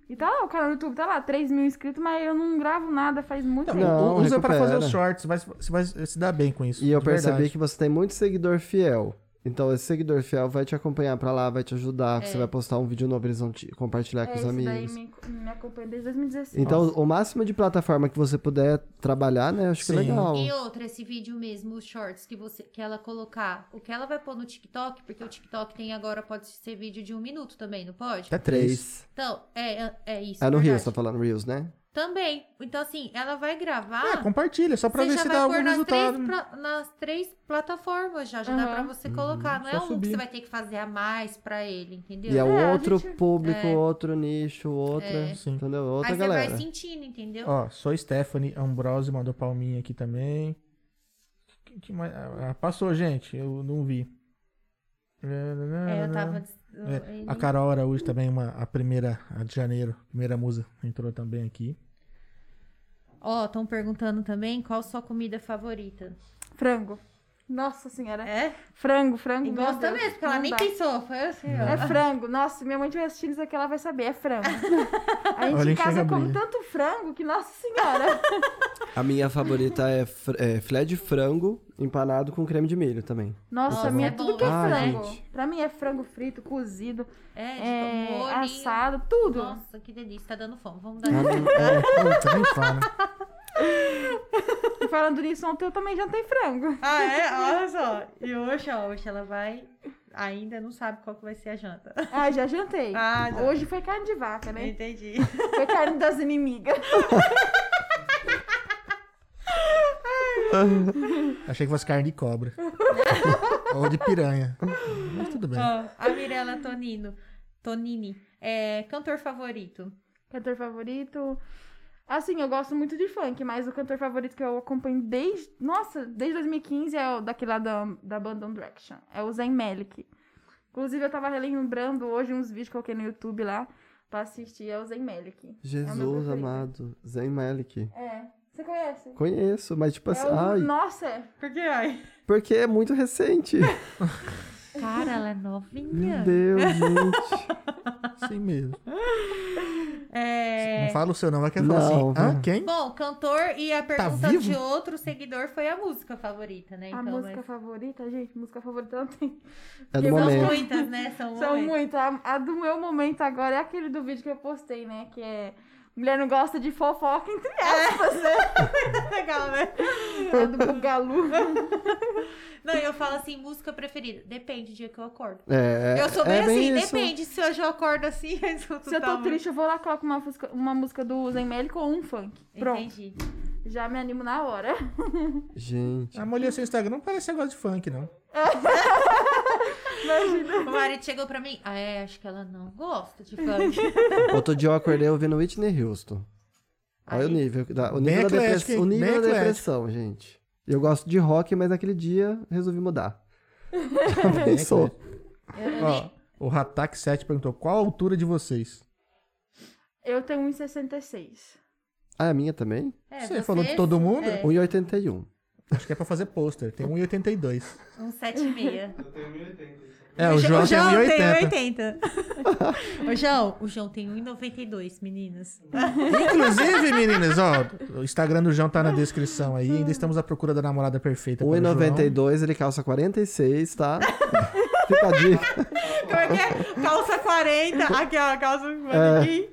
E tá lá, o canal do YouTube tá lá, 3 mil inscritos, mas eu não gravo nada faz muito tempo.
Não,
Usa pra fazer
recupera.
os shorts, vai- você vai se dar bem com isso.
E eu
de
percebi
verdade.
que você tem muito seguidor fiel. Então, esse seguidor fiel vai te acompanhar pra lá, vai te ajudar. Você vai postar um vídeo novo, eles vão te compartilhar
É,
com os
isso daí
amigos.
me, me acompanha desde 2016.
Então, o máximo de plataforma que você puder trabalhar, né? eu Acho que é
Sim.
legal.
E outra, esse vídeo mesmo, os shorts que, você, que ela colocar, o que ela vai pôr no TikTok, porque o TikTok tem agora, pode ser vídeo de um minuto também, não pode?
Até três.
Três.
Então, é, é isso.
Ah, no Reels,
verdade.
tá falando Reels, né?
Também. Então, assim, ela vai
É,
gravar.
compartilha, só pra
você
ver
já
se
vai
dá algum
pôr nas
resultado. né?
três, pra- nas três plataformas já. Já dá
Aham.
pra você colocar. Não
Uhum. só
é um que
subir.
você vai ter que fazer a mais pra ele, entendeu?
E é
É, a
outro
gente-
público, outro nicho, outra.
Sim.
Entendeu? Outra
Aí você
galera.
vai sentindo, entendeu?
Ó, sou Stephanie Ambrosio, mandou palminha aqui também. Que- que mais- ah, ah, passou, gente, eu não vi.
É, eu tava.
Ah, É, a Carol Araújo também, uma, a primeira a de janeiro, primeira musa, entrou também aqui.
Ó, estão perguntando também qual sua comida favorita.
Frango. Nossa senhora.
É?
Frango, frango.
E
meu
gosta
Deus,
mesmo, porque ela
não
nem
dá.
pensou. Foi assim, ó.
É frango. Nossa, minha mãe tiver assistindo isso aqui, ela vai saber. É frango. A gente
Olha,
em casa
enxerga a
come
briga.
tanto frango que, nossa senhora.
A minha favorita é, fr- é filé de frango empanado com creme de milho também.
Nossa,
Nossa,
a
é
minha é tudo
bom,
que é
né? Ah,
frango.
gente.
Pra mim é frango frito, cozido,
É, de
é,
molho.
assado, tudo.
Nossa, que delícia. Tá dando fome. Vamos dar.
Ah, não-
É, puta, nem fala.
E falando nisso, ontem eu também jantei frango.
Ah, é? Olha só. E hoje, ó, hoje ela vai. Ainda não sabe qual que vai ser a janta.
Ah, já jantei.
Ah, já.
Hoje foi carne de vaca, né?
Entendi.
Foi carne das inimigas.
Achei que fosse carne de cobra. Ou de piranha. Mas
É.
tudo bem.
Ó, a Mirella Tonino. Tonini. É, cantor favorito.
Cantor favorito. Assim, eu gosto muito de funk, mas o cantor favorito que eu acompanho desde. Nossa, desde 2015 é o daquele lá da, da banda On Direction. É o Zayn Malik. Inclusive, eu tava relembrando hoje uns vídeos que eu coloquei no YouTube lá pra assistir. É o Zayn Malik.
Jesus
preferido.
amado. Zayn Malik.
É. Você conhece?
Conheço, mas tipo assim.
É o-
Ai,
Nossa!
Por que, ai?
porque é muito recente.
Cara, ela é
Meu
novinha.
Deus, gente.
Assim mesmo.
É...
Não fala o seu não, vai querer falar
Não,
assim. Hã?
não.
Quem?
Bom, cantor e
Tá
a pergunta
vivo?
de outro seguidor foi a música favorita, né?
A
mas-
música favorita, gente, música favorita não tem.
É do
Eu
São
momento.
muitas, né? São,
São
muitas.
muitas. A, a do meu momento agora é aquele do vídeo que eu postei, né? Que é. Mulher não gosta de fofoca, entre aspas, né?
Legal, né?
É do Bugalu.
Não, eu falo assim, música preferida. Depende do dia que eu acordo.
É,
eu sou bem
é
assim,
isso.
depende. Se hoje eu acordo assim, eu escuto
Se eu
tal
tô
música.
triste, eu vou lá e coloco uma música, uma música do Zayn Malik ou um funk. Pronto.
Entendi.
Já me animo na hora.
Gente.
A mulher seu Instagram não parece negócio de funk, não.
Imagina.
O marido chegou pra mim. Ah, é, acho que ela não gosta de funk.
Outro dia eu acordei ouvindo Whitney Houston. Olha o
Aí-
nível, da, o
Bem
nível, da,
eclético,
depress-
hein?
o nível
Bem
da
eclético.
depressão, gente. Eu gosto de rock, mas naquele dia resolvi mudar. Pensou.
Eu não
Ó, o Ratak 7 perguntou: qual a altura de vocês?
Eu tenho 1,66.
Ah, a minha também?
É,
você, falou de todo mundo?
É.
1,81.
Acho que é pra fazer pôster. Tem 1,82.
Um 7,6.
Eu tenho 1,80.
É, o João tem 1,80.
tem 1,80. o João, o João tem 1,92, meninas.
Inclusive, meninas, ó, o Instagram do João tá na descrição aí. Ainda estamos à procura da namorada perfeita. para o João.
1,92, ele calça 46, tá? Fica a dica.
Como é que é? Calça 40. Aqui, ó, calça manequim.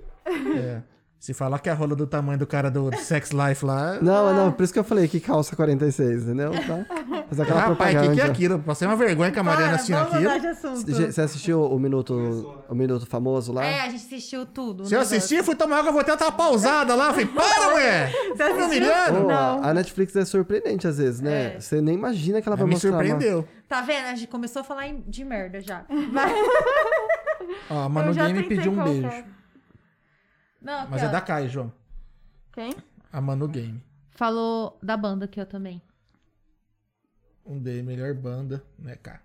É. Se falar que a rola do tamanho do cara do Sex Life lá.
Não, não, por isso que eu falei que calça 46, entendeu? Tá? Fazer aquela
Rapaz, o
propaganda.
que, que é aquilo? Passei uma vergonha com a Mariana
Para,
assim
vamos
aquilo.
mudar de assunto.
Gente, Você assistiu o minuto, o minuto famoso lá?
É, a gente assistiu tudo. né,
Se eu assistir, fui tomar água, vou até dar uma pausada lá. Falei, para, mulher!
Você
Tá me
assistiu?
humilhando?
Pô,
Não.
A Netflix é surpreendente às vezes, né?
É.
Você nem imagina que ela vai
Mas me
mostrar. né? uma-
surpreendeu.
Tá vendo? A gente começou a falar em- de merda já.
Ó, a
eu
Manu
já
Game
tentei
pediu um
colocar.
beijo.
Não, aqui,
Mas
ó.
é da Kai, João.
Quem?
A Manu Game.
Falou da banda aqui, eu também.
Um D, melhor banda, né, cara?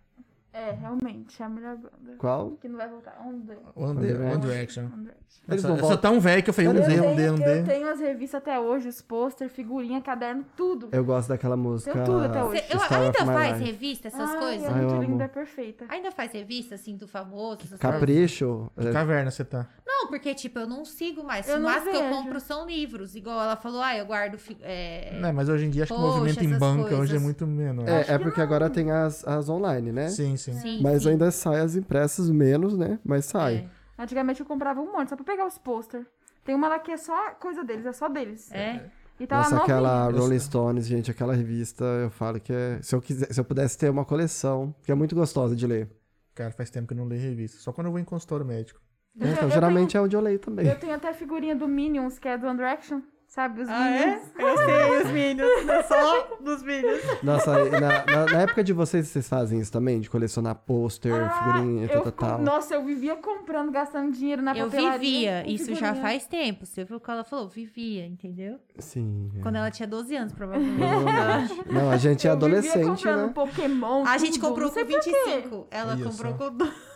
É, realmente, é a melhor banda.
Qual?
Que não vai voltar. Um, dois.
One, D,
Direction.
One Direction.
um, dois.
Eles
Nossa,
não
eu sou
voltam.
tão velho que eu falei um
Eu
D,
eu,
um D,
tenho,
um
eu
D.
tenho as revistas até hoje, os pôster, figurinha, caderno, tudo.
Eu gosto daquela música.
Tem tudo até hoje.
Você, eu,
Story
ainda
of My
faz
Life.
revista, essas
Ai,
coisas?
É
Ai, eu
muito
amo.
linda, é perfeita.
Ainda faz revista, assim, do famoso? essas coisas?
Capricho.
Que caverna você tá?
Não, porque, tipo, eu não sigo mais.
Eu
o
não
máximo que eu
vejo.
compro são livros. Igual ela falou, ah, eu guardo... fi- É...
Né, mas hoje em dia acho que o
Poxa,
movimento em
essas
banca hoje é
coisas.
muito menor.
É, é porque agora tem as, as online, né?
Sim, sim.
Sim,
Mas
sim.
ainda sai as impressas menos, né? Mas sai.
É.
Antigamente eu comprava um monte, só pra pegar os pôster. Tem uma lá que é só coisa deles, é só deles.
É.
E tá
Nossa,
lá
aquela
novinha.
Rolling Stones, gente, aquela revista, eu falo que é. Se eu, quiser, se eu pudesse ter uma coleção, que é muito gostosa de ler.
Cara, faz tempo que eu não leio revista. Só quando eu vou em consultório médico.
Eu
Então,
tenho- eu
geralmente é onde eu leio também.
tenho- Eu tenho até a figurinha do Minions, que é do One Direction, sabe? Os
Ah, é?
Minions.
Eu sei os minions. Não só dos minions.
Nossa, aí, na, na- na época de vocês, vocês fazem isso também? De colecionar pôster, figurinha,
Ah, eu
tal,
fico-
tal, tal.
Nossa, eu vivia comprando, gastando dinheiro na
Eu
papelaria.
vivia.
com
Isso já
figurinha.
faz tempo. Você viu o que ela falou? Vivia, entendeu?
Sim. é.
Quando ela tinha 12 anos, provavelmente.
Provavelmente. Não, a gente é
Eu vivia
adolescente,
comprando
né?
Pokémon,
A gente
tudo,
comprou
não sei
com
por quê.
25. Ela
Olha
comprou
só.
com 12.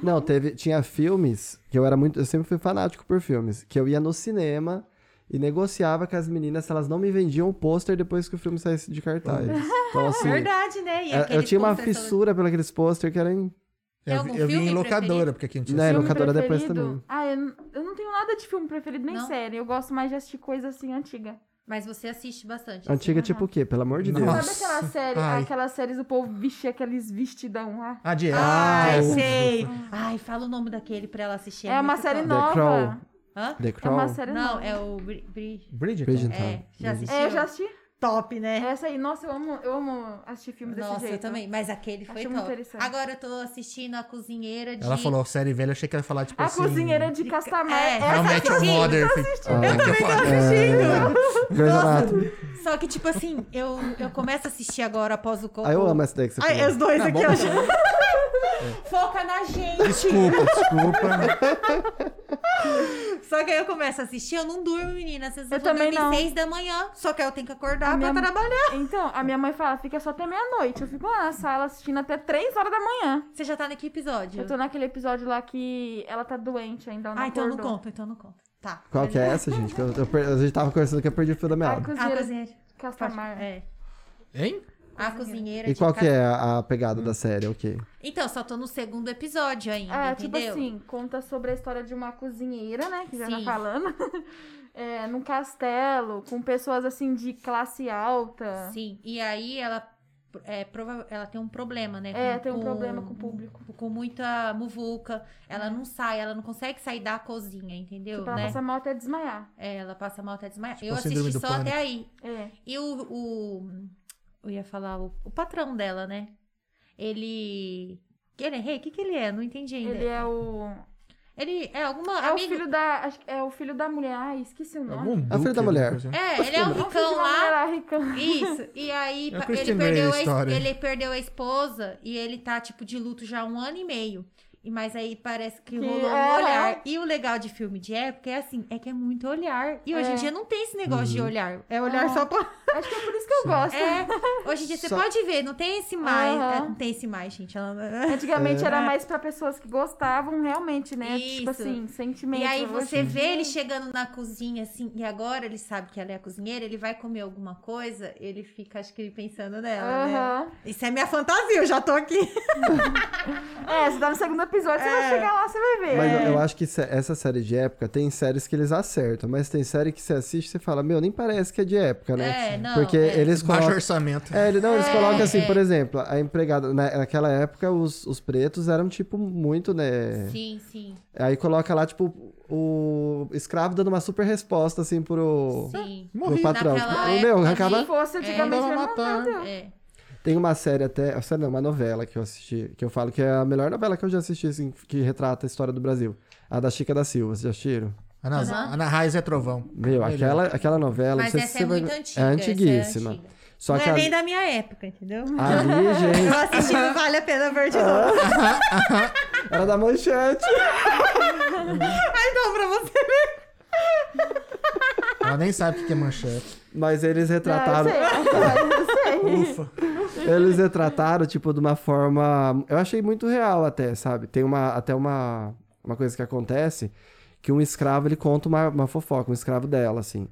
Não, teve, tinha filmes que eu era muito. Eu sempre fui fanático por filmes. Que eu ia no cinema e negociava com as meninas se elas não me vendiam o pôster depois que o filme saísse de cartaz. Então, assim.
Verdade, né? E
eu- Eu
aqueles
tinha uma
posters são-
fissura pelos aqueles pôster que eram.
Tem
Eu,
algum
vi- eu vim
filme
em locadora,
preferido?
porque aqui não tinha
Né,
cinema.
Filme
locadora depois
preferido?
também.
Ah, eu, n- eu não tenho nada de filme preferido nem
Não?
série. Eu gosto mais de assistir coisa assim antiga.
Mas você assiste bastante.
Antiga,
assim,
tipo o quê? Pelo amor de
Nossa.
Deus.
Sabe aquela série,
Ai.
aquelas séries do povo vestir aqueles vestidão lá?
Ah, de
Ai,
ah,
sei. Ai, fala o nome daquele pra ela assistir.
É uma
muito
série
top.
nova.
The Crow.
Hã?
The
É
Crow.
uma série
Não,
nova.
é o Bri- Bri-
Bridget.
Bridgerton.
É, já
Bridgerton.
assistiu?
É, eu já assisti.
Top, né?
Essa aí, nossa, eu amo, eu amo assistir filme desse
Nossa,
jeito.
eu também. Mas aquele foi
Achei muito
top.
interessante.
Agora eu tô assistindo a cozinheira de.
Ela falou série velha, eu achei que ela ia falar, tipo
A
assim...
cozinheira de Castamar.
É.
How I
Essa
Met Your
Sim,
Mother.
Ah,
assistindo.
Grey's Anatomy.
Só que, tipo assim, eu, eu começo a assistir agora após o.
Ah, eu amo essa daí que você
Ai,
falou.
os dois
Tá
aqui,
bom,
ó.
tá
Foca na gente.
Desculpa, desculpa.
Só que aí eu começo a assistir, eu não durmo, menina. Às vezes eu,
Eu
vou
também
dormir
não.
seis da manhã. Só que aí eu tenho que acordar
A
pra
minha-
trabalhar.
Então, a minha mãe fala, fica só até meia-noite. Eu fico lá na sala assistindo até três horas da manhã.
Você já tá no que episódio?
Eu tô naquele episódio lá que ela tá doente ainda, ela não
Ah, então eu não
acordou.
conto, então eu não conto. Tá.
Qual que é essa, gente? Que eu- eu per- a gente tava conversando que é? eu perdi o fio da
A
meada.
A
cozinheira tá de
cozinheira.
Castamar.
É.
Hein?
A cozinheira
E
de
qual
ca-
que é a a pegada da série? O quê?
Então, só tô no segundo episódio ainda,
É, tipo
entendeu?
assim, conta sobre a história de uma cozinheira, né? Que já tá
Sim.
falando. é, num castelo, com pessoas assim de classe alta.
Sim. E aí ela é, prova- ela tem um problema, né?
É, tem um problema com o público.
Com muita muvuca. Ela não sai, ela não consegue sair da cozinha, entendeu?
Tipo, ela
né?
passa mal até desmaiar.
É, ela passa mal até desmaiar.
Tipo,
eu
a síndrome
assisti
do
só
pânico.
até aí.
É.
E o, o- Eu ia falar o, o patrão dela, né? Ele. Ele é rei? O que, que ele é? Não entendi ainda.
Ele é o.
Ele é alguma.
É o
amigo-
filho da. acho que É o filho da mulher. Ai, esqueci o nome.
Algum
A filha da
duque,
mulher.
alguma coisa assim.
É, ele é um
É o filho de
ricão
uma
lá.
mulher lá, ricão.
Isso. E aí
Eu
pa-
Christian
ele
Grey
perdeu,
a
a,
história.
es- ele perdeu a esposa e ele tá, tipo, de luto já há um ano e meio. E, mas aí parece que,
Que
rolou um
é.
olhar. E o legal de filme de época é assim, é que é muito olhar. E hoje
É.
em dia não tem esse negócio
Uhum.
de olhar. É
olhar só
pra.
Acho que é por isso que eu gosto.
É. Hoje em dia você
Só-
pode ver, não tem esse mais.
Aham.
é, não tem esse mais, gente. Ela-
Antigamente era
É.
mais pra pessoas que gostavam realmente, né? Tipo
Isso.
assim, sentimento.
E aí
Hoje
você
em
vê ele
dia-
chegando na cozinha, assim, e agora ele sabe que ela é a cozinheira, ele vai comer alguma coisa, ele fica, acho que, pensando nela, né?
Aham.
Isso é minha fantasia, eu já tô aqui.
É, você tá no segundo episódio, você vai
É.
chegar lá, você vai ver.
Mas eu-
É.
eu acho que se- essa série de época tem séries que eles acertam, mas tem série que você assiste e você fala, meu, nem parece que é de época, né?
É, não,
Porque
é.
eles
Baixo
colocam.
orçamento.
É, ele- não, eles
É,
colocam assim,
é.
por exemplo, a empregada. na- naquela época, os, os pretos eram, tipo, muito, né?
Sim, sim.
Aí coloca lá, tipo, o escravo dando uma super resposta, assim, pro.
Sim.
pro
Morri.
patrão.
Naquela
Ô, meu,
época,
acaba.
Se fosse antigamente,
Mandava
eu não-
matar.
meu Deus.
É.
Tem uma série até, a série não, uma novela que eu assisti, que eu falo que é a melhor novela que eu já assisti, assim, que retrata a história do Brasil. A da Chica da Silva, vocês já assistiram?
Ana,
Aham.
Ana Raiz é trovão.
Meu,
Melhor.
aquela, aquela novela,
Mas
não sei
essa
se você
é
vai...
muito antiga.
É
essa
antiguíssima.
antiga.
Só
não
que
é
a- Ah.
nem da minha época, entendeu?
ali, gente,
Eu assisti, não vale a pena ver
Ah.
de novo.
era da manchete.
Ai, não, pra você.
Ela nem sabe o que que é manchete.
Mas eles retrataram,
Não, eu sei.
Ufa.
é-
eles retrataram, tipo, de uma forma... Eu achei muito real até, sabe? Tem uma, até uma, uma coisa que acontece, que um escravo, ele conta uma, uma fofoca, um escravo dela, assim.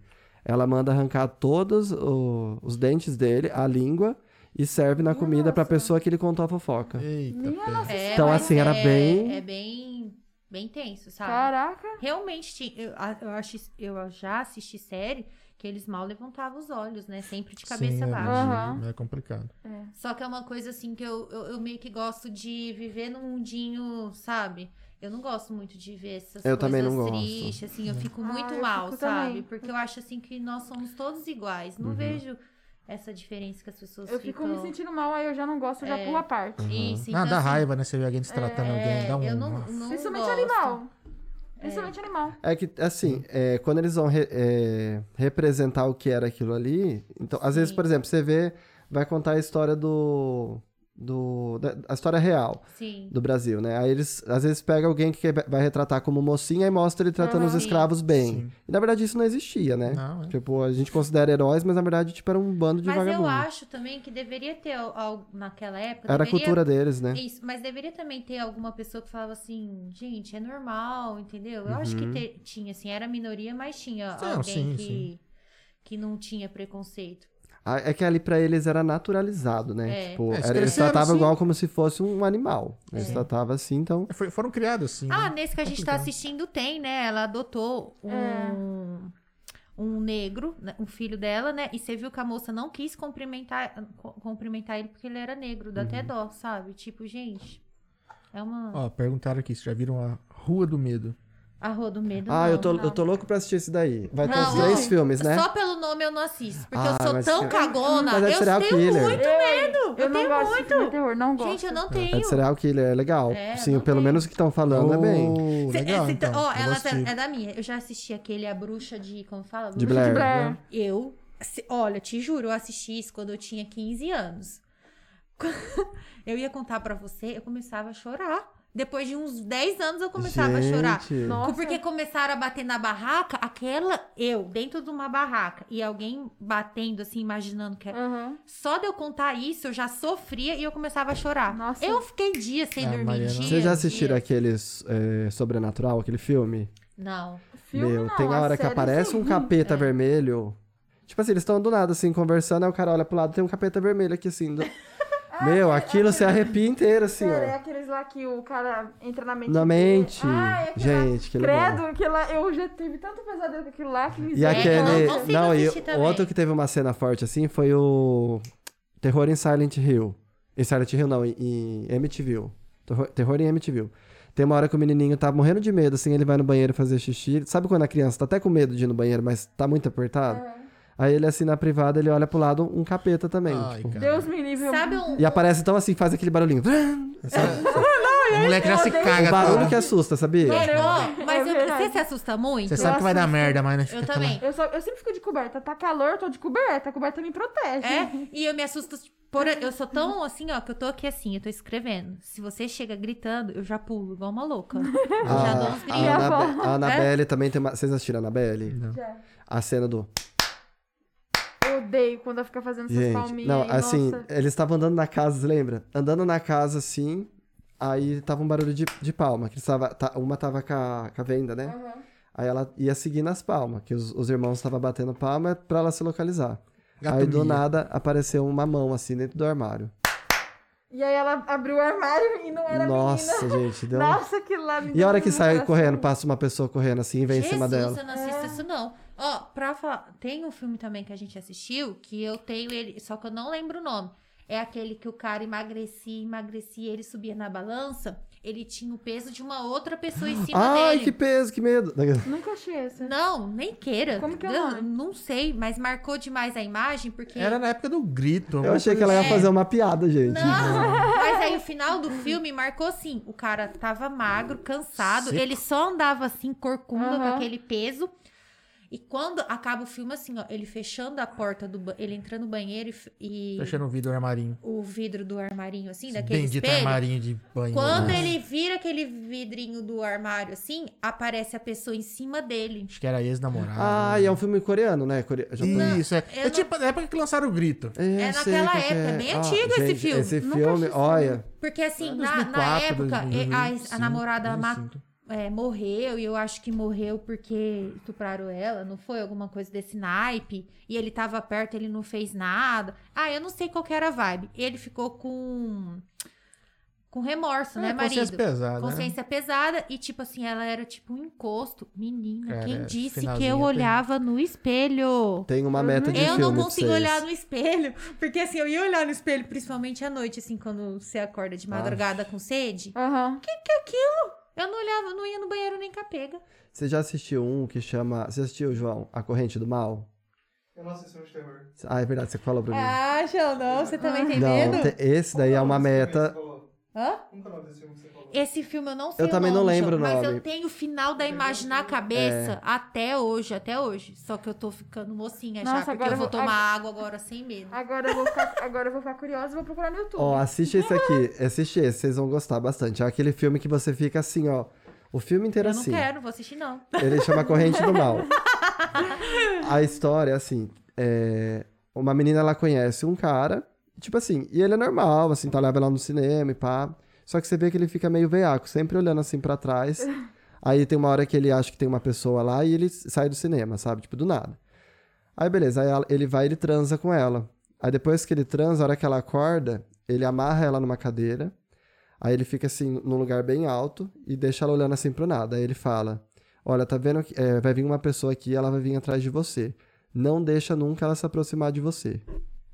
Ela manda arrancar todos o- os dentes dele, a língua, e serve na comida pra pessoa que ele contou a fofoca.
Eita,
Minha
pé.
nossa
É,
senhora.
Então,
mas
assim, era
é-
bem-
É bem, bem tenso, sabe?
Caraca.
Realmente, ti- eu, a- eu, achi- eu já assisti série que eles mal levantavam os olhos, né? Sempre de cabeça
Sim,
baixa.
é,
Aham.
é complicado.
Só que é uma coisa assim que eu, eu, eu meio que gosto de viver num mundinho, sabe? Eu não gosto muito de ver essas
Eu
coisas
também não gosto.
tristes, assim,
Uhum.
eu fico
Ah,
muito
eu
mal,
fico
sabe?
também.
Porque eu acho assim que nós somos todos iguais.
Uhum.
Não vejo essa diferença que as pessoas
Eu fico
ficam.
me sentindo mal, aí eu já não gosto, eu
É.
já pulo a parte.
Isso, então,
Ah, dá
assim,
raiva, né? Você vê alguém se tratando alguém,
É,
dá um...
eu não,
Nossa.
não
Principalmente
gosto.
animal. Principalmente animal.
É que, assim,
Uhum.
é, quando eles vão re- é, representar o que era aquilo ali. Então, às vezes,
Sim.
por exemplo, você vê, vai contar a história do. do da, a história real
Sim.
do Brasil, né? Aí eles, às vezes, pega alguém que quer- vai retratar como mocinha e mostra ele tratando
Aham.
os escravos bem.
Sim.
E, na verdade, isso não existia, né?
Não, é.
Tipo, a gente considera heróis, mas na verdade, tipo, era um bando de
Mas eu
vagabundos.
acho também que deveria ter al- al- naquela época.
Era a
deveria
cultura deles, né?
É Isso, mas deveria também ter alguma pessoa que falava assim, gente, é normal, entendeu? Eu acho que
Uhum.
te- tinha, assim, era minoria, mas tinha
Não,
alguém
sim,
que,
sim.
que não tinha preconceito.
Ah, É que ali pra eles era naturalizado, né?
É.
Tipo,
É, eles
era- eles
cresceram
tratavam
assim.
igual como se fosse um animal. Eles tratavam assim, então.
Foi- foram criados assim.
Uhum.
Ah,
né?
nesse que a gente tá assistindo tem, né? Ela adotou um, um negro, né, um filho dela, né? E você viu que a moça não quis cumprimentar, co- cumprimentar ele porque ele era negro, dá
Uhum.
até dó, sabe? Tipo, gente, é uma
Ó, perguntaram aqui, vocês já viram a Rua do Medo?
arroa do medo.
Ah, eu
não.
tô,
não.
eu tô louco pra assistir esse daí. Vai ter
Não,
uns três
não. É
filmes, né?
Só pelo nome eu não assisto, porque
Ah,
eu sou
mas
tão
que-
cagona.
Mas é de
eu
serial
tenho
killer.
muito medo. Eu,
Eu, não
tenho
gosto de
muito.
filme de terror, não gosto.
Gente, eu não tenho.
É de serial killer, é legal.
É,
Sim,
não
pelo
tem.
menos o que estão falando é bem.
Oh,
Cê-
legal,
cê-
então.
ó,
Eu vou
ela tá-
assistir.
é da minha. Eu já assisti aquele A Bruxa de. Como fala?
De
Bruxa
Blair.
Blair.
né?
Eu. se- olha, te juro, eu assisti isso quando eu tinha 15 anos. Eu ia contar pra você, eu começava a chorar. Depois de uns 10 anos eu começava a chorar.
Gente.
Nossa.
Porque começaram a bater na barraca, aquela eu, dentro de uma barraca, e alguém batendo, assim, imaginando que é
Aham.
Só de eu contar isso, eu já sofria e eu começava a chorar.
Nossa.
Eu fiquei dias sem
Ah,
dormir.
Mariana.
dias,
É, Vocês já assistiram
dias.
aqueles é, Sobrenatural, aquele filme?
Não.
Filme
Meu,
não,
tem
a
uma hora que
série,
aparece
sim.
um
É.
capeta vermelho. Tipo assim, eles estão do nada, assim, conversando, aí o cara olha pro lado, tem um capeta vermelho aqui, assim. do- Meu, aquilo se arrepia inteiro, assim,
Cara, é
ó.
aqueles lá que o cara entra na mente.
Na
dele.
mente.
Ah, é aquele lá.
tá
Gente, que legal.
Credo, que lá, eu já tive tanto pesadelo com aquilo lá que me
E
É,
aquele.
eu não consigo
não, e
assistir também.
outro que teve uma cena forte assim foi o. Terror em Silent Hill. Em Silent Hill, não, em- em Amityville. Terror, terror em Amityville. Tem uma hora que o menininho tá morrendo de
É.
É.
medo, assim, ele vai no banheiro fazer xixi. Sabe quando a criança tá até com medo de ir no banheiro, mas tá muito apertado? Aí ele, assim, na privada, ele olha pro lado, um capeta também.
Ai,
tipo.
cara.
Deus me livre. eu-
Sabe um.
E aparece então assim, faz aquele barulhinho.
O moleque já se
odeio
Um
caga
barulho
todo.
que assusta, sabia?
É,
Caramba.
ó, mas
É
eu-
verdade.
você se assusta muito?
Você sabe que vai dar merda, mas né?
Eu
Fica
também.
Eu, só, eu sempre fico de coberta. Tá calor, tô de coberta. A coberta me protege.
É, e eu me assusto. Por... Eu sou tão assim, ó, que eu tô aqui assim, eu tô escrevendo. Se você chega gritando, eu já pulo, igual uma louca. Eu já dou uns É?
A,
gritos.
Ah,
Anabe-
avó.
a Anabelle também tem uma. Vocês assistiram a Anabelle?
Não.
Já.
A cena do.
Eu odeio quando ela fica fazendo essas
Gente,
palminhas.
não,
aí,
assim,
nossa.
eles estavam andando na casa, você lembra? Andando na casa assim, aí tava um barulho de, de palma. Que eles tava, tá- uma tava com a, com a venda, né?
Aham.
Aí ela ia seguindo as palmas, que os, os irmãos estavam batendo palma pra ela se localizar.
Gato
Aí do
mia.
nada apareceu uma mão assim dentro do armário.
E aí ela abriu o armário e não era
Nossa,
menina.
gente, deu. um-
Nossa, que lá me
E a
deu
hora que
um
sai
coração.
correndo, passa uma pessoa correndo assim e vem em cima
Jesus,
dela.
eu não assisto isso, não. Ó, pra falar, tem um filme também que a gente assistiu, que eu tenho ele, só que eu não lembro o nome. É aquele que o cara emagrecia, emagrecia, ele subia na balança, ele tinha o peso de uma outra pessoa em cima
Ai,
dele.
que peso, que medo.
Nunca achei essa.
Não, nem queira.
Como que é o
Eu
nome?
Não sei, mas marcou demais a imagem, porque...
Era na época do grito.
Eu achei que ela ia
É.
fazer uma piada, gente.
Não, mas aí o final do filme marcou assim: o cara tava magro, cansado,
Seco.
ele só andava assim, corcunda com
Aham.
aquele peso. E quando acaba o filme, assim, ó, ele fechando a porta do ba- ele entrando no banheiro e f- e,
Fechando o vidro do armarinho.
o vidro do armarinho, assim,
Esse
daquele
Bendito
espelho.
armarinho né? de banho.
Quando
Nossa.
ele vira aquele vidrinho do armário, assim, aparece a pessoa em cima dele.
Acho que era ex-namorado.
Ah, e é um filme coreano, né? Core... japonês.
Isso, é.
eu
É tipo na época que lançaram o grito.
É, eu sei
naquela
qual que
época, é bem
Ah,
antigo esse
gente,
filme.
Esse
Nunca
filme,
assisti.
olha.
Porque, assim,
Era
na, na
2004,
época, é, a- a,
2005,
namorada matou.
2005.
é, morreu, e eu acho que morreu porque estupraram ela, não foi? Alguma coisa desse naipe. E ele tava perto, ele não fez nada. Ah, eu não sei qual que era a vibe. Ele ficou com. com remorso, né,
É, consciência
marido?
pesada. né?
Consciência pesada. E, tipo assim, ela era tipo um encosto. Menina,
Cara,
quem
é,
disse que
finalzinho
eu
tem-
olhava no espelho?
Tem uma meta de
Uhum. Eu
filme.
não
pra
consigo
vocês.
olhar no espelho, porque assim, eu ia olhar no espelho, principalmente à noite, assim, quando você acorda
Ah.
de madrugada com sede.
Aham.
Eu não olhava, não ia no banheiro nem capega.
Você já assistiu um que chama. Você assistiu, João? A Corrente do Mal?
Eu não assisti filme de terror.
Ah, é verdade, você falou pra mim.
Ah, Xandão, você também tem medo?
não, te- esse daí é uma meta.
Hã?
Como que é o nome desse filme que você falou?
Esse filme eu não sei
Eu
o
também não
nome,
lembro o
Xandão, Mas
nome. É.
eu tenho o final da imagem na cabeça até hoje, até hoje. Só que eu tô ficando mocinha já,
Nossa,
porque
agora
eu vou
eu vou-
tomar água agora sem medo.
Ah,
Agora, eu vou ficar, agora eu vou ficar curiosa e vou procurar no YouTube.
Ó, assiste esse aqui. Assiste esse, vocês vão gostar bastante. É aquele filme que você fica assim, ó. O filme inteiro
Eu não
assim.
quero, vou assistir não.
Ele chama Corrente do Mal. A história, é assim, é... Uma menina, ela conhece um cara, tipo assim, e ele é normal, assim, tá, leva ela no cinema e pá. Só que você vê que ele fica meio veiaco, sempre olhando assim pra trás. Aí tem uma hora que ele acha que tem uma pessoa lá e ele sai do cinema, sabe? Tipo, do nada. Aí, beleza, aí ela- ele vai e ele transa com ela. Aí depois que ele transa, a hora que ela acorda, ele amarra ela numa cadeira. Aí ele fica assim, num lugar bem alto e deixa ela olhando assim pro nada. Aí ele fala: Olha, tá vendo que é, vai vir uma pessoa aqui, ela vai vir atrás de você. Não deixa nunca ela se aproximar de você.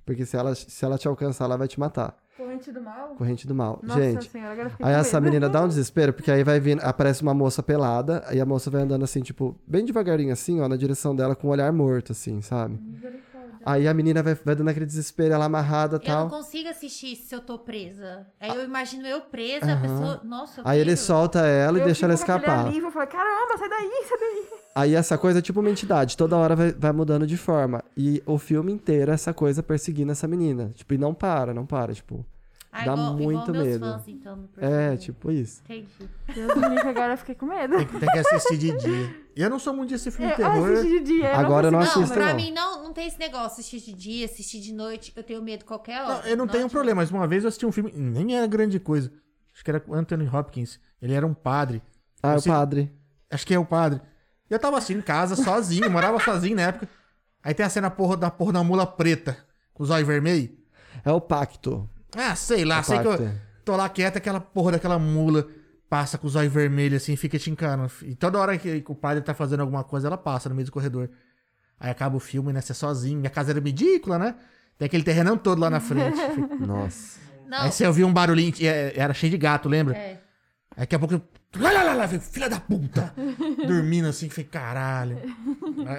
Porque se ela, se ela te alcançar, ela vai te matar.
Corrente do mal?
Corrente do mal.
Nossa
Gente,
senhora, agora eu fiquei
Aí
com
essa
medo.
menina dá um desespero, porque aí vai vindo, aparece uma moça pelada, e a moça vai andando assim, tipo, bem devagarinho assim, ó, na direção dela, com o olhar morto, assim, sabe?
Misericórdia.
Aí a menina vai, vai dando aquele desespero, ela amarrada e
Eu não
tal.
consigo assistir se eu tô presa. Aí eu imagino eu presa, a
Aham.
pessoa. Nossa,
Aí ele
horrível.
solta ela e
Eu
deixa ela
fico com aquele
escapar.
alívio, Eu falei, caramba, sai daí, sai daí.
Aí essa coisa é tipo uma entidade, toda hora vai, vai mudando de forma. E o filme inteiro é essa coisa perseguindo essa menina. Tipo, e não para, não para, tipo.
Ah,
dá
igual- igual
muito
meus
medo.
Fãs, então, me
É,
perseguem.
tipo isso.
Entendi.
Deus me livre, agora eu fiquei com medo.
Tem, que- tem que assistir de dia. Eu não sou muito desse filme de
Eu
terror.
assisti É, ah, de dia.
Agora eu não
não
Não,
assisto,
pra
não.
mim não, não tem esse negócio. Assistir de dia, assistir de noite. Eu tenho medo qualquer hora.
Não, eu não tenho
Nossa.
problema, mas uma vez eu assisti um filme, nem era grande coisa. Acho que era com Anthony Hopkins. Ele era um padre.
Ah, o
Você-
padre.
Acho que é o padre. E eu tava assim em casa, sozinho, eu morava sozinho na época. Aí tem a cena porra da porra da mula preta, com os olhos vermelhos.
É o pacto.
Ah, sei lá,
O
sei que eu
pacto. é.
tô lá quieto, aquela porra daquela mula passa com os olhos vermelhos assim, fica te encarando. E toda hora que o padre tá fazendo alguma coisa, ela passa no meio do corredor. Aí acaba o filme, né? Você é sozinho. Minha casa era ridícula, né? Tem aquele terrenão todo lá na frente.
Nossa.
Não,
Aí você ouvia um barulhinho, que é- era cheio de gato, lembra?
é.
Aí daqui a pouco Lá, lá, lá, lá, falei, filha da puta! Dormindo assim, falei, caralho.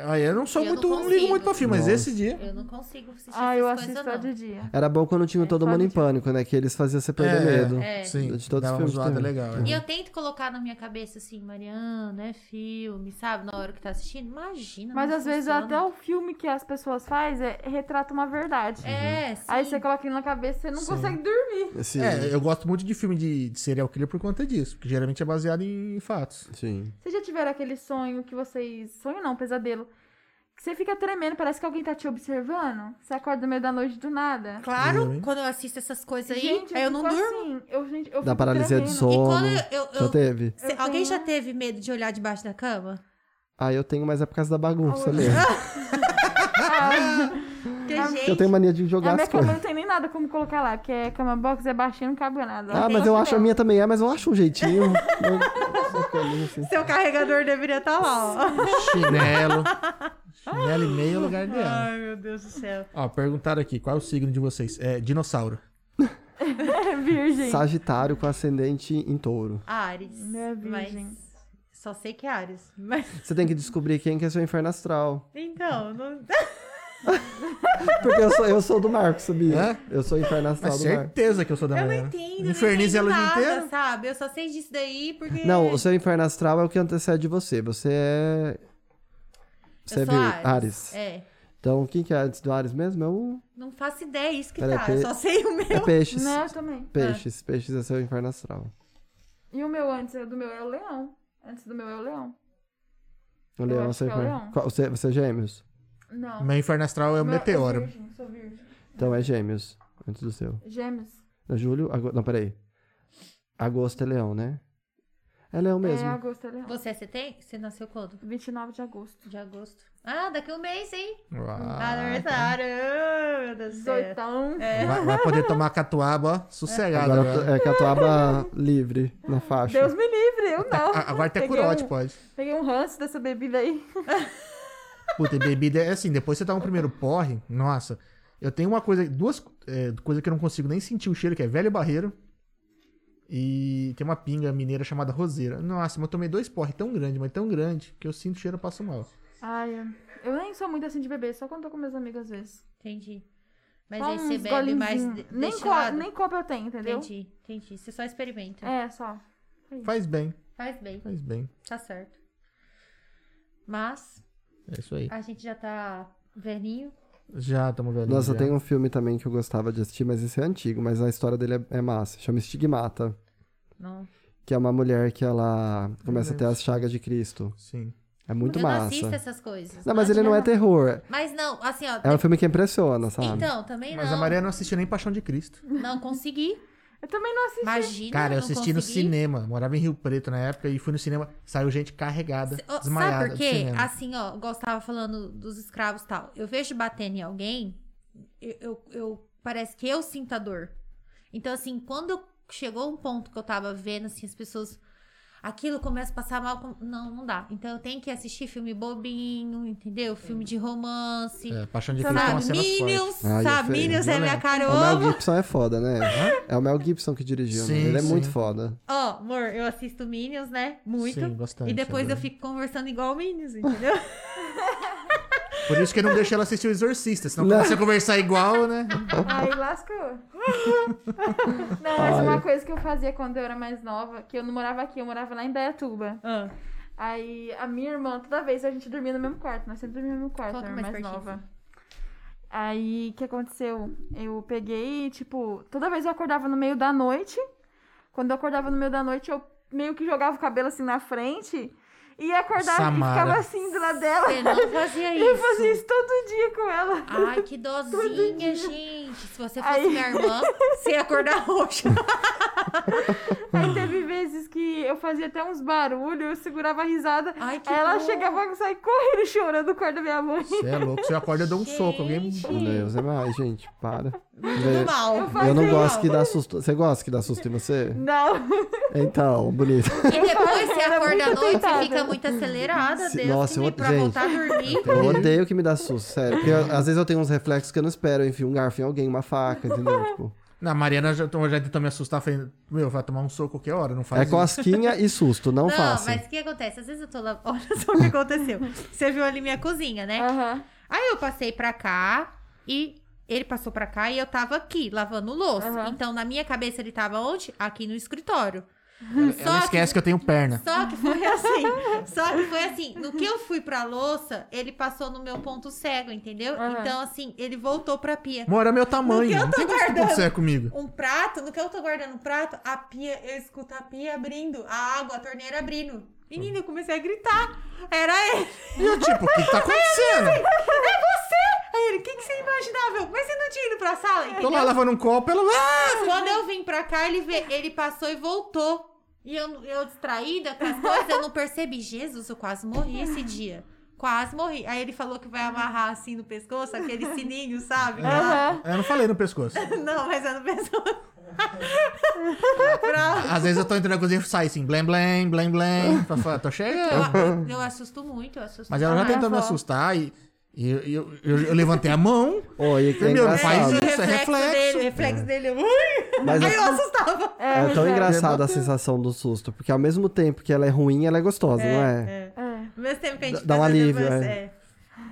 Aí eu não sou
Eu não
muito, não, ligo
consigo.
muito pra filme, mas
Nossa.
esse dia.
Eu não consigo assistir
Ah,
essas
eu
coisas,
assisto só
não.
de dia.
Era bom quando tinha
É,
todo mundo em
pode-
pânico, né? Que eles faziam você perder medo.
É.
Sim,
De todos
dá
os
uma
filmes
zoada
também.
legal.
E
é.
eu tento colocar na minha cabeça assim, Mariana, é filme, sabe? Na hora que tá assistindo. Imagina.
Mas
não
às vezes
funciona.
até o filme que as pessoas fazem é, retrata uma verdade.
É, sim.
Uhum. Aí você coloca ele na cabeça e você não
Sim.
consegue dormir.
Esse-
É, eu gosto muito de filme de, de serial killer por conta disso, porque geralmente é baseado em fatos.
Sim.
Vocês já tiveram aquele sonho que vocês. Sonho não, pesadelo. Que você fica tremendo, parece que alguém tá te observando. Você acorda no meio da noite do nada.
Claro,
Uhum.
quando eu assisto essas coisas aí,
Gente,
eu não
fico
durmo.
Assim, eu, gente, eu
Da
fico
paralisia do
tremendo.
E
sono.
quando eu. eu-
Já teve?
Cê-
Eu
alguém
tenho-
já teve medo de olhar debaixo da cama?
Ah, eu tenho, mas é por causa da bagunça
Ah,
mesmo.
Ah,
Porque,
Ah,
gente,
Eu tenho mania de
a
jogar
minha
as
cama
coisas.
não tem nem nada como colocar lá, porque a cama box é baixinha e não cabe nada.
Ah,
Tem
mas
só
eu acho a
chapéu.
minha também é, mas eu acho um jeitinho. Eu- essa colinha assim.
seu carregador deveria estar lá, ó.
Chinelo. Chinelo e meio é o lugar dela.
Ai, meu Deus do céu.
Ó, perguntaram aqui, qual é o signo de vocês? É dinossauro.
É virgem.
Sagitário com ascendente em touro.
Ares.
Não é virgem.
Mas só sei que é Ares. Mas
Você tem que descobrir quem que é seu inferno astral.
então, não.
Porque eu sou, eu sou do Marco, sabia?
É?
Eu sou inferno astral
Mas
do Marco.
certeza que eu sou da né?
Eu não
Mariana.
entendo,
É. Inferniza
não
ela o
entendo
dia
nada,
inteiro.
sabe? Eu só sei disso daí porque...
Não, o seu inferno astral é o que antecede você. Você é. Você
eu
é
sou
vir-
Ares.
Ares.
É.
Então, quem que é antes do Ares mesmo? É o.
Não faço ideia, isso que
Peraí,
tá.
peraí.
Eu só sei o
É
meu.
peixes.
Né, eu também. É.
Peixes. Peixes é seu inferno astral.
E o meu antes do meu é o leão. Antes do meu é o leão.
O leão é
acho
seu
que é o
inferno.
leão.
Qual- Você, você é gêmeos?
Não.
Meu inferno astral é um
Meu-
meteoro.
virgem, sou virgem.
Então é gêmeos. Antes do seu.
Gêmeos.
É julho? Agosto, não, peraí. Agosto é leão, né? É leão mesmo.
É agosto é leão.
Você, você tem? Você nasceu quando?
29 de agosto.
De agosto. Ah, daqui a um mês, hein?
Ah,
tá.
Aniversário. Ah, meu Deus do céu.
Dezoitão.
É.
vai, vai poder tomar catuaba, ó, sossegado.
Agora
Agora,
eu tô- é catuaba livre na faixa.
Deus me livre, eu não.
A- é agora até
Peguei
curote,
um-
pode.
Peguei um ranço dessa bebida aí.
Puta, e bebida é assim, depois você toma o primeiro porre, nossa. Eu tenho uma coisa, duas é, coisas que eu não consigo nem sentir o cheiro, que é velho barreiro. E tem uma pinga mineira chamada roseira. Nossa, mas eu tomei dois porre tão grande, mas tão grande, que eu sinto o cheiro e passo mal.
Ai, eu nem sou muito assim de beber, só quando tô com meus amigos às vezes.
Entendi. Mas
Só
aí você
uns
bebe mais
golinzinhos.
de-
nem, co
destilado?
nem copo eu tenho, entendeu?
Entendi, entendi. Você só experimenta.
É, só.
Faz bem,
Faz bem,
faz bem.
tá certo. Mas
É isso aí.
a gente já tá velhinho.
Já tamo velho.
Nossa,
já.
tem um filme também que eu gostava de assistir, mas esse é antigo, mas a história dele é, é massa. Chama Estigmata,
Não.
que é uma mulher que ela começa a ter
lembro.
as chagas de Cristo.
Sim.
É muito
eu não assisto
massa.
essas coisas.
Não, mas ele não é terror.
Mas não, assim, ó.
É um filme que impressiona, sabe?
Então, também
Mas
não.
a Maria não assistiu nem Paixão de Cristo.
Não consegui.
Eu também não assisti.
Imagina.
Cara, eu
não
assisti no
consegui.
cinema. Morava em Rio Preto na época e fui no cinema. Saiu gente carregada,
Ó,
desmaiada
Sabe por
do
quê?
cinema.
Assim, ó, igual você tava falando dos escravos e tal. Eu vejo batendo em alguém, eu, eu, eu- parece que eu sinto a dor. Então, assim, quando eu- chegou um ponto que eu tava vendo, assim, as pessoas. Aquilo começa a passar mal. com- Não, não dá. Então eu tenho que assistir filme bobinho, entendeu? Filme de romance.
É, Paixão de
Sabe,
Cristo é uma
Sabe,
cena
Assim, Minions,
fortes. Ai, é
sabe?
feio,
Minions é minha
violento.
cara, eu
O Mel
amo.
Gibson é foda, né? É o Mel Gibson que dirigiu, né?
Sim,
Ele é
sim.
muito foda.
Ó, amor, eu assisto Minions, né? Muito.
Sim, bastante,
e depois eu
adoro.
fico conversando igual o Minions, entendeu?
Por isso que eu não deixo ela assistir o Exorcista, senão quando você conversar igual, né?
Aí lascou. não, mas uma coisa que eu fazia quando eu era mais nova, que eu não morava aqui, eu morava lá em Dayatuba.
Ah,
Aí a minha irmã, toda vez a gente dormia no mesmo quarto, nós sempre dormíamos no mesmo quarto, eu
Coloca
era
mais
mais
pertinho.
nova. Aí o que aconteceu? Eu peguei, tipo, toda vez eu acordava no meio da noite. Quando eu acordava no meio da noite, eu meio que jogava o cabelo assim na frente e acordava
Samara.
e ficava assim do lado dela.
você não fazia isso.
E eu fazia isso todo dia com ela.
Ai, que dozinha, gente. Se você fosse
Aí-
minha irmã, você ia acordar roxa.
Ah.
Aí teve vezes que eu fazia até uns barulhos, eu segurava a risada.
Ai, Ah, que
aí ela
dó.
chegava e saía correndo chorando do quarto da minha mãe.
Você é louco, você acorda, eu dou um soco. Alguém me-
Meu Deus, é mais, gente, para.
Tudo mal.
Eu não
Fazia
gosto
mal.
que dá susto. Você gosta que dá susto em você?
Não.
Então, bonito.
E depois você
Era
acorda à
muito
noite
tentada.
e fica muito acelerada.
Se-
Deus
nossa,
que
eu
me-
odeio-
pra
gente.
voltar a dormir.
Eu odeio que me dá susto, sério. Porque eu- às vezes eu tenho uns reflexos que eu não espero. Eu enfio um garfo em alguém, uma faca, entendeu? Tipo,
Na Mariana já, já tentou me assustar, falei, meu, vai tomar um soco qualquer hora, não faz
É cosquinha e susto, não,
Não,
faça.
mas o que acontece? Às vezes eu tô lá. Olha só o que aconteceu. Você viu ali minha cozinha, né?
Aham.
Aí eu passei pra cá e ele passou pra cá e eu tava aqui, lavando louça.
Aham.
Então, na minha cabeça, ele tava onde? Aqui no escritório. Um
isso. Ela esquece que eu tenho perna.
Só que foi assim. só que foi assim. No que eu fui pra louça, ele passou no meu ponto cego, entendeu?
Aham.
Então, assim, ele voltou pra pia.
Mora é meu
No
tamanho,
que eu
não
tô
tem como
guardando?
acontecer comigo.
Um prato, no que eu tô guardando o prato, a pia, eu escuto a pia abrindo, a água, a torneira abrindo. Menina, eu comecei a gritar. Era ele.
E eu, tipo, o que que tá acontecendo?
Aí ele, o que, que você imaginava? Eu, Mas você não tinha ido pra sala?
Tô
Entendeu?
lá lavando um copo, ela... Ah!
Quando eu vim pra cá, ele, vê, ele passou e voltou. E eu, eu distraída com as coisas, eu não percebi. Jesus, eu quase morri esse dia. Quase morri. Aí ele falou que vai amarrar assim no pescoço, aquele sininho, sabe?
Aham.
Eu não falei no pescoço.
Não, mas é no pescoço. pra...
Às vezes eu tô entrando na cozinha e sai assim, blém, blém, blém, blém. pra falar, Tô chegando.
eu, eu assusto muito, Ah, eu assusto
Mas ela já
demais.
tentou me
avó.
assustar e, e eu, eu- eu- eu levantei a mão.
Ô, e que é
Meu,
É,
faz
o
engraçado.
isso, é reflexo. É.
dele, o reflexo dele. eu- Ui!
Mas
Aí
é-
eu assustava.
É tão
mas
engraçada a
Levanta.
sensação do susto, porque ao mesmo tempo que ela é ruim, ela é gostosa, não é?
É.
É.
Ao mesmo tempo que a gente
Dá um
faz as
alívio,
duas,
é.
é.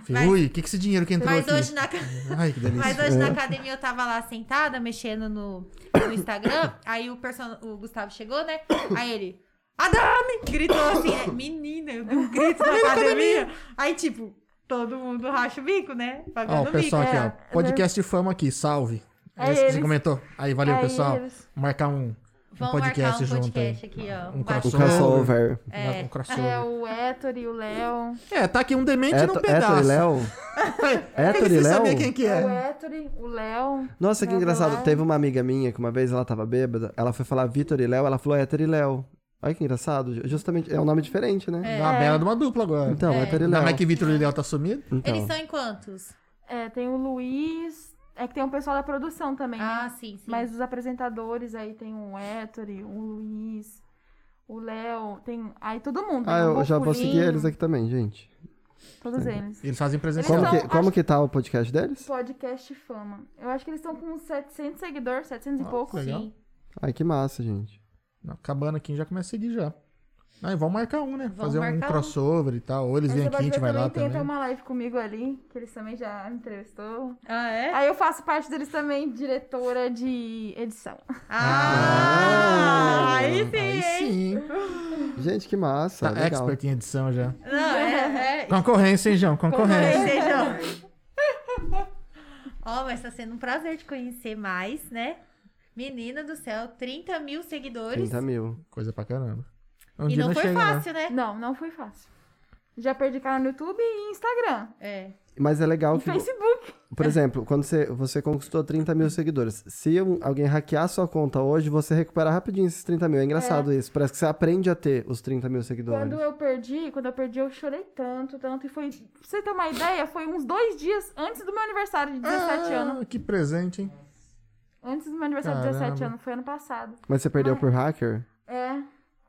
Falei,
Mas-
Ui, o que, que esse dinheiro que entrou
Mas
aqui?
hoje na casa.
Ai, que delícia.
Mas hoje na academia eu tava lá sentada, mexendo no, no Instagram. aí o, person... o Gustavo chegou, né? Aí ele. Adame! Gritou assim, né? Menina, eu dei um grito na academia. Aí, tipo, todo mundo racha o bico, né?
Ó,
Pagando
o
o bico.
pessoal aqui,
é.
ó. Podcast de fama aqui, salve.
É
Esse que Você
eles.
comentou? Aí, valeu,
É
pessoal.
eles.
Marcar um, um
Vamos
podcast
marcar um
junto aí.
podcast aqui, ó.
Um
O
crossover.
crossover.
É.
Um crossover.
É o Héctor e o Léo.
É, tá aqui um demente num
Héctor
pedaço. É,
Héctor e Léo?
Como
Héctor
que
e
você sabia
Léo?
quem que
É o
é?
Héctor, e o Léo.
Nossa, que
Léo
engraçado.
Velar.
Teve uma amiga minha que uma vez ela tava bêbada, ela foi falar Vitor e Léo, ela falou Héctor e Léo. Olha que engraçado. ju- Justamente, é um nome diferente, né?
Dá uma bela de uma dupla agora.
Então,
É.
Héctor e
Ainda
Léo.
mais que Vitor Léo tá sumido.
Então.
Eles são em quantos?
É, tem o Luiz. É que tem um pessoal da produção também, né?
Ah, sim, sim.
Mas os apresentadores aí tem o Héctor, o Luiz, o Léo, tem. Aí todo mundo. né?
Ah,
tem o
eu já vou
Boculinho,
seguir eles aqui também, gente.
Todos eles.
Eles fazem presencial.
Como,
Então,
que,
acho-
como que tá o podcast deles?
Podcast Fama. Eu acho que eles estão com uns 700 seguidores, 700 e
Ah,
pouco.
legal.
Sim.
Ai, que massa, gente.
Acabando aqui, já começa a seguir já. Aí vamos marcar um, né?
Vamos
Fazer um
marcar um.
crossover e tal. Ou eles
Aí
vêm
você
aqui, a
pode
gente
ver
vai lá
Tem até
também.
uma live comigo ali, que eles também já me entrevistou.
Ah, é?
Aí eu faço parte deles também, diretora de edição.
Ah! Aí sim,
Aí
hein?
sim.
Gente, que massa.
Tá
legal.
expert em edição já.
Não, é. é...
Concorrência, hein, João? Concorrência.
Beijão. Ó, mas tá sendo um prazer te conhecer mais, né? Menina do céu, 30 mil seguidores.
30 mil.
Coisa pra caramba. Um
e
dia
não
nós
foi
chega lá.
fácil, né?
Não, não foi fácil. Já perdi canal no YouTube e Instagram.
É.
Mas é legal
E
que,
Facebook.
por exemplo, quando você, você conquistou 30 mil seguidores, se um- alguém hackear sua conta hoje, você recupera rapidinho esses 30 mil. É engraçado isso. Parece que você aprende a ter os 30 mil seguidores.
Quando eu perdi, quando eu perdi, eu chorei tanto, tanto. E foi, pra você ter uma ideia, foi uns dois dias antes do meu aniversário de 17 anos.
Ah, que presente, hein?
Antes do meu aniversário de 17
caramba.
anos, foi ano passado.
Mas você
Ah.
perdeu por hacker?
É.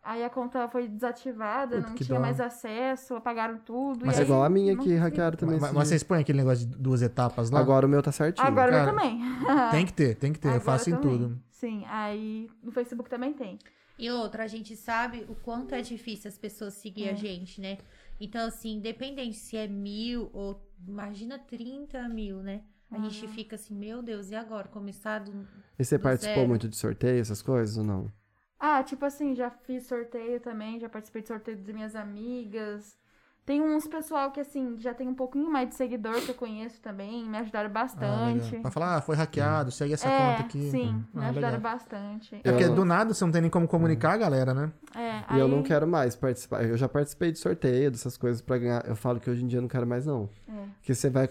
Aí a conta foi desativada,
Puta,
não
que
tinha
dó.
mais acesso, apagaram tudo.
Mas
e
é
aí,
igual a minha
não
que
consegui.
hackearam também.
Mas, mas
esses dias.
vocês põem aquele negócio de duas etapas lá?
Agora o meu tá certinho.
Agora eu
Cara,
também.
Tem que ter, tem que ter. eu faço em
Ah, também.
tudo.
Sim, aí no Facebook também tem.
E outra, a gente sabe o quanto é difícil as pessoas seguir a gente, né? Então, assim, independente se é mil ou. Imagina 30 mil, né? A gente fica assim, meu Deus, e agora? Começar do.
E
tá
você
do
participou
zero.
muito de sorteio, essas coisas ou não?
Ah, tipo assim, já fiz sorteio também, já participei de sorteio das minhas amigas. Tem uns pessoal que, assim, já tem um pouquinho mais de seguidor que eu conheço também, me ajudaram
Ah,
bastante.
legal. pra falar, ah, foi hackeado, segue essa
é,
conta aqui.
sim,
Hum,
me
ah,
ajudaram
legal.
bastante.
É porque
Eu-
do nada você não tem nem como
Hum.
comunicar a galera, né?
É,
E eu não
aí-
quero mais participar. Eu já participei de sorteio, dessas coisas pra ganhar. Eu falo que hoje em dia eu não quero mais, não.
É.
Porque você vai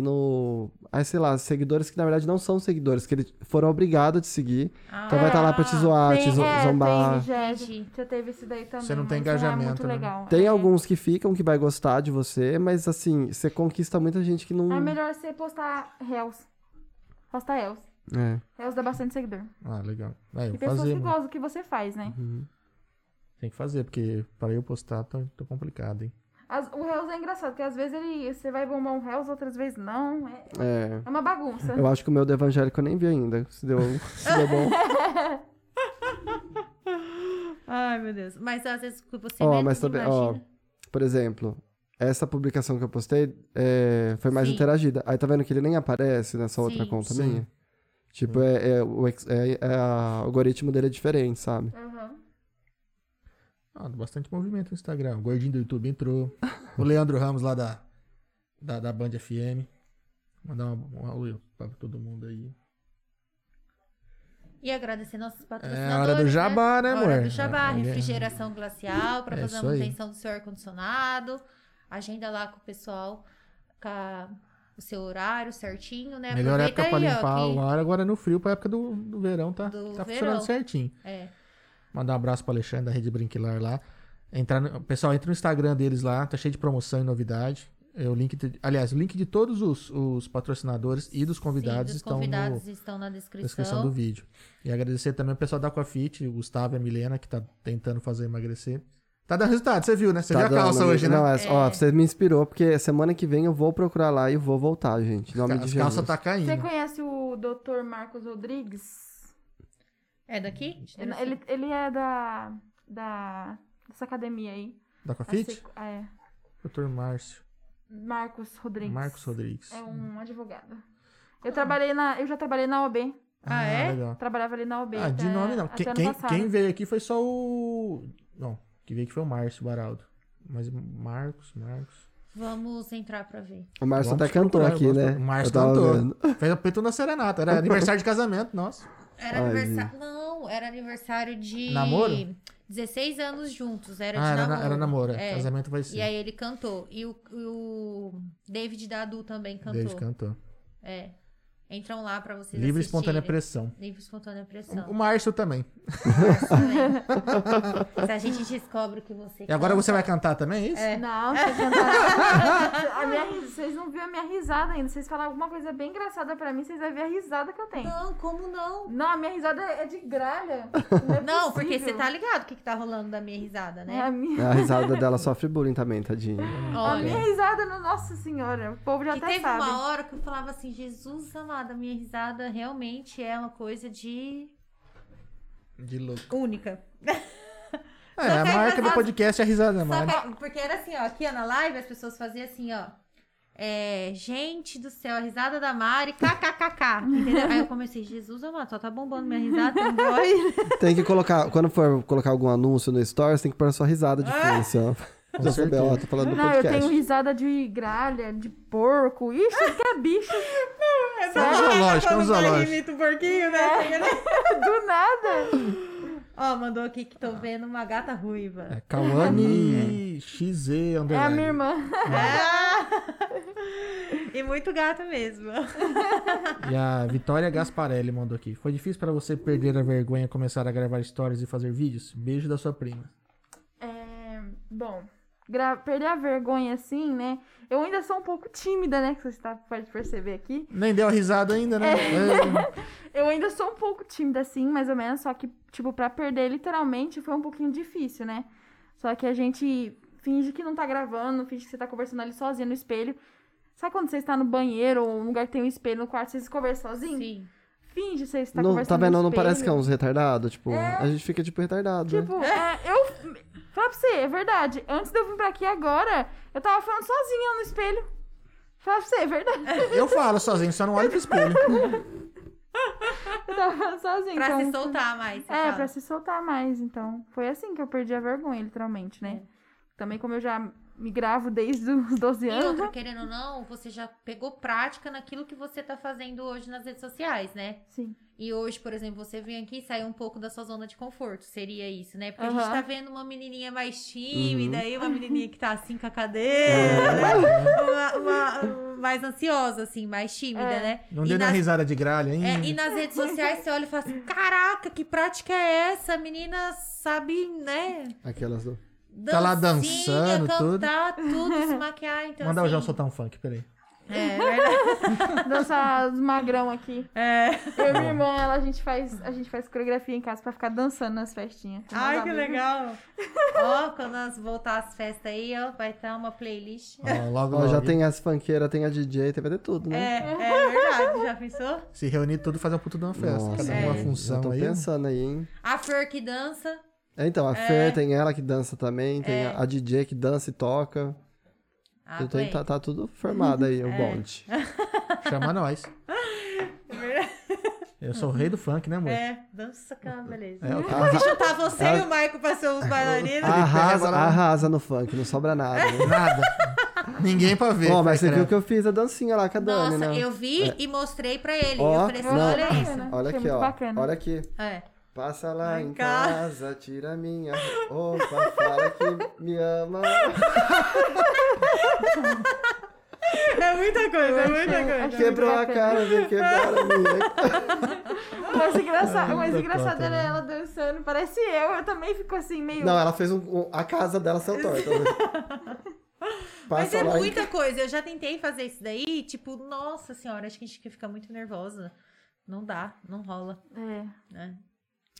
conseguindo. Aí, sei lá, seguidores que na verdade não são seguidores, que eles foram obrigados a te seguir. Então vai estar lá pra te zoar, te
Tem-
zo-
é,
zombar.
Tem, já,
Ah, Entendi.
já teve esse daí também.
não tem
mas é
engajamento,
muito
né?
legal.
Tem
É.
alguns que ficam que vai gostar de você, mas assim, você conquista muita gente que não.
Hum.
É melhor você postar réus. Postar réus.
É.
Réus dá bastante seguidor.
Ah, legal. Aí,
E
eu
pessoas
fazer,
que
mano. Uhum.
gostam do que você faz, né?
Tem que fazer, porque para eu postar tá, tá complicado, hein?
As- o Hells é engraçado, porque às vezes ele, você vai bombar um Hells, outras vezes não. É,
É.
é uma bagunça.
Eu acho que o meu do evangélico eu nem vi ainda. Se deu, se deu bom.
Ai, meu Deus. Mas às vezes que você
Ó,
mesmo
mas também, ó,
imagina.
por exemplo, essa publicação que eu postei é, foi mais
Sim.
interagida. Aí tá vendo que ele nem aparece nessa outra
Sim.
conta
Sim.
minha? Tipo, é, é o ex- é- é a- o algoritmo dele é diferente, sabe?
Aham.
Ah, bastante movimento no Instagram. O gordinho do YouTube entrou. O Leandro Ramos lá da, da, da Band FM. Mandar uma, um alô pra todo mundo aí.
E agradecer nossos patrocinadores.
É a hora do jabá, né, amor?
Hora do jabá,
É,
refrigeração glacial para
É
fazer a
isso aí.
manutenção do seu ar-condicionado. Agenda lá com o pessoal, com a- o seu horário certinho, né?
Melhor época pra
Aproveita aí,
limpar
ó,
o ar agora é no frio, pra época do, do verão, tá,
Do
tá
verão.
funcionando certinho.
que- é.
Mandar um abraço pro Alexandre da Rede Brinquilar lá. Entrar no- pessoal, entra no Instagram deles lá, tá cheio de promoção e novidade. É, o link de- aliás, o link de todos os, os patrocinadores e dos convidados
Sim, os
estão no,
convidados estão na
na
descrição.
descrição do vídeo. E agradecer também o pessoal da Aquafit, o Gustavo e a Milena, que tá tentando fazer emagrecer. Tá dando resultado, você viu, né? Você
Tá
viu a
dando,
calça
amigo.
hoje, né?
Não, é- ó, você me inspirou, porque semana que vem eu vou procurar lá e vou voltar, gente. Em nome de
As
Jesus.
calças tá caindo.
Você conhece o Dr. Marcos Rodrigues?
É daqui?
Ele, ele- ele é da, da- dessa academia aí.
Da
A
Aquafit?
sequ- É,
Dr. Márcio.
Marcos Rodrigues.
Marcos Rodrigues. Hum.
É um advogado. Eu trabalhei na, eu já trabalhei na OB.
Ah, é?
Legal.
Trabalhava ali na OB.
Ah, de
até-
nome não.
até
Quem,
ano
quem-
passado.
quem veio aqui foi só o. Não, que veio aqui foi o Márcio Baraldo. Mas Marcos, Marcos.
Vamos entrar pra ver.
O Márcio
Vamos
até cantou
procurar,
aqui,
eu gosto-
né?
O Márcio
Eu tava
cantou.
vendo.
Fez a peito na serenata. Era aniversário de casamento, nossa.
Era
Ai,
aniversário. Não, era aniversário de.
Namoro?
16 anos juntos. Era
ah,
de
era, na-
namoro.
era namoro. é.
É.
Casamento vai ser.
E aí ele cantou. E o, o David Dadu também cantou.
David cantou.
É. Entram lá pra vocês
Livre e
assistirem.
espontânea pressão.
Livre e espontânea pressão.
O Márcio também.
Se a gente descobre o que você
E agora
canta.
você vai cantar também, é isso?
Não, vocês cantaram- A minha ris- vocês não viram a minha risada ainda. Vocês falam alguma coisa bem engraçada pra mim, vocês vão ver a risada que eu tenho.
Não, como não?
Não, a minha risada é de gralha.
é
Não, porque você
possível.
tá ligado o que, que tá rolando da minha risada,
É
né?
a minha,
A risada dela sofre bullying também, tadinha.
a
Olha.
minha risada, é no- nossa senhora. O povo já
Que
até
teve
sabe.
uma hora que eu falava assim, Jesus amado, a minha risada realmente é uma coisa de
De louco.
única.
É,
Só
a
que aí
marca do
você-
podcast é a risada,
Só
mano.
que, porque era assim, ó, aqui ó, na live as pessoas faziam assim, ó. É, gente do céu, a risada da Mari, kkkk, entendeu? Aí eu comecei, Jesus amado, só tá bombando minha risada, tem dó aí.
Tem que colocar, quando for colocar algum anúncio no Stories, tem que pôr a sua risada de fundo, assim, ó.
Ah! Com
Já sabe, ó,
certeza.
tô falando do
Não, eu tenho
podcast.
risada de gralha, de porco. Ixi, que é bicho
É
um zoológico, é um zoológico.
imita o porquinho, né?
do nada.
Ó, mandou aqui que tô vendo uma gata ruiva.
É Kawane XZ
É a minha
underline.
irmã.
É. E muito gato mesmo.
Então,
E a Vitória Gasparelli mandou aqui. Foi difícil pra você perder a vergonha, começar a gravar stories e fazer vídeos? Beijo da sua prima.
É, bom, gra- perder a vergonha assim, né? Eu ainda sou um pouco tímida, né? Que você tá, pode perceber aqui.
Nem deu risada ainda, né? É.
Eu ainda sou um pouco tímida assim, mais ou menos. Só que, tipo, pra perder literalmente foi um pouquinho difícil, né? Só que a gente finge que não tá gravando, finge que você tá conversando ali sozinha no espelho. Sabe quando você está no banheiro ou um lugar que tem um espelho no quarto, você se conversa sozinho?
Sim.
Finge que você está
Não, tá
conversando
vendo?
no
Não
espelho.
parece que é uns retardados, tipo, a gente fica, tipo, retardado. né?
Tipo, é, eu. Fala pra você, é verdade. Antes de eu vir pra aqui agora, eu tava falando sozinha no espelho. Fala pra você, é verdade.
Eu falo sozinho, só não olho pro espelho.
Eu tava falando sozinha.
Pra
então,
se soltar mais. você
É,
fala.
pra se soltar mais. Então, foi assim que eu perdi a vergonha, literalmente, né?
É.
Também, como eu já me gravo desde os 12
E
anos.
outra, querendo ou não, você já pegou prática naquilo que você tá fazendo hoje nas redes sociais, né?
Sim.
E hoje, por exemplo, você vem aqui e saiu um pouco da sua zona de conforto. Seria isso, né? Porque a gente
Aham.
tá vendo uma menininha mais tímida,
Uhum.
aí uma menininha que tá assim com a cadeira, né?
É.
Uma- uma- mais ansiosa, assim, mais tímida,
É.
né?
Não
E
deu nem
nas-
risada de gralha ainda.
É, e nas redes sociais você olha e fala assim: caraca, que prática é essa? A menina sabe, né?
Aquelas do...
Dancinha,
Tá lá dançando,
cantar, tudo, se maquiar. Então,
Mandar o
assim,
João soltar um funk, peraí.
É, verdade.
Dançar os magrão aqui.
É.
Eu e minha irmã, ela, a, gente faz, a gente faz coreografia em casa pra ficar dançando nas festinhas. Com meus
Ai, que
amigos.
legal. Ó, quando nós voltar às festas aí, ó, vai ter uma playlist.
Ó, logo,
Ó,
logo.
já tem as funkeiras, tem a DJ, tem vai ter tudo,
Uhum.
É,
né?
é verdade, já pensou?
Se reunir tudo e fazer um puto de uma festa.
Nossa,
Cada um uma
é,
função
eu tô
aí.
pensando aí, hein?
A Flor que dança.
É, então, a Fer tem ela que dança também,
É.
tem a- a DJ que dança e toca.
Ah,
então tem-
bem.
tá, tá tudo formado aí, o
É.
bonde.
Chama nós. Eu sou o rei do funk, né, amor?
É, dança com a beleza.
É, o cara-
Vou juntar Tá você
Ah.
e o Maico pra ser os bailarinos.
Arrasa,
agora-
arrasa no funk, não sobra nada. né?
Nada. Ninguém pra ver. é
Ó, mas você
Falei,
viu que
"Credo".
eu fiz a dancinha lá com a Dani,
Nossa,
né?
eu vi
É.
e mostrei pra ele.
Ó,
eu falei assim,
não.
olha isso.
Bacana.
Olha
né? Achei
aqui,
muito
ó.
bacana.
Olha aqui.
É.
Passa lá
Ai,
em
cara.
casa, tira minha roupa, fala que me ama.
É muita coisa, é muita
achei-
coisa.
Quebrou a cara, vem quebrar a minha.
Mas engraçado, mas
Eita,
engraçado
cota,
era
né?
ela dançando, parece eu. Eu também fico assim, meio.
Não, ela fez um, um- a casa dela saiu torta. né?
Mas
Passa
é
lá em
muita coisa. Eu já tentei fazer isso daí, tipo, nossa senhora, acho que a gente fica muito nervosa. Não dá, não rola.
É,
né?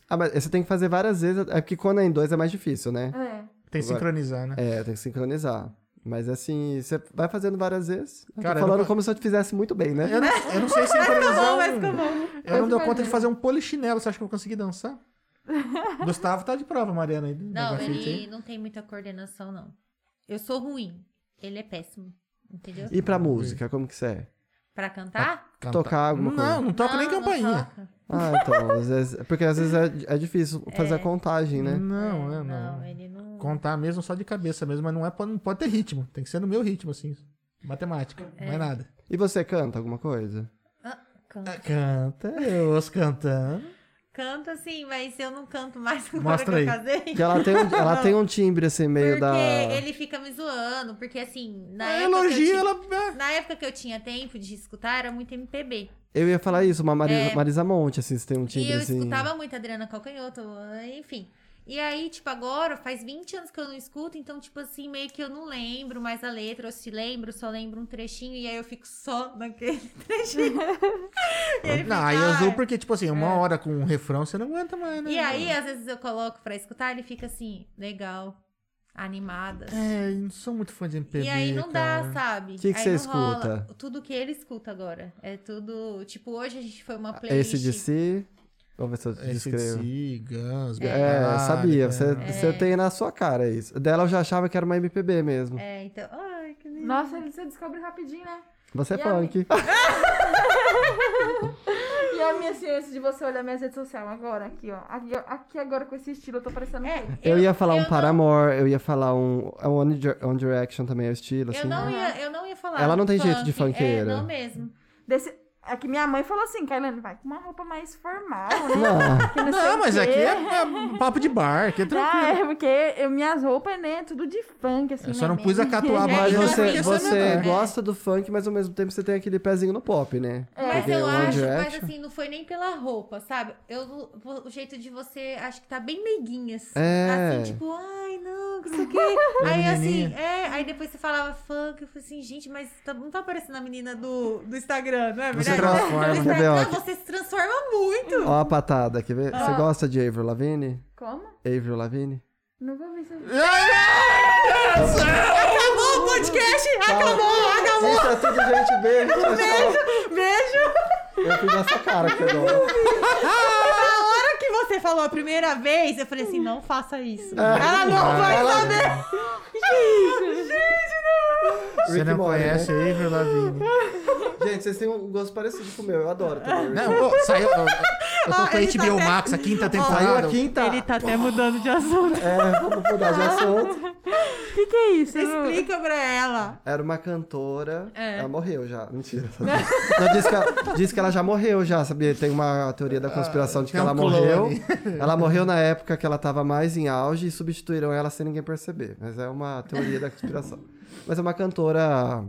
Ah, mas você tem que fazer várias vezes. É porque quando é em dois é mais difícil, né?
é.
Tem que sincronizar, né?
É, tem que sincronizar. Mas assim, você vai fazendo várias vezes. Eu
Cara,
tô
eu
falando
não-
como se eu te fizesse muito bem, né?
Eu, não, eu não sei sincronizar.
É,
um-
Mas ficou bom.
eu não dou conta de fazer um polichinelo. Você acha que eu vou conseguir dançar? Gustavo tá de prova, Mariana. Aí, do
Não,
grafite
ele
aí.
não tem muita coordenação, não. Eu sou ruim. Ele é péssimo. Entendeu?
E pra música, como que você é?
Pra cantar?
Canta.
Tocar alguma
não,
coisa?
Ah, Não, não toca nem
Não, não
campainha.
toca.
Ah, então, às vezes. Porque às vezes é, é difícil fazer a contagem,
Não,
né?
não, é, não.
não, ele não.
Contar mesmo só de cabeça mesmo, mas não, é, não pode ter ritmo. Tem que ser no meu ritmo, assim. Matemática. Não é nada.
E você canta alguma coisa?
Ah, canta.
Canta, eu ouço cantando.
Canto assim, mas eu não canto mais agora
Mostra
que
aí.
eu casei.
Que ela tem um, ela tem um timbre assim, meio
Porque
da.
ele fica me zoando, porque assim, na
Aí
época. que eu
elogia,
tinha-
Ah, ela.
Na época que eu tinha tempo de escutar, era muito MPB.
Eu ia falar isso, uma Marisa, Marisa Monte, assim, você tem um
É. E
timbre
eu
assim.
escutava muito Adriana Calcanhoto, enfim. E aí, tipo, agora faz 20 anos que eu não escuto, então, tipo assim, meio que eu não lembro mais a letra, ou se lembro, só lembro um trechinho, e aí eu fico só naquele trechinho. e ele
Não,
fica,
aí eu
"Ah,
zoo porque, tipo assim, uma hora com um refrão você não aguenta mais, né?
E aí, às vezes eu coloco pra escutar, ele fica assim, legal, animada.
É, eu não sou muito fã de MPB.
E aí não
cara.
dá, sabe?
Que que
Aí
você
não
escuta?
Tudo que ele escuta agora. É tudo. Tipo, hoje a gente foi uma playlist.
Esse de si. Vamos ver se eu
É,
te descrevo.
AC/DC, Guns,
É,
Metallica,
sabia. Você,
É.
você tem na sua cara isso. Dela eu já achava que era uma MPB mesmo.
É, então. Ai, que lindo.
Nossa, você descobre rapidinho, né?
Você é
E a
punk.
E a minha ciência de você olhar minhas redes sociais agora, aqui, ó. Aqui, ó, aqui agora com esse estilo, eu tô parecendo.
É,
quem?
Eu, ia falar
eu
um Paramore, eu ia falar um é um One, Dir- One Direction também, é o estilo,
Não, eu,
assim.
não ia, eu não ia falar.
Ela não
do
tem jeito de
funk,
funkeira.
É, não mesmo.
Desse... É que minha mãe falou assim, Kailane, vai com uma roupa mais formal, né?
Não,
Que sei
Não,
o
mas
quê.
aqui é, é papo de bar, aqui é tranquilo.
Ah, é, porque eu, minhas roupas, né, é tudo de funk, assim,
eu só
né,
não pus a
bem-
catuaba
É,
mas
então
porque
você,
eu sou
você
menor.
gosta do funk, mas ao mesmo tempo você tem aquele pezinho no pop, né?
É, Mas
Porque
eu
o One
acho, mas
Direction-
assim, não foi nem pela roupa, sabe? Eu, o jeito de você, acho que tá bem meiguinha, assim.
É.
Assim, tipo, ai, não, que isso aqui. aí, assim,
menininha.
é, aí depois você falava funk, eu falei assim, gente, mas tá- não tá parecendo a menina do, do Instagram, não é
Você
verdade?
transforma.
No Instagram,
Quer ver, ó, aqui.
você se transforma muito.
Ó a patada, quer ver? Você gosta de Avril Lavigne?
Como?
Avril Lavigne?
Não vou ver se eu...
Tá
Acabou o podcast, acabou, acabou.
Isso é tudo, gente.
Um
Beijo. Beijo. Eu fiz essa cara que eu dou. É.
Na hora que você falou a primeira vez, eu falei assim, não faça isso. Ela não vai
É. Ah. Ela-
saber.
Você não
Rick Morty,
conhece
né?
Avril Lavigne.
Gente, vocês têm um gosto parecido com o meu. Eu adoro também.
Não, pô, saiu. Eu, eu tô
Ó,
com
ele tá
a HBO
até-
Max, a quinta
Saiu
temporada.
a quinta.
Ele tá até mudando de assunto.
É, vamos mudar de assunto.
O que que é isso?
Explica pra ela.
Era uma cantora.
É.
Ela morreu já. Mentira. Não, disse, que ela, disse que ela já morreu já, sabia? Tem uma teoria da conspiração de que
tem um
ela
clone.
morreu. Ela morreu na época que ela tava mais em auge e substituíram ela sem ninguém perceber. Mas é uma teoria da conspiração. Mas é uma cantora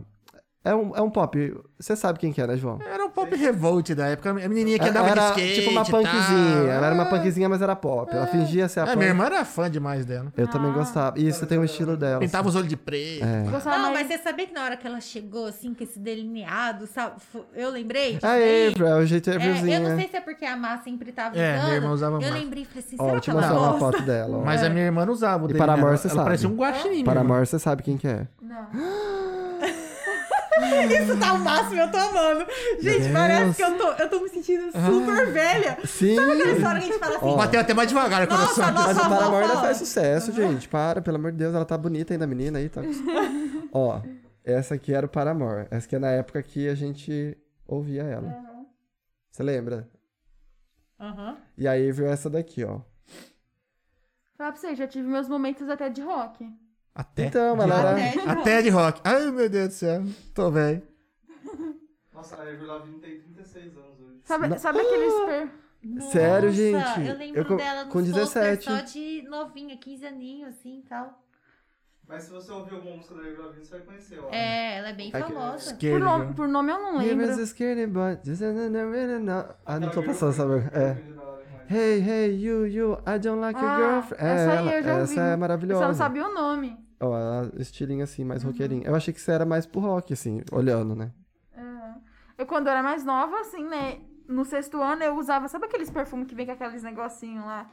É um, é um pop. Você sabe quem que é, né, João?
Era um pop revolt da época. A menininha que andava
Era
de skate
tipo uma
e tal.
punkzinha. Ela era
Ah.
uma punkzinha, mas era pop. Ela fingia ser a
É,
punk.
minha irmã era fã demais dela.
Eu também gostava. E isso tem o estilo dela.
Pintava os olhos de preto.
Tá,
Gostava
Não, mas
mais...
você sabia que na hora que ela chegou, assim, com esse delineado, sabe? Fo- Eu lembrei.
assim. É
tipo,
April, é o jeito
é, eu não
Aprilzinha.
sei se é porque a Má sempre tava
É, minha
usando.
irmã usava
Eu
Má.
lembrei e falei assim,
Ó,
será
eu
que
te
ela
mostrar é uma
gosta?
foto dela. ó.
Mas a minha irmã não usava o
E
delineado.
Paramore,
Ela-
você
ela
sabe.
parecia um guaxinim. minha
Para
irmã.
amor, você sabe quem que é.
Não.
Isso tá o máximo, eu tô amando. Gente,
Deus.
parece que eu tô, eu tô me sentindo super velha.
Sim!
Nessa hora que a gente fala assim,
Ó.
Bateu até mais devagar o
Nossa,
coração.
nossa.
Mas o Paramore ainda
avó.
faz sucesso, gente. Para, pelo amor de Deus, ela tá bonita ainda, a menina aí. Tá... Ó, essa aqui era o Paramore. Essa aqui é na época que a gente ouvia ela. Você lembra?
aham.
E aí veio essa daqui, ó.
é-
Falar pra você, já tive meus momentos até de rock.
Até.
Então, ela era-
Até de
Até de rock. Ai, meu Deus do céu. Tô velho.
Nossa, a Avril Lavigne tem 36 anos hoje.
Sabe, sabe aquele
Ah!
super...
Sério,
Nossa,
gente?
Eu lembro
Eu com-
dela nos
com
posters
17.
só de novinha, 15 aninhos, assim e tal.
Mas se você ouvir alguma música da Avril Lavigne, você vai conhecer, ó.
É, ela é bem
É que-
famosa.
Por,
Esquerda.
nome-
viu?
por nome eu não
é
Give us
lembro.
a skinny bun- just a- na- na- na- na- Ah, não tô
Aquela
passando essa
Avril
música. É.
Lavigne da hora demais.
Hey, hey, you, you, I don't like your
Ah,
girlfriend. É,
essa aí
ela,
eu já
essa é
ouvi. Eu só não
maravilhosa.
sabia o nome.
Ó, ela- estilinho assim, mais
Uhum.
roqueirinho. Eu achei que você era mais pro rock, assim, olhando, né?
Eu, quando eu era mais nova, assim, né? No sexto ano, eu usava... Sabe aqueles perfumes que vem com aqueles negocinhos lá?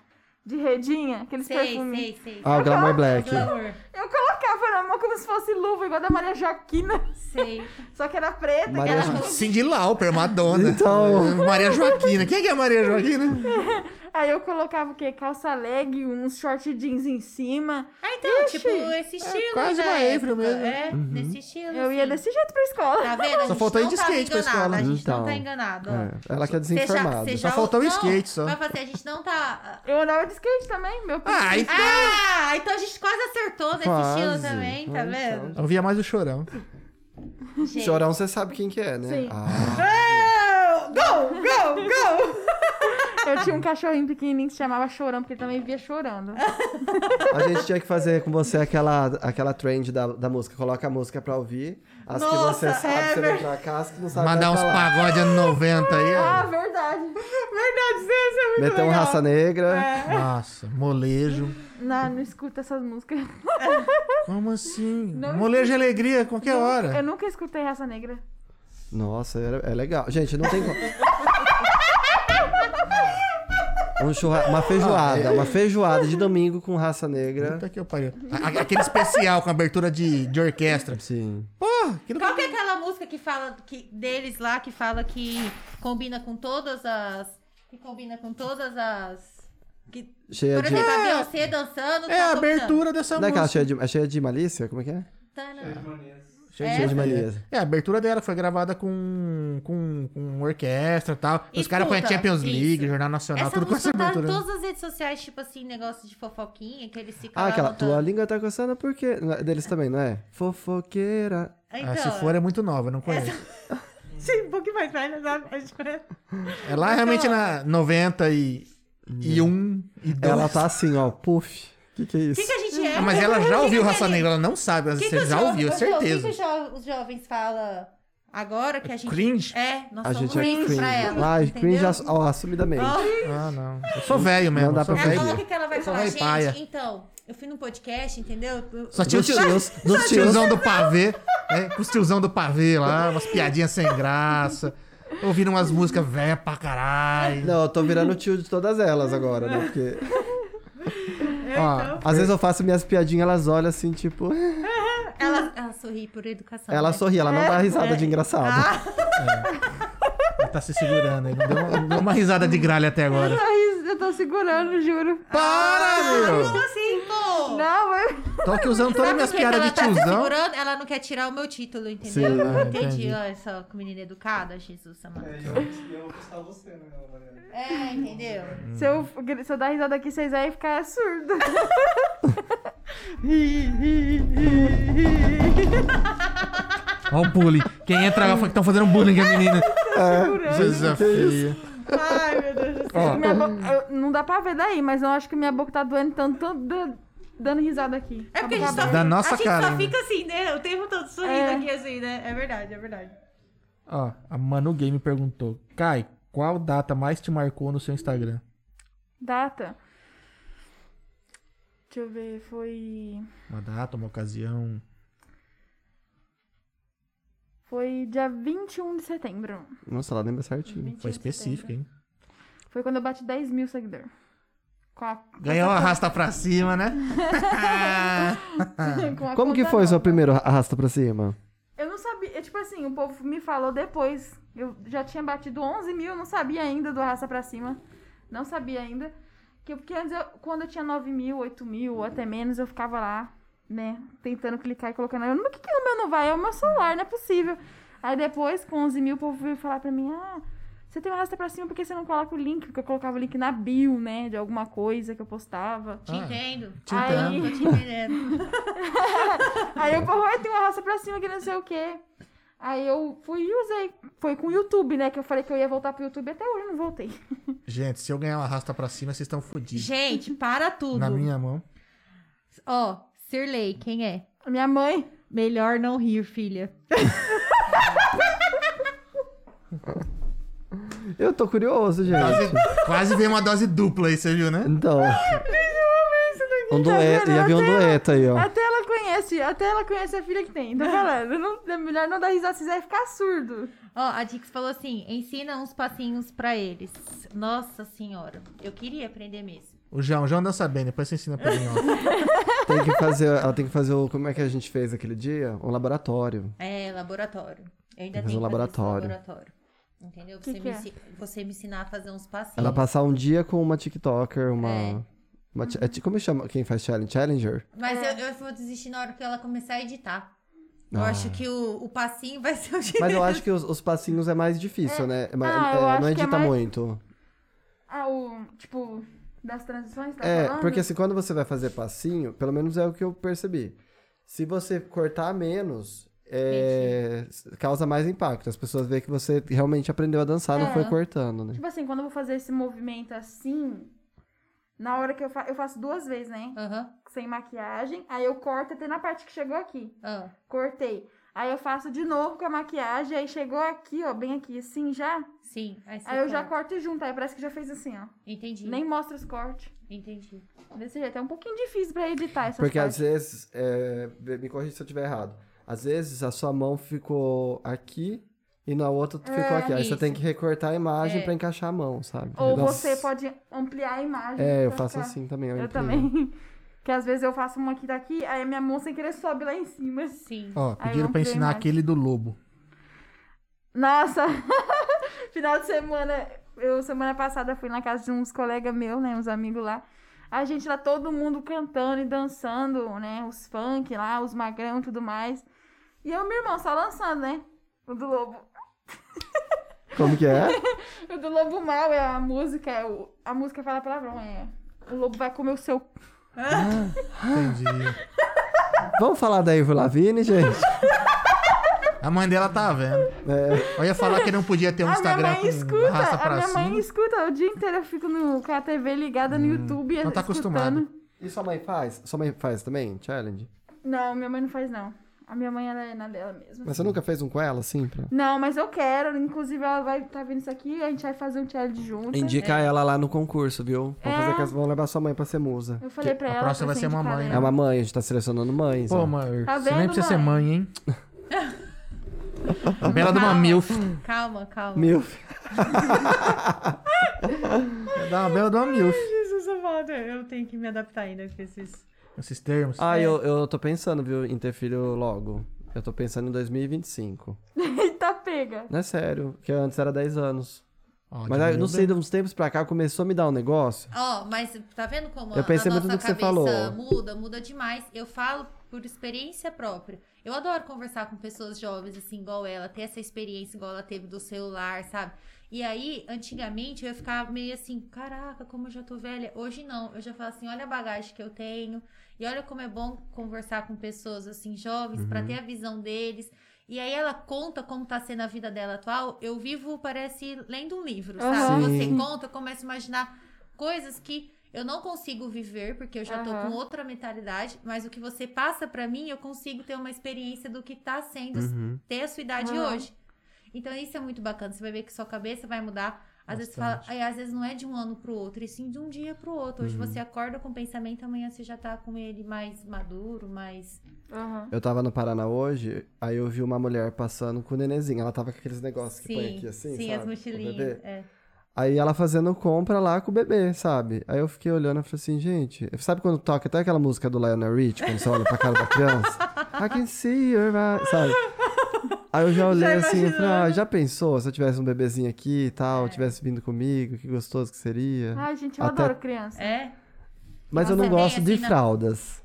De redinha? Aqueles
Sei,
perfumes.
sei, sei.
Ah, o Glamour Black.
Glamour,
Eu colocava na mão como se fosse luva, igual a da Maria Joaquina.
sei.
Só que era preta.
é
que
Maria
era-
Jo-
Cindy Lauper, Madonna.
Então.
Maria Joaquina. Quem que é Maria Joaquina?
Aí eu colocava o quê? Calça leg, uns short jeans em cima.
Ah, então,
Ixi,
tipo, esse estilo.
é quase
da
uma
época.
Avril mesmo.
É, desse estilo.
Eu ia
assim.
desse jeito pra escola.
Tá vendo? A
Uhum. Só
gente
faltou ir
não
de
tava
skate pra
enganada,
escola.
A gente não
Então.
tá enganado. ó.
É, ela que é
Você já-
desinformada.
você
Só
já-
faltou o
não,
skate, só.
Vai fazer, a gente não tá.
Eu andava de skate também, meu primo.
Ah, então.
Ah, então a gente quase acertou nesse estilo
Quase.
também, tá
Ah,
vendo?
Eu via mais o chorão.
Gente.
Chorão, você sabe quem que é, né?
Sim.
Ah,
Go, go, go!
Eu tinha um cachorrinho pequenininho que se chamava Chorão, porque ele também via chorando.
a gente tinha que fazer com você aquela, aquela trend da, da música. Coloca a música pra ouvir. As
Nossa,
que você sabe,
é
você
ver-
vem pra cá, as que não sabe.
Mandar
vai
uns
pra lá.
pagode ano 90 aí.
Ah,
ó.
verdade.
Verdade, você é muito
Meter um
legal. É.
raça negra.
Nossa, molejo.
Não, não escuta essas músicas.
Como assim?
Não
molejo e alegria, qualquer hora.
Eu nunca escutei Raça Negra.
Nossa, é, é legal. Gente, não tem como. Um churra... Uma feijoada, uma feijoada de domingo com raça negra.
Puta que eu pariu. A- a- Aquele especial com abertura de, de orquestra.
Sim.
Porra, aquilo
Qual que é aquela música que fala que, deles lá, que fala que combina com todas as. Que combina com todas as. Que,
Cheia
por
de.
exemplo, a Beyoncé dançando.
é
tá
a
tocando.
abertura dessa
Não é aquela
música.
cheia de, é cheia de malícia? Como é que é?
Tanana.
As manias.
Cheia
É.
de
Cheia de
É.
malícia.
É, a abertura dela foi gravada com, com, com orquestra e tal. Os
Escuta,
caras põem Champions League,
isso.
Jornal Nacional,
Essa
tudo com essa
música tá em
abertura.
todas as redes sociais, tipo assim, negócio de fofoquinha, que eles ficam.
Ah,
lá
aquela.
botando.
Tua língua tá coçando por quê? Não é Deles também, não é? Fofoqueira.
Então,
Ah, se for, é muito nova, eu não conheço.
Sim, um pouquinho mais velha, sabe? A gente conhece.
É
tá
lá realmente na 90 e, e 1 e 2.
um, Ela tá assim, ó. Puff. O que, que é
O que,
isso?
que a gente é?
Ah, mas ela já ouviu Raça
Negra.
Negra, ela não sabe, mas
é? que
você
que os
já
jovens-
ouviu,
Ô, Ju,
certeza.
O que, que os jo- os jovens falam agora que a gente.
Cringe?
É, nós
A
somos
gente é cringe.
pra ela.
Ai, cringe
entendeu?
ass- ó, assumidamente.
Ó,
Ah, não. Eu sou velho mesmo.
dá
eu sou
pra
Ela
velho.
fazer.
falou o que, que ela vai
Só
falar,
vai
gente.
paia.
Então, eu fui num podcast, entendeu? Eu-
Só tinha o
Dos
tio,
tios. Dos
só
tios.
tiozão do pavê, né? Com os tiozão do pavê lá, umas piadinhas sem graça. Ouvindo umas músicas velhas pra caralho.
Não, eu tô virando tio de todas elas agora, né? Porque.
Ó,
Às vezes eu faço minhas piadinhas, elas olham assim, tipo.
Ela, ela sorri por educação.
Ela
né?
sorri, ela não dá risada de engraçado.
ele tá se segurando aí. Não deu uma, deu uma risada de gralha até agora.
Ai, eu tô segurando, juro.
Para, meu!
Como assim, pô?
Não, eu...
Tô aqui usando todas as minhas
Por que que
piadas
ela
de
tá se
tiozão.
segurando? Ela não quer tirar o meu título, entendeu?
Sim,
ah,
entendi.
entendi.
Olha só, que menina educada, Jesus amado.
É, e eu, e eu vou postar você, né, Mariana?
É, entendeu?
Se, eu, se eu dar risada aqui, vocês aí ficar surdo.
Ó o bullying. Quem entra agora fala que estão fazendo bullying com a menina.
É.
Desafio.
Ai, meu Deus do céu.
Ó,
Minha boca- eu- não dá pra ver daí, mas eu acho que minha boca tá doendo tanto, tanto da- dando risada aqui. Tá
É porque a gente,
Acabou.
só,
Da nossa
a gente
cara
só
ainda.
fica assim, né? O tempo todo sorrindo
É.
aqui, assim, né? É verdade, é verdade.
Ó, a Manu Game perguntou: Kai, qual data mais te marcou no seu Instagram?
Data. Deixa eu ver, foi.
Uma data, uma ocasião.
Foi dia 21 de setembro.
Nossa, ela lembra certinho.
21 de
Foi específica,
setembro.
hein?
Foi quando eu bati 10 mil seguidores. Com a,
Ganhou a rasta pra cima, né?
com a
Ah, Como que
conta
foi o seu
nova.
primeiro arrasta pra cima?
Eu não sabia, eu, tipo assim, o povo me falou depois. Eu já tinha batido 11 mil, eu não sabia ainda do Arrasta Pra Cima. Não sabia ainda. Que, porque antes, eu- quando eu tinha 9 mil, 8 mil, ou até menos, eu ficava lá, né, tentando clicar e colocando. Eu, não, por que, que o meu não vai? É o meu celular, não é possível. Aí depois, com 11 mil, o povo veio falar pra mim, ah, você tem o Arrasta Pra Cima porque você não coloca o link, porque eu colocava o link na bio, né, de alguma coisa que eu postava.
Te
Ah.
entendo.
Te
Aí-
entendo.
Tô te entendendo.
Aí eu falei, tem uma raça pra cima que não sei o quê. Aí eu fui e usei. Foi com o YouTube, né? Que eu falei que eu ia voltar pro YouTube. Até hoje eu não voltei.
Ah. Gente, se eu ganhar uma rasta pra cima, vocês estão fodidos.
Gente, para tudo.
Na minha mão.
Ó, Sirley, quem é?
A Minha mãe.
Melhor não rir, filha.
Eu tô curioso, gente.
Quase veio uma dose dupla aí, você viu, né?
Então.
Então,
Um dueto,
tá vendo?
ia vir um
Até-
dueto aí, ó.
Até ela conhece, até ela conhece a filha que tem. Tô falando. Não, é melhor não dar risada, vocês vai ficar surdo.
Ó, a Dix falou assim: ensina uns passinhos pra eles. Nossa senhora, eu queria aprender mesmo.
O João, o João dança bem, depois você ensina pra mim, ó.
Tem que fazer, ela tem que fazer o. Como é que a gente fez aquele dia? Um laboratório.
É, laboratório. Eu ainda
é
Tem
tenho
que fazer um
que fazer esse
laboratório.
laboratório. Entendeu?
Que
Você,
que
me
é?
ensi- você me ensinar a fazer uns passinhos.
Ela passar um dia com uma TikToker, uma.
É.
uma ti- é ti- como chama quem faz challenge? Challenger?
Mas
É.
eu, eu vou desistir na hora que ela começar a editar. Eu
Ah.
acho que o, o passinho vai ser o jeito.
Mas eu acho que os, os passinhos é mais difícil, né? Mas,
Ah, eu
é,
acho
não
que é
edita
mais-
muito.
Ah, o. Tipo, das transições, tá
É,
falando?
porque assim, quando você vai fazer passinho, pelo menos é o que eu percebi. Se você cortar menos, é, causa mais impacto. As pessoas veem que você realmente aprendeu a dançar, não
É.
foi cortando, né?
Tipo assim, quando eu vou fazer esse movimento assim. Na hora que eu faço. Eu faço duas vezes, né?
Aham,
Sem maquiagem. Aí eu corto até na parte que chegou aqui.
ah.
Cortei. Aí eu faço de novo com a maquiagem, aí chegou aqui, ó, bem aqui, assim já.
sim. Aí, você
aí eu já
corta.
corto junto, aí parece que já fez assim, ó.
Entendi.
Nem mostra os cortes.
Entendi.
Desse jeito, é um pouquinho difícil pra editar essas
Porque às
partes.
vezes, é, me corrija se eu estiver errado, às vezes a sua mão ficou aqui e na outra tu ficou aqui. Aí
isso.
você tem que recortar a imagem
É.
pra encaixar a mão, sabe?
Ou
Nossa.
você pode ampliar a imagem.
É, eu
pra
faço
ficar-
assim também. Eu,
Eu
imprimo.
também. Que às vezes eu faço uma que tá aqui, aí a minha mão sem querer sobe lá em cima. assim.
Sim.
Ó,
Aí
pediram
não
pra
tem
ensinar
mais.
aquele do lobo.
Nossa! Final de semana, eu semana passada fui na casa de uns colegas meus, né? Uns amigos lá. A gente lá, todo mundo cantando e dançando, né? Os funk lá, os magrão e tudo mais. E eu e meu irmão só lançando, né? O do Lobo.
Como que é?
O do Lobo Mal é a música, é o, a música fala palavrão, é. O lobo vai comer o seu.
Entendi.
Vamos falar da Ivo Lavigne, gente?
A mãe dela tá vendo.
É,
Eu ia falar que não podia ter um
a
Instagram
minha mãe
com
escuta,
rasta
a
pra
minha mãe
cima.
escuta. O dia inteiro eu fico no, com a TV ligada no YouTube.
então tá
escutando.
acostumado.
E sua mãe faz? Sua mãe faz também? Challenge?
Não, minha mãe não faz, não. A minha mãe, ela é na dela mesmo.
Mas você nunca fez um com ela, assim? Pra...
Não, mas eu quero. Inclusive, ela vai estar tá vendo isso aqui e a gente vai fazer um challenge junto.
Indica ela lá no concurso, viu? Vamos,
É.
fazer com as- vamos levar sua mãe pra ser musa.
Eu falei assim, pra
a
ela.
próxima
pra
vai ser uma
indicar
mãe,
ela.
É uma mãe, a gente tá selecionando mães.
Pô,
ó.
mãe,
Tá
você nem
vendo,
precisa ser
mãe?
mãe, hein? A bela de uma milf.
Ah.
Calma, calma.
Meu,
Dá uma bela de uma milf.
Jesus amado, é eu tenho que me adaptar ainda com esses.
Esses termos.
Ah,
É.
eu, eu tô pensando, viu, em ter filho logo. Eu tô pensando em 2025.
né?"
Eita, tá pega.
Não é sério, porque antes era 10 anos.
Ó,
Mas aí, eu não
diminuiu
sei, de uns tempos pra cá começou a me dar um negócio.
Ó, mas tá vendo como
Eu
a-
pensei
a
muito
nossa
no que você
cabeça
falou.
muda, muda demais. Eu falo por experiência própria. Eu adoro conversar com pessoas jovens, assim, igual ela, ter essa experiência igual ela teve do celular, sabe? E aí, antigamente, eu ia ficar meio assim, caraca, como eu já tô velha. Hoje não, eu já falo assim, olha a bagagem que eu tenho. E olha como é bom conversar com pessoas, assim, jovens, pra
Uhum.
ter a visão deles. E aí ela conta como tá sendo a vida dela atual. Eu vivo, parece, lendo um livro, sabe?
Aham.
Você
Sim.
conta, eu começo a imaginar coisas que Eu não consigo viver, porque eu já tô
Aham.
com outra mentalidade, mas o que você passa pra mim, eu consigo ter uma experiência do que tá sendo,
Uhum.
ter a sua idade
Aham.
hoje. Então isso é muito bacana. Você vai ver que sua cabeça vai mudar. Às vezes, fala,
Bastante.
aí, às vezes não é de um ano pro outro, e sim de um dia pro outro. Hoje
Uhum.
você acorda com o pensamento, amanhã você já tá com ele mais maduro, mais.
Aham.
Eu tava no Paraná hoje, aí eu vi uma mulher passando com o nenenzinho. Ela tava com aqueles negócios que põe aqui assim,
sim,
sabe?
as
O
mochilinhas.
bebê.
É.
Aí ela fazendo compra lá com o bebê, sabe? Aí eu fiquei olhando e falei assim, gente, sabe quando toca até aquela música do Lionel Rich, quando você olha pra cara da criança? I can see your eyes, sabe? Aí eu já olhei assim e falei, ah,
né?"
já pensou se eu tivesse um bebezinho aqui e
É.
tal, tivesse vindo comigo, que gostoso que seria.
Ai, gente, eu
Até-
adoro criança.
É.
Mas eu
Ah, Nossa,
não
é bem
gosto de
assim, né?
fraldas.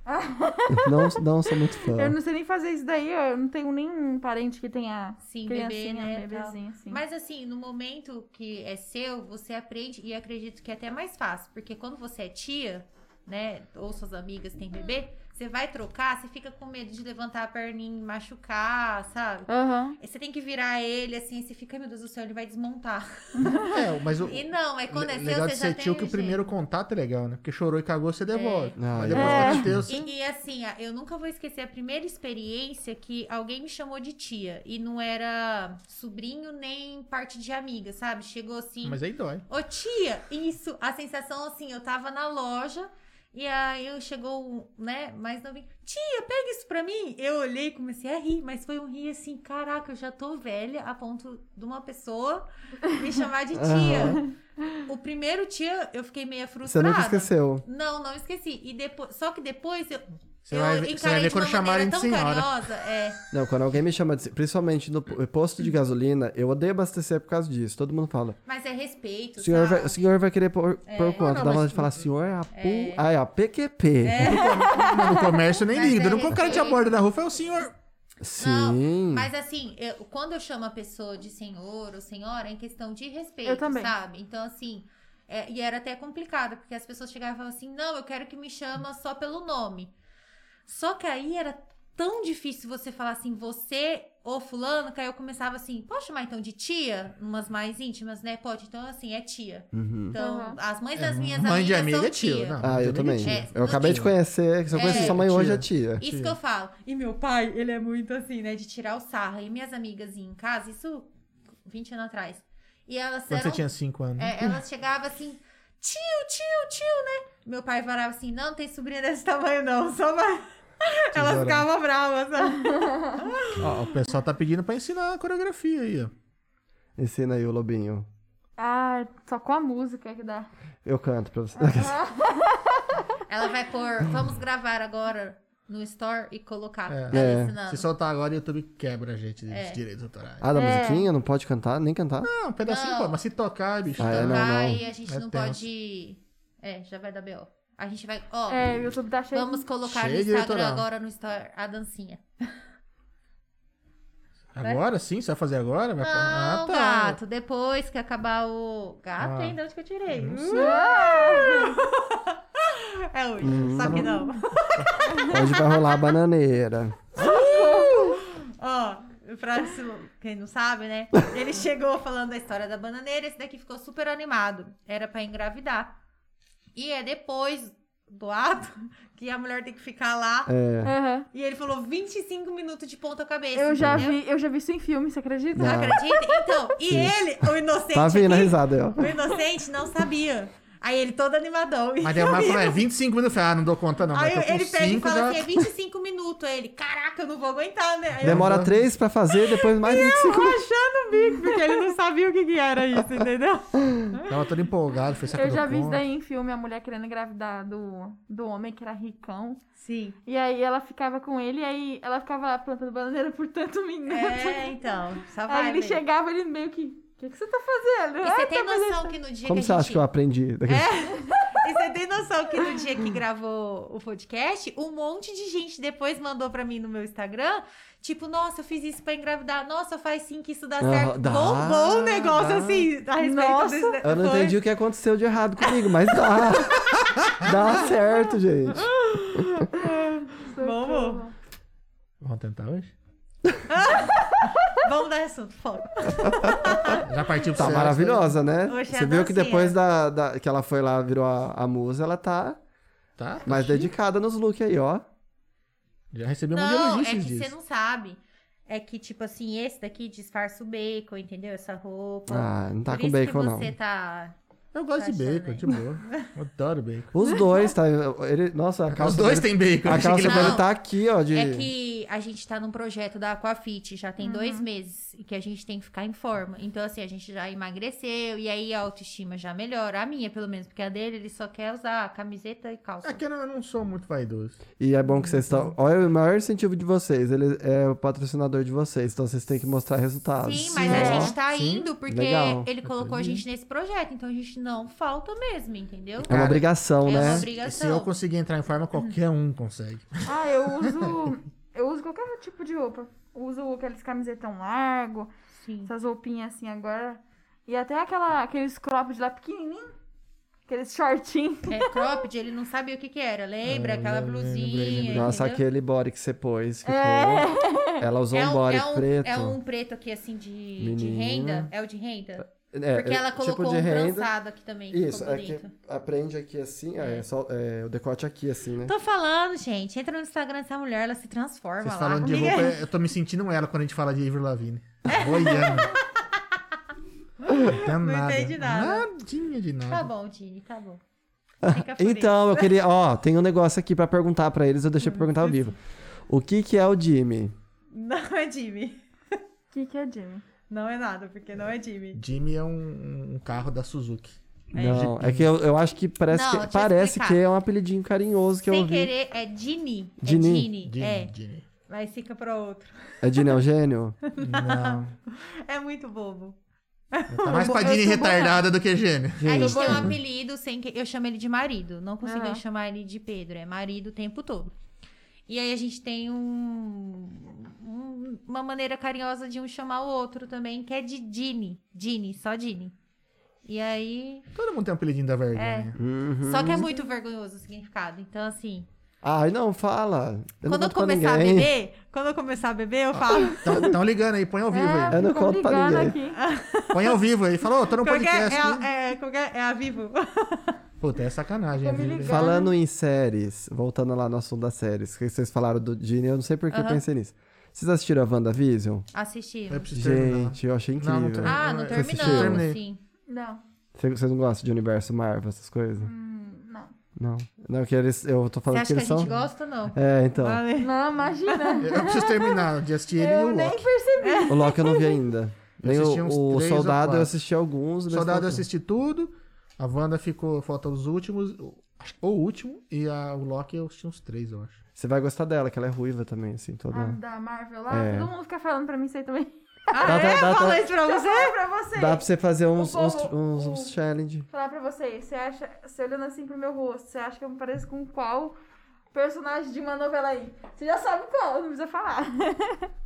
não, não sou muito fã.
Eu não sei nem fazer isso daí, eu não tenho nenhum parente que tenha
Sim, bebê,
criancinha,
né? tal.
bebezinho, assim.
Mas assim, no momento que é seu, você aprende e acredito que é até mais fácil, porque quando você é tia, né, ou suas amigas têm bebê, você vai trocar, você fica com medo de levantar a perninha e machucar, sabe?
Aham.
Aí Você tem que virar ele, assim, aí você fica, "Ai, meu Deus do céu, ele vai desmontar.
É, mas o
E não, é quando é
le-
seu,
legal
você
de
já
ser
tem
tio que o
jeito.
primeiro contato é legal, né? Porque chorou e cagou, você devolve.
Ah,
Mas
é.
depois
É.
quando deu, você-
E, e assim, a- eu nunca vou esquecer a primeira experiência que alguém me chamou de tia. E não era sobrinho nem parte de amiga, sabe? Chegou assim,
Mas aí dói.
Ô tia, isso, a sensação assim, eu tava na loja e aí eu chegou, um, né, mais novinho, tia, pega isso pra mim. Eu olhei e comecei a rir, mas foi um rir assim, caraca, eu já tô velha a ponto de uma pessoa me chamar de tia. o primeiro tia, eu fiquei meio
Você
frustrada.
nunca esqueceu.
Não, não esqueci. E depois, só que depois eu,
Você
eu
vai ver, você vai
encarei
ver
de uma
quando chamarem
maneira
de
tão
senhora.
carinhosa, é.
Não, quando alguém me chama de... Principalmente no eh, posto de gasolina, eu odeio abastecer por causa disso. Todo mundo fala,
Mas é respeito,
O senhor,
sabe?
vai, o senhor vai querer pôr,
É.
pôr quanto?
Não,
Dá
mas-
vontade de falar, senhor, é a, pu... ah, é a PQP.
É.
Mas No comércio nem
Mas
liga.
é
Eu não colocar a gente à
respeito.
borda da rua, foi o senhor.
Sim.
Mas assim, eu- quando eu chamo a pessoa de senhor ou senhora, é em questão de respeito,
Eu também.
sabe? Então, assim, é, e era até complicado, porque as pessoas chegavam e falavam assim, não, eu quero que me chama só pelo nome. Só que aí era tão difícil você falar assim, você ou fulano, que aí eu começava assim, posso chamar então de tia? Umas mais íntimas, né? Pode, então assim, é tia.
Uhum.
Então,
Uhum.
as mães das minhas
É mãe
amigas
de amiga
são
é tio. Não, mãe
Ah,
de
eu
amiga
também.
tia.
eu acabei de
É.
conhecer, se eu conheci
É.
sua mãe hoje,
Tia.
é tia.
Isso
Sim.
que eu falo. E meu pai, ele é muito assim, né? De tirar o sarro. E minhas amigas iam em casa, isso 20 anos atrás. E elas
Quando você
eram.
tinha 5 anos.
é, elas chegavam assim, tio, tio, tio, né? Meu pai falava assim: não, não tem sobrinha desse tamanho, não. Só vai. Elas
Tesourão.
ficavam bravas, sabe?
Ó, o pessoal tá pedindo pra ensinar a coreografia aí, ó.
Ensina aí o lobinho.
Ah, só com a música que dá.
Eu canto pra você.
Ela vai pôr. Vamos gravar agora no store e colocar.
É.
Ela
É.
ensinando.
Se soltar agora, o YouTube quebra a gente dos
É.
direitos autorais.
Ah, da
É.
musiquinha? Não pode cantar? Nem cantar?
Não, um pedacinho
Não.
pode, mas se tocar, bicho.
Ah, é,
tá-
não, não.
Vai, a gente
É
não
tenso.
pode. É, já vai dar B.O. A gente vai. Ó,
É, o YouTube tá cheio.
vamos colocar no
Cheio de
Instagram
editorial.
agora no store a dancinha.
Agora sim? Você vai fazer agora? Vai
Não,
ah, tá.
gato, depois que acabar o. Gato,
Ah.
ainda onde que eu tirei? Uh!
Não
É
Hum,
hoje,
tá
só que não.
Hoje vai rolar a bananeira.
Ó, pra se- quem não sabe, né? Ele chegou falando da história da bananeira, esse daqui ficou super animado. Era pra engravidar. E é depois do ato que a mulher tem que ficar lá.
É.
Aham.
E ele falou 25 minutos de ponta cabeça.
Eu já
entendeu?
vi, eu já vi isso em filme, você acredita?
Não.
Acredita? Então, e ele, o inocente.
Tá vindo a
aqui,
risada aí, ó.
O inocente não sabia. Aí ele todo animadão.
Mas daí o Marco falou, é 25 minutos. Eu falei, ah, não dou conta não.
Aí
tá
mas tô com
ele pega e
5
fala
já...
assim, é 25 minutos. Aí ele, caraca, eu não vou aguentar, né? Aí eu-
Demora três pra fazer, depois mais 25 minutos.
rachando o bico, porque ele não sabia o que, que era isso, entendeu?
Tava todo empolgado, foi saco
Eu
do
já vi isso
conto.
daí em filme, a mulher querendo engravidar do, do homem que era ricão.
Sim.
E aí ela ficava com ele, e aí ela ficava lá plantando bananeira por tanto minuto.
É, então, só vai.
aí ele
velho.
chegava, ele meio que. O que, que você tá fazendo?
E
Ah,
você
tá
tem noção que no dia
Como
que
você
a
acha
gente... É,
que eu aprendi? Daquele-
E você tem noção que no dia que gravou o podcast, um monte de gente depois mandou pra mim no meu Instagram, tipo, nossa, eu fiz isso pra engravidar, nossa, faz sim que isso dá
Ah,
certo.
dá,
bom, bom negócio,
dá.
assim, a respeito
Nossa.
desse...
Eu não
Foi.
entendi o que aconteceu de errado comigo, mas dá. dá certo, gente.
socorro.
Vamos tentar hoje?
Vamos dar assunto, foco.
Já partiu pro
Tá
Celso,
maravilhosa, né?
Oxe, é
Você viu que
dancinha.
depois da, da- que ela foi lá, virou a, a musa, ela tá
Tá? tá
mais
chique.
dedicada nos looks aí, ó.
Já recebeu um
Não,
elogio
é
esses
que você
dias.
não sabe. É que, tipo assim, esse daqui disfarça o bacon, entendeu? Essa roupa.
Ah, não tá
Por
com
isso que
bacon, não.
você tá...
Eu gosto de
Tá achando
bacon,
aí.
de boa. Eu adoro bacon.
Os dois, tá? Ele, nossa, a calça
Os dois
dele,
têm bacon.
A
achei que
calça
ele-
Não.
dele tá aqui, ó. De...
É que a gente tá num projeto da Aquafit já tem dois meses e que a gente tem que ficar em forma. Então, assim, a gente já emagreceu e aí a autoestima já melhora. A minha, pelo menos, porque a dele ele só quer usar camiseta e calça.
É que eu não- eu não sou muito vaidoso.
E é bom que vocês estão. Olha o maior incentivo de vocês. Ele é o patrocinador de vocês, então vocês têm que mostrar resultados.
Sim, mas
Ah, Ó.
a gente tá
sim.
indo porque
Legal. Uhum.
ele colocou a gente nesse projeto. Então a gente não falta mesmo, entendeu?
É uma obrigação,
É
né?
uma
Se eu
obrigação.
conseguir entrar em forma, qualquer um consegue.
Ah, eu uso. Eu uso qualquer tipo de roupa. Uso aqueles camisetão largo,
Sim.
essas roupinhas assim agora. E até aquela, aqueles cropped lá pequenininho. Aqueles shortinhos.
É cropped, ele não sabia o que que era.
Ah,
Lembra? Aquela blusinha.
Nossa, é
entendeu?
aquele body que você pôs. Ficou... Ela usou
É
um
um,
body
é um-
preto.
é um preto aqui, assim, de, de
Menina.
renda. É o de renda?
É,
Porque ela
tipo
colocou
de
um
renda.
trançado aqui também. que
Isso,
ficou
é que
bonito.
aprende aqui assim, é, só, é, o decote aqui assim, né?
Tô falando, gente. Entra no Instagram dessa mulher, ela se transforma
Vocês
lá.
falando de
Ninguém-
roupa, eu tô me sentindo um ela quando a gente fala de Avril Lavigne. Boiando. Não
Não
entendo nada.
entendi nada.
Nadinha de nada.
Tá bom, Dini, tá bom. Fica por aí.
Então, eu queria, ó, tem um negócio aqui pra perguntar pra eles, eu deixei pra perguntar ao vivo. O que que é o Jimmy?
Não é Jimmy.
O que, que é Jimmy?
Não é nada, porque não é Jimmy.
Jimmy é um, um carro da Suzuki.
Não, é que eu, eu acho que parece,
Não, deixa
que,
eu
parece
explicar.
que é um apelidinho carinhoso que eu
Sem
ouvi.
querer, é Dini. É
Dini.
Dini.
Jimmy,
É,
Jimmy.
mas fica pra outro.
É Dini Eugênio?
Não.
É muito bobo.
Tá mais pra Dini retardada do que gênio.
A gente
Gente,
tem um apelido sem que. Eu chamo ele de marido. Não consigo
Aham.
chamar ele de Pedro. É marido o tempo todo. E aí a gente tem um, um- uma maneira carinhosa de um chamar o outro também, que é de Dini. Dini, só Dini. E aí.
Todo mundo tem um apelidinho da vergonha.
Uhum.
Só que é muito vergonhoso o significado. Então, assim.
Ai, não, fala. Eu
quando
não
eu
conto pra
começar a
ninguém. Ah, é
beber, quando eu começar a beber, eu falo.
Estão ligando aí, põe ao vivo aí.
eu não
É, ficou
conto pra
brigando
ninguém.
aqui.
Põe ao vivo aí. Falou,
um
tô no
Qualquer,
podcast.
é,
hein?
a-
né?
é, qualquer- é a vivo.
Puta, é sacanagem.
me
viu?
ligando.
Falando em séries, voltando lá no assunto das séries, que vocês falaram do Dini, eu não sei por que eu
Aham.
pensei nisso. Vocês assistiram a WandaVision?
Eu
É,
Assistimos.
preciso terminar.
Gente, eu achei incrível.
Não, não terminei.
Ah, não
é,
Você
assistiu?
terminamos, assim.
Terminei.
sim.
Não,
Cê- Vocês não gostam de universo Marvel, essas coisas?
não.
Não. Não, que eles. Eu tô
Hum, Você
falando
acha que a
eles
gente
são.
gosta Ah. ou não?
É, então.
Valeu.
Não, imagina.
Eu preciso terminar de assistir ele
Eu
e o
nem
Loki.
percebi.
O Loki eu não vi ainda.
Eu
Nem
assisti uns
o, o
três ou
Soldado eu
quatro.
assisti alguns. mas
Soldado eu
não-
assisti tudo. A Wanda ficou, falta os últimos. o- acho que O último. E a, o Loki eu assisti uns três, eu acho.
Você vai gostar dela, que ela é ruiva também, assim, toda.
Ah, da Marvel lá,
É.
todo mundo fica falando pra mim isso aí também.
Ah,
Dá-
é?
dá-
Falou
dá-
isso pra
Eu
você?
falei pra você.
Dá pra você fazer uns, uns,
povo-
uns,
o-
uns challenge.
Falar pra você, você acha, você olhando assim pro meu rosto, você acha que eu me pareço com qual personagem de uma novela aí? Você já sabe qual, não precisa falar.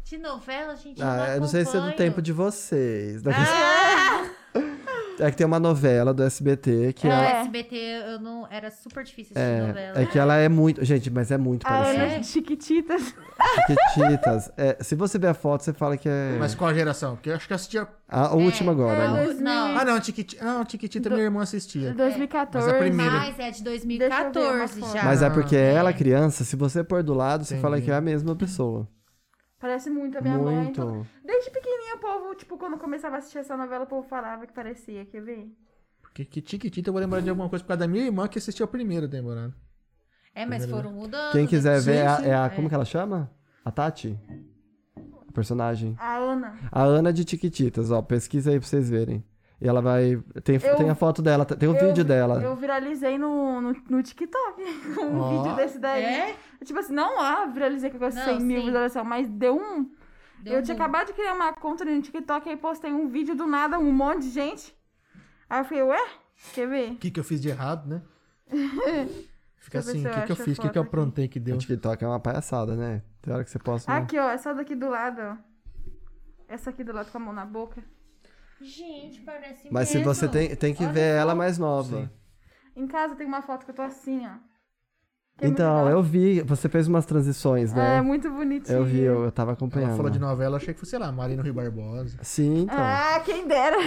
De novela, gente.
Ah, eu não sei se é do tempo de vocês. Daqui-
Ah,
É que tem uma novela do SBT que
é.
ela.
O SBT eu não, era super difícil assistir novela. Ah,
É que ela é muito. Gente, mas é muito
A
parecida.
Ana de Chiquititas.
Chiquititas. É, se você ver a foto, você fala que é.
Mas qual a geração? Porque eu acho que eu assistia.
A última agora,
é,
né?
dois-
Não, não.
Ah, não, Tiquitita. Não, Tiquitita minha irmã
É.
assistia.
2014.
É. Mas a primeira-
Mas é de 2014
Deixa eu ver uma
já.
foto.
Mas é
Ah,
porque ela, criança, se você pôr do lado, você fala
Entendi.
que é a mesma pessoa.
Parece muito a minha mãe. todo-
Muito.
Desde pequenininha o povo, tipo, quando começava a assistir essa novela, o povo falava que parecia, quer ver?
Porque que Tiquitita eu vou lembrar de alguma coisa por causa da minha irmã que assistiu a primeira temporada.
É, mas foram mudando.
Quem quiser
Sim,
ver, é a-
sim.
é
né?
a. Como que ela chama? A Tati? A personagem.
A Ana.
A Ana de Tiquititas, ó. Pesquisa aí pra vocês verem. E ela vai. Tem,
Eu-
tem a foto dela, tem o
eu-
vídeo dela.
Eu viralizei no, no, no TikTok um
Ó.
vídeo desse daí.
É?
Tipo assim, não, ah, viralizei que eu gosto de
Não,
100 mil
sim.
visualizações, mas deu um
Deu
eu
um
tinha
boom.
acabado de criar uma conta no TikTok, aí postei um vídeo do nada, um monte de gente. Aí eu falei, ué? Quer ver?
O que, que eu fiz de errado, né? Fica
Deixa eu ver
assim,
se
o que, que
eu
eu
acho a
fiz? O que, que eu
foto
aprontei que deu?
O TikTok é uma palhaçada, né? Tem hora que você posta. uma-
Aqui, ó, essa daqui do lado, ó. Essa aqui do lado com a mão na boca.
Gente, parece
Mas se
mesmo.
você tem, tem que
Olha
ver ela mais nova.
Sim.
Em casa tem uma foto que eu tô assim, ó. Que é muito
então,
legal.
eu vi, você fez umas transições, né?
É muito bonitinho.
eu vi, eu, eu tava acompanhando.
Ela falou de novela, eu achei que fosse, sei lá, Marino Rui Barbosa.
Sim, então.
Ah, quem dera.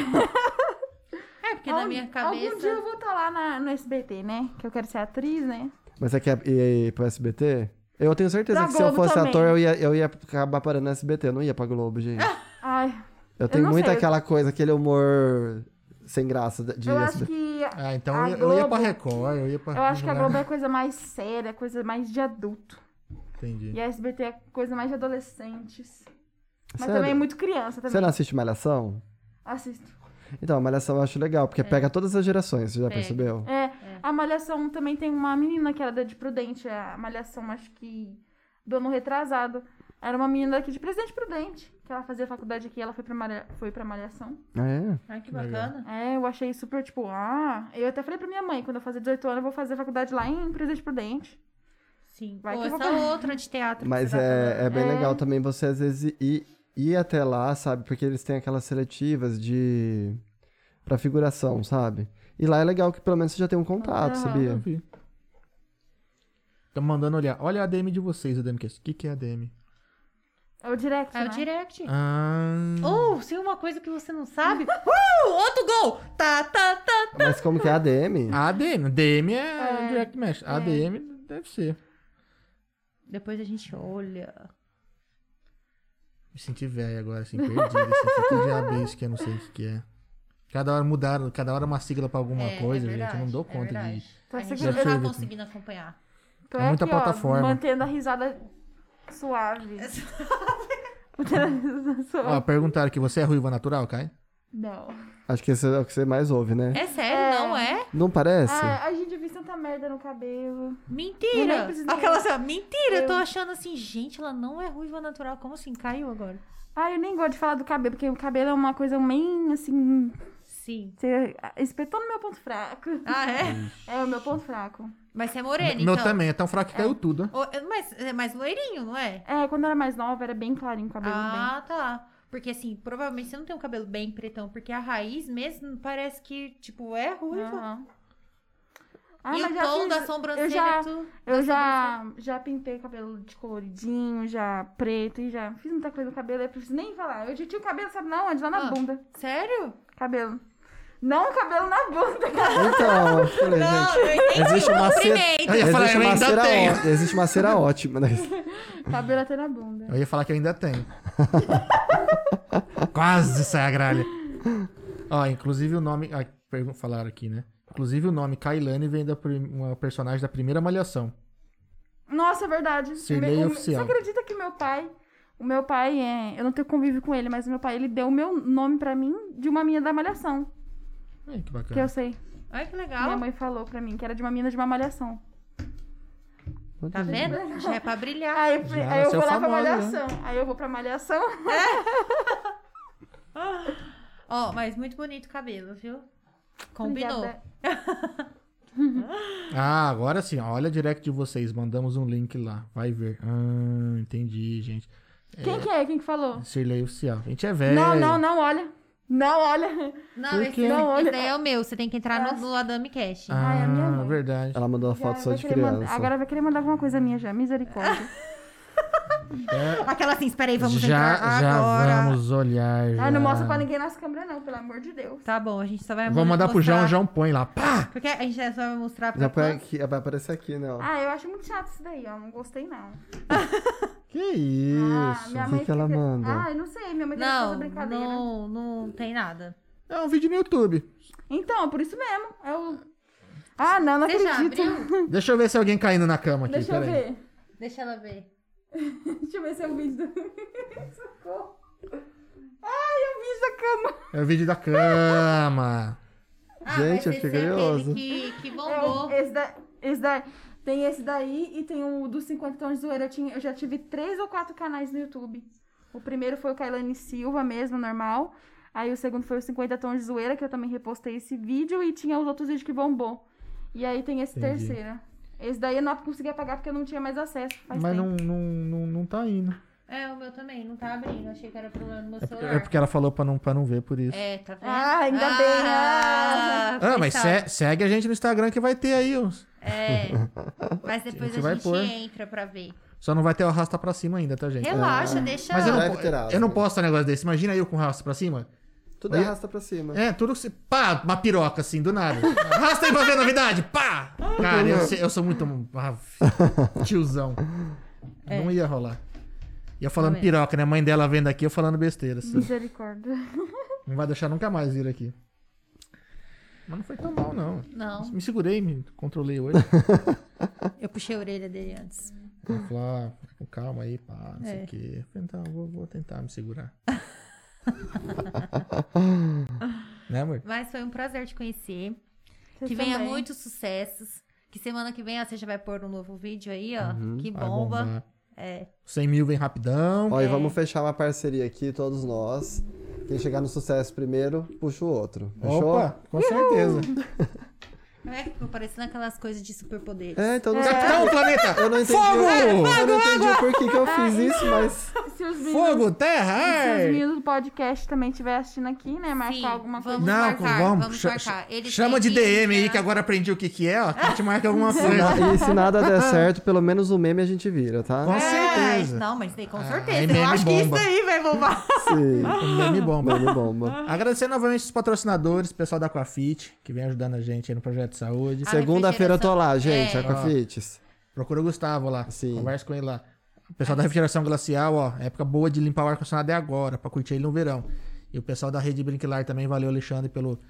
É, porque na
Algum-
minha cabeça.
Algum dia eu vou estar lá na- no SBT, né? Que eu quero ser atriz, né?
Mas é você quer ir pro SBT? Eu tenho certeza
Pra
que se eu
Globo
fosse
também.
ator, eu ia, eu ia acabar parando no SBT. Eu não ia pra Globo, gente.
Ai,
Eu tenho
Ah, não
muito
sei.
aquela coisa, aquele humor sem graça de de
eu acho
SBT.
que.
Ah, então
A
eu, eu ia pra
Globo-
Record, eu ia pra.
Eu acho que a
lugar-
Globo é coisa mais séria, coisa mais de adulto.
Entendi.
E a SBT é coisa mais de adolescentes. Mas
Sério?
também é muito criança também.
Você não assiste Malhação?
Assisto.
Então, a Malhação eu acho legal, porque pega todas as gerações, você já
Pega.
percebeu?
É, a Malhação também tem uma menina que era da de Prudente, é a Malhação, acho que do ano retrasado. Era uma menina daqui de Presidente Prudente, que ela fazia faculdade aqui, ela foi pra, Malha... foi pra Malhação.
É.
Ai, que
Legal.
bacana.
É, eu achei super, tipo, ah... Eu até falei pra minha mãe, quando eu fazer 18 anos, eu vou fazer faculdade lá em Presidente Prudente.
Sim.
Vai
Ou
que eu
essa
vou-
outra de teatro. que
Mas
você tá
é, é
falando.
bem
É.
legal também você, às vezes, ir, ir até lá, sabe? Porque eles têm aquelas seletivas de... pra figuração, sabe? E lá é legal que pelo menos você já tem um contato,
Aham.
sabia?
Eu vi. Tão mandando olhar. Olha a DM de vocês, ADM. O que, que é ADM?
É o direct,
É o
né?
direct.
Ah.
Hum.
Ou, se uma coisa que você não sabe. Uh, outro gol! Tá, tá, tá.
Mas como que é ADM?
ADM. DM é, Direct Mesh. ADM deve ser.
Depois a gente olha.
Me senti velho agora, assim, perdido. Assim, que diabo é isso que eu não sei o que que é. Cada hora mudaram, cada hora uma sigla pra alguma
É,
coisa,
é
gente. Eu não
verdade,
dou
é
conta
verdade.
de. assim.
Tá
a gente não
seguindo-
tá
absurdo.
conseguindo acompanhar.
Tô
É muita
Então ó,
plataforma.
mantendo a risada suave. Mantendo a risada
Ó,
suave.
perguntaram aqui, você é ruiva natural, Kai?
Não.
Acho que esse é o que você mais ouve, né?
É sério,
É.
não é?
Não parece?
Ah, a gente eu vi tanta merda no cabelo. Eu nem
Mentira!
preciso nem-
Aquela assim, ó, mentira! Eu tô
Eu-
achando assim, gente, ela não é ruiva natural. Como assim? Caiu agora.
Ah, eu nem gosto de falar do cabelo, porque o cabelo é uma coisa bem, assim...
Sim.
Você espetou no meu ponto fraco.
Ah, é?
É o meu ponto fraco.
Mas você é morena,
Hum. Meu
então.
também, é tão fraco que caiu tudo, né?
O- Mas é mais loirinho, não é?
É, quando eu era mais nova, era bem clarinho o cabelo
Ah, tá. Porque assim, provavelmente você não tem um cabelo bem pretão, porque a raiz mesmo parece que, tipo, é
bem.
ruiva.
Aham. Ah,
e
mas
o
já
tom
fiz-
da sobrancelha, é
eu já-
tu-
Eu já, já pintei o cabelo de coloridinho, já preto e já fiz muita coisa no cabelo. Eu preciso nem falar. Eu já tinha o cabelo, sabe na onde? Lá na
Ah.
bunda.
Sério?
Cabelo. Não o cabelo na bunda, cara.
Então, eu falei, gente.
eu entendi.
Existe uma cera.
Cumprimento.
Eu ia falar,
Existe
eu
uma
ainda
cera,
tenho.
ó- existe uma cera ótima, né?
Cabelo até na bunda.
Eu ia falar que eu ainda tenho. Quase sai a gralha. Ó, inclusive o nome. Ah, pergun- falaram aqui, né? Inclusive o nome Kailane vem da prim- uma personagem da primeira Malhação.
Nossa, é verdade.
Sirlei
O meu- o-
oficial.
Você acredita que meu pai. O meu pai é. Eu não tenho convívio com ele, mas o meu pai ele deu o meu nome pra mim de uma minha da malhação.
Ai, que
Que eu
bacana.
sei.
Olha que
Minha
legal.
mãe falou pra mim que era de uma mina de uma malhação.
Tá vendo? Já é pra brilhar.
Aí, eu fui-
Já
aí eu
nasceu
vou lá pra
famosa, né?
malhação. Aí eu vou pra malhação.
Ó, mas muito bonito o cabelo, viu? Combinou.
Obrigada.
Ah, agora sim. ó, Olha a direct de vocês. Mandamos um link lá. Vai ver. Ah, entendi, gente.
Quem que é? Quem que falou?
Sirlei oficial. A gente é velho.
Não, não, não, olha. Não, olha.
Não,
Por
esse,
quê?
Não, olha- Ah.
esse daí é o meu. Você tem que entrar no, no Adami Cash.
Ah,
Ai, a minha mãe.
verdade.
Ela mandou uma
Já
foto só
vai
de
querer mandar-
criança.
Agora vai querer mandar alguma coisa minha já. Misericórdia.
É,
Aquela assim, espera aí, vamos
já
entrar
já
agora.
vamos olhar.
ah,
já.
não mostra pra ninguém nas câmeras, não, pelo amor de Deus.
Tá bom, a gente só vai
Vou mandar pro
mostrar-
João. João põe lá. Pá!
Porque a gente só vai mostrar pra
Já põe
quantos-
aqui, vai aparecer aqui, né? ó.
Ah, eu acho muito chato isso daí, ó. Não gostei, não.
Que isso?
ah, minha
o
mãe
que, que ela
fica-
manda?
Ah, eu não sei. Minha mãe quer
Não,
fazer brincadeira.
não, não tem nada.
É um vídeo no YouTube.
Então, por isso mesmo. Eu... Ah, não, não
Você já
acredito.
abriu?
Deixa eu ver se alguém caindo na cama aqui.
Deixa eu
peraí.
ver.
Deixa ela ver.
Deixa eu ver se é o vídeo do... Socorro. Ai, eu vi da cama.
É o vídeo da cama.
Ah,
Gente,
mas
eu
esse é
fiquei
aquele
curioso.
Que, que bombou.
É, esse, da... esse daí... Tem esse daí e tem o dos 50 tons de zoeira. Eu, tinha- eu já tive três ou quatro canais no YouTube. O primeiro foi o Kailane Silva mesmo, normal. Aí o segundo foi o 50 tons de zoeira, que eu também repostei esse vídeo. E tinha os outros vídeos que bombou. E aí tem esse
Entendi.
terceiro. Esse daí eu não consegui apagar porque eu não tinha mais acesso. Faz
Mas
tempo.
não, não, não, não tá indo.
É, o meu também, não tá abrindo. Achei que era problema no meu
É
celular.
porque ela falou pra não, pra não ver por isso.
É, tá vendo?
Ah, ainda bem, ah.
Ah, mas
coitado.
se- segue a gente no Instagram que vai ter aí uns.
É. Mas depois
gente
a gente,
vai pôr.
entra pra ver.
Só não vai ter o arrasta pra cima ainda, tá, gente?
Relaxa, deixa.
Mas eu não,
Deve ter arrasta.
eu não posto um negócio desse. Imagina eu com arrasta pra cima.
Tudo
Olha-
arrasta pra cima.
É, tudo que você. Pá, uma piroca assim, do nada. Arrasta aí pra ver a novidade. Pá!
Ah,
Cara, eu, sei- eu sou muito. ah, tiozão. Não ia rolar. E eu falando
É. Também.
piroca, né? A mãe dela vendo aqui, eu falando besteira. Assim.
Misericórdia.
Não vai deixar nunca mais vir aqui. Mas não foi tão mal, não.
Não,
Me segurei, me controlei hoje.
eu puxei a orelha dele antes.
Ela falou, ah, fica com calma aí, pá, não sei
É.
o quê. Eu falei, então, vou, vou tentar me segurar. né, amor?
Mas foi um prazer te conhecer.
Você
que venha
também.
muitos sucessos. Que semana que vem ó, você já vai pôr um novo vídeo aí, ó. que
Vai
bomba.
bombar. 100 mil vem rapidão.
Ó,
É.
e vamos fechar uma parceria aqui, todos nós. Quem chegar no sucesso primeiro, puxa o outro. Fechou?
Opa, com certeza.
Como é que ficou parecendo aquelas coisas de superpoderes?
É, então não sei.
Capitão Planeta!
Eu não entendi.
Fogo!
eu não entendi por que, que eu
Ah.
fiz isso, mas.
Se os meninos,
Fogo, terra,
se os
ar!
meninos do podcast também estiver assistindo aqui, né? Marcar
Sim,
alguma coisa.
vamos
Não,
marcar,
vamos,
vamos
cha-
marcar. Ele
Chama de
tem vídeo,
DM aí,
né?
que agora aprendi o que que é, ó. Que a gente marca alguma coisa.
Na- E se nada der certo, pelo menos o meme a gente vira, tá?
Com
É,
certeza.
Não, mas tem com
Ah, aí
certeza.
meme
eu acho que
bomba.
isso aí vai bombar.
Sim.
Um meme bomba.
Meme bomba.
Agradecer novamente os patrocinadores, o pessoal da Aquafit, que vem ajudando a gente aí no projeto de saúde.
Ah,
Segunda-feira eu tô lá,
refrigeração.
gente,
É.
Aquafites.
Procura o Gustavo lá.
Sim.
Conversa com ele lá. O pessoal da refrigeração glacial, ó, época boa de limpar o ar-condicionado é agora, pra curtir ele no verão. E o pessoal da Rede Brinquilar também, valeu, Alexandre, pelo,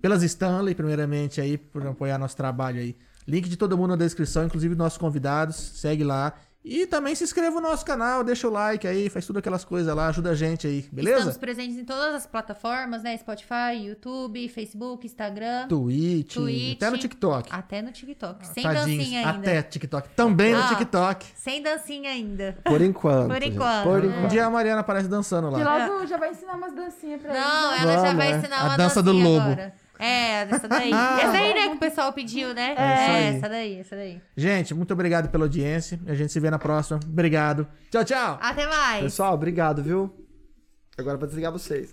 pelas Stanley, primeiramente, aí, por apoiar nosso trabalho aí. Link de todo mundo na descrição, inclusive dos nossos convidados, segue lá. E também se inscreva no nosso canal, deixa o like aí, faz tudo aquelas coisas lá, ajuda a gente aí, beleza?
Estamos presentes em todas as plataformas, né? Spotify, YouTube, Facebook, Instagram.
Twitch,
Twitch.
até no TikTok.
Até no TikTok. Sem
Tadinhos,
dancinha ainda.
Até TikTok. Também no
Ah.
TikTok.
Sem dancinha ainda.
Por enquanto.
Por
gente.
enquanto.
Por
Um
enquanto.
dia a Mariana aparece dançando
Que
lá.
logo já vai ensinar umas dancinhas pra
Não,
eles.
ela
né?
já
Vamos,
vai
é.
ensinar
né? A
uma
dança do
dancinha
lobo.
agora. É, essa daí. essa daí, né, que o pessoal pediu, né?
É, isso aí.
essa daí, essa daí.
Gente, muito obrigado pela audiência. A gente se vê na próxima. Obrigado. Tchau, tchau.
Até mais.
Pessoal, obrigado, viu? Agora eu vou desligar vocês.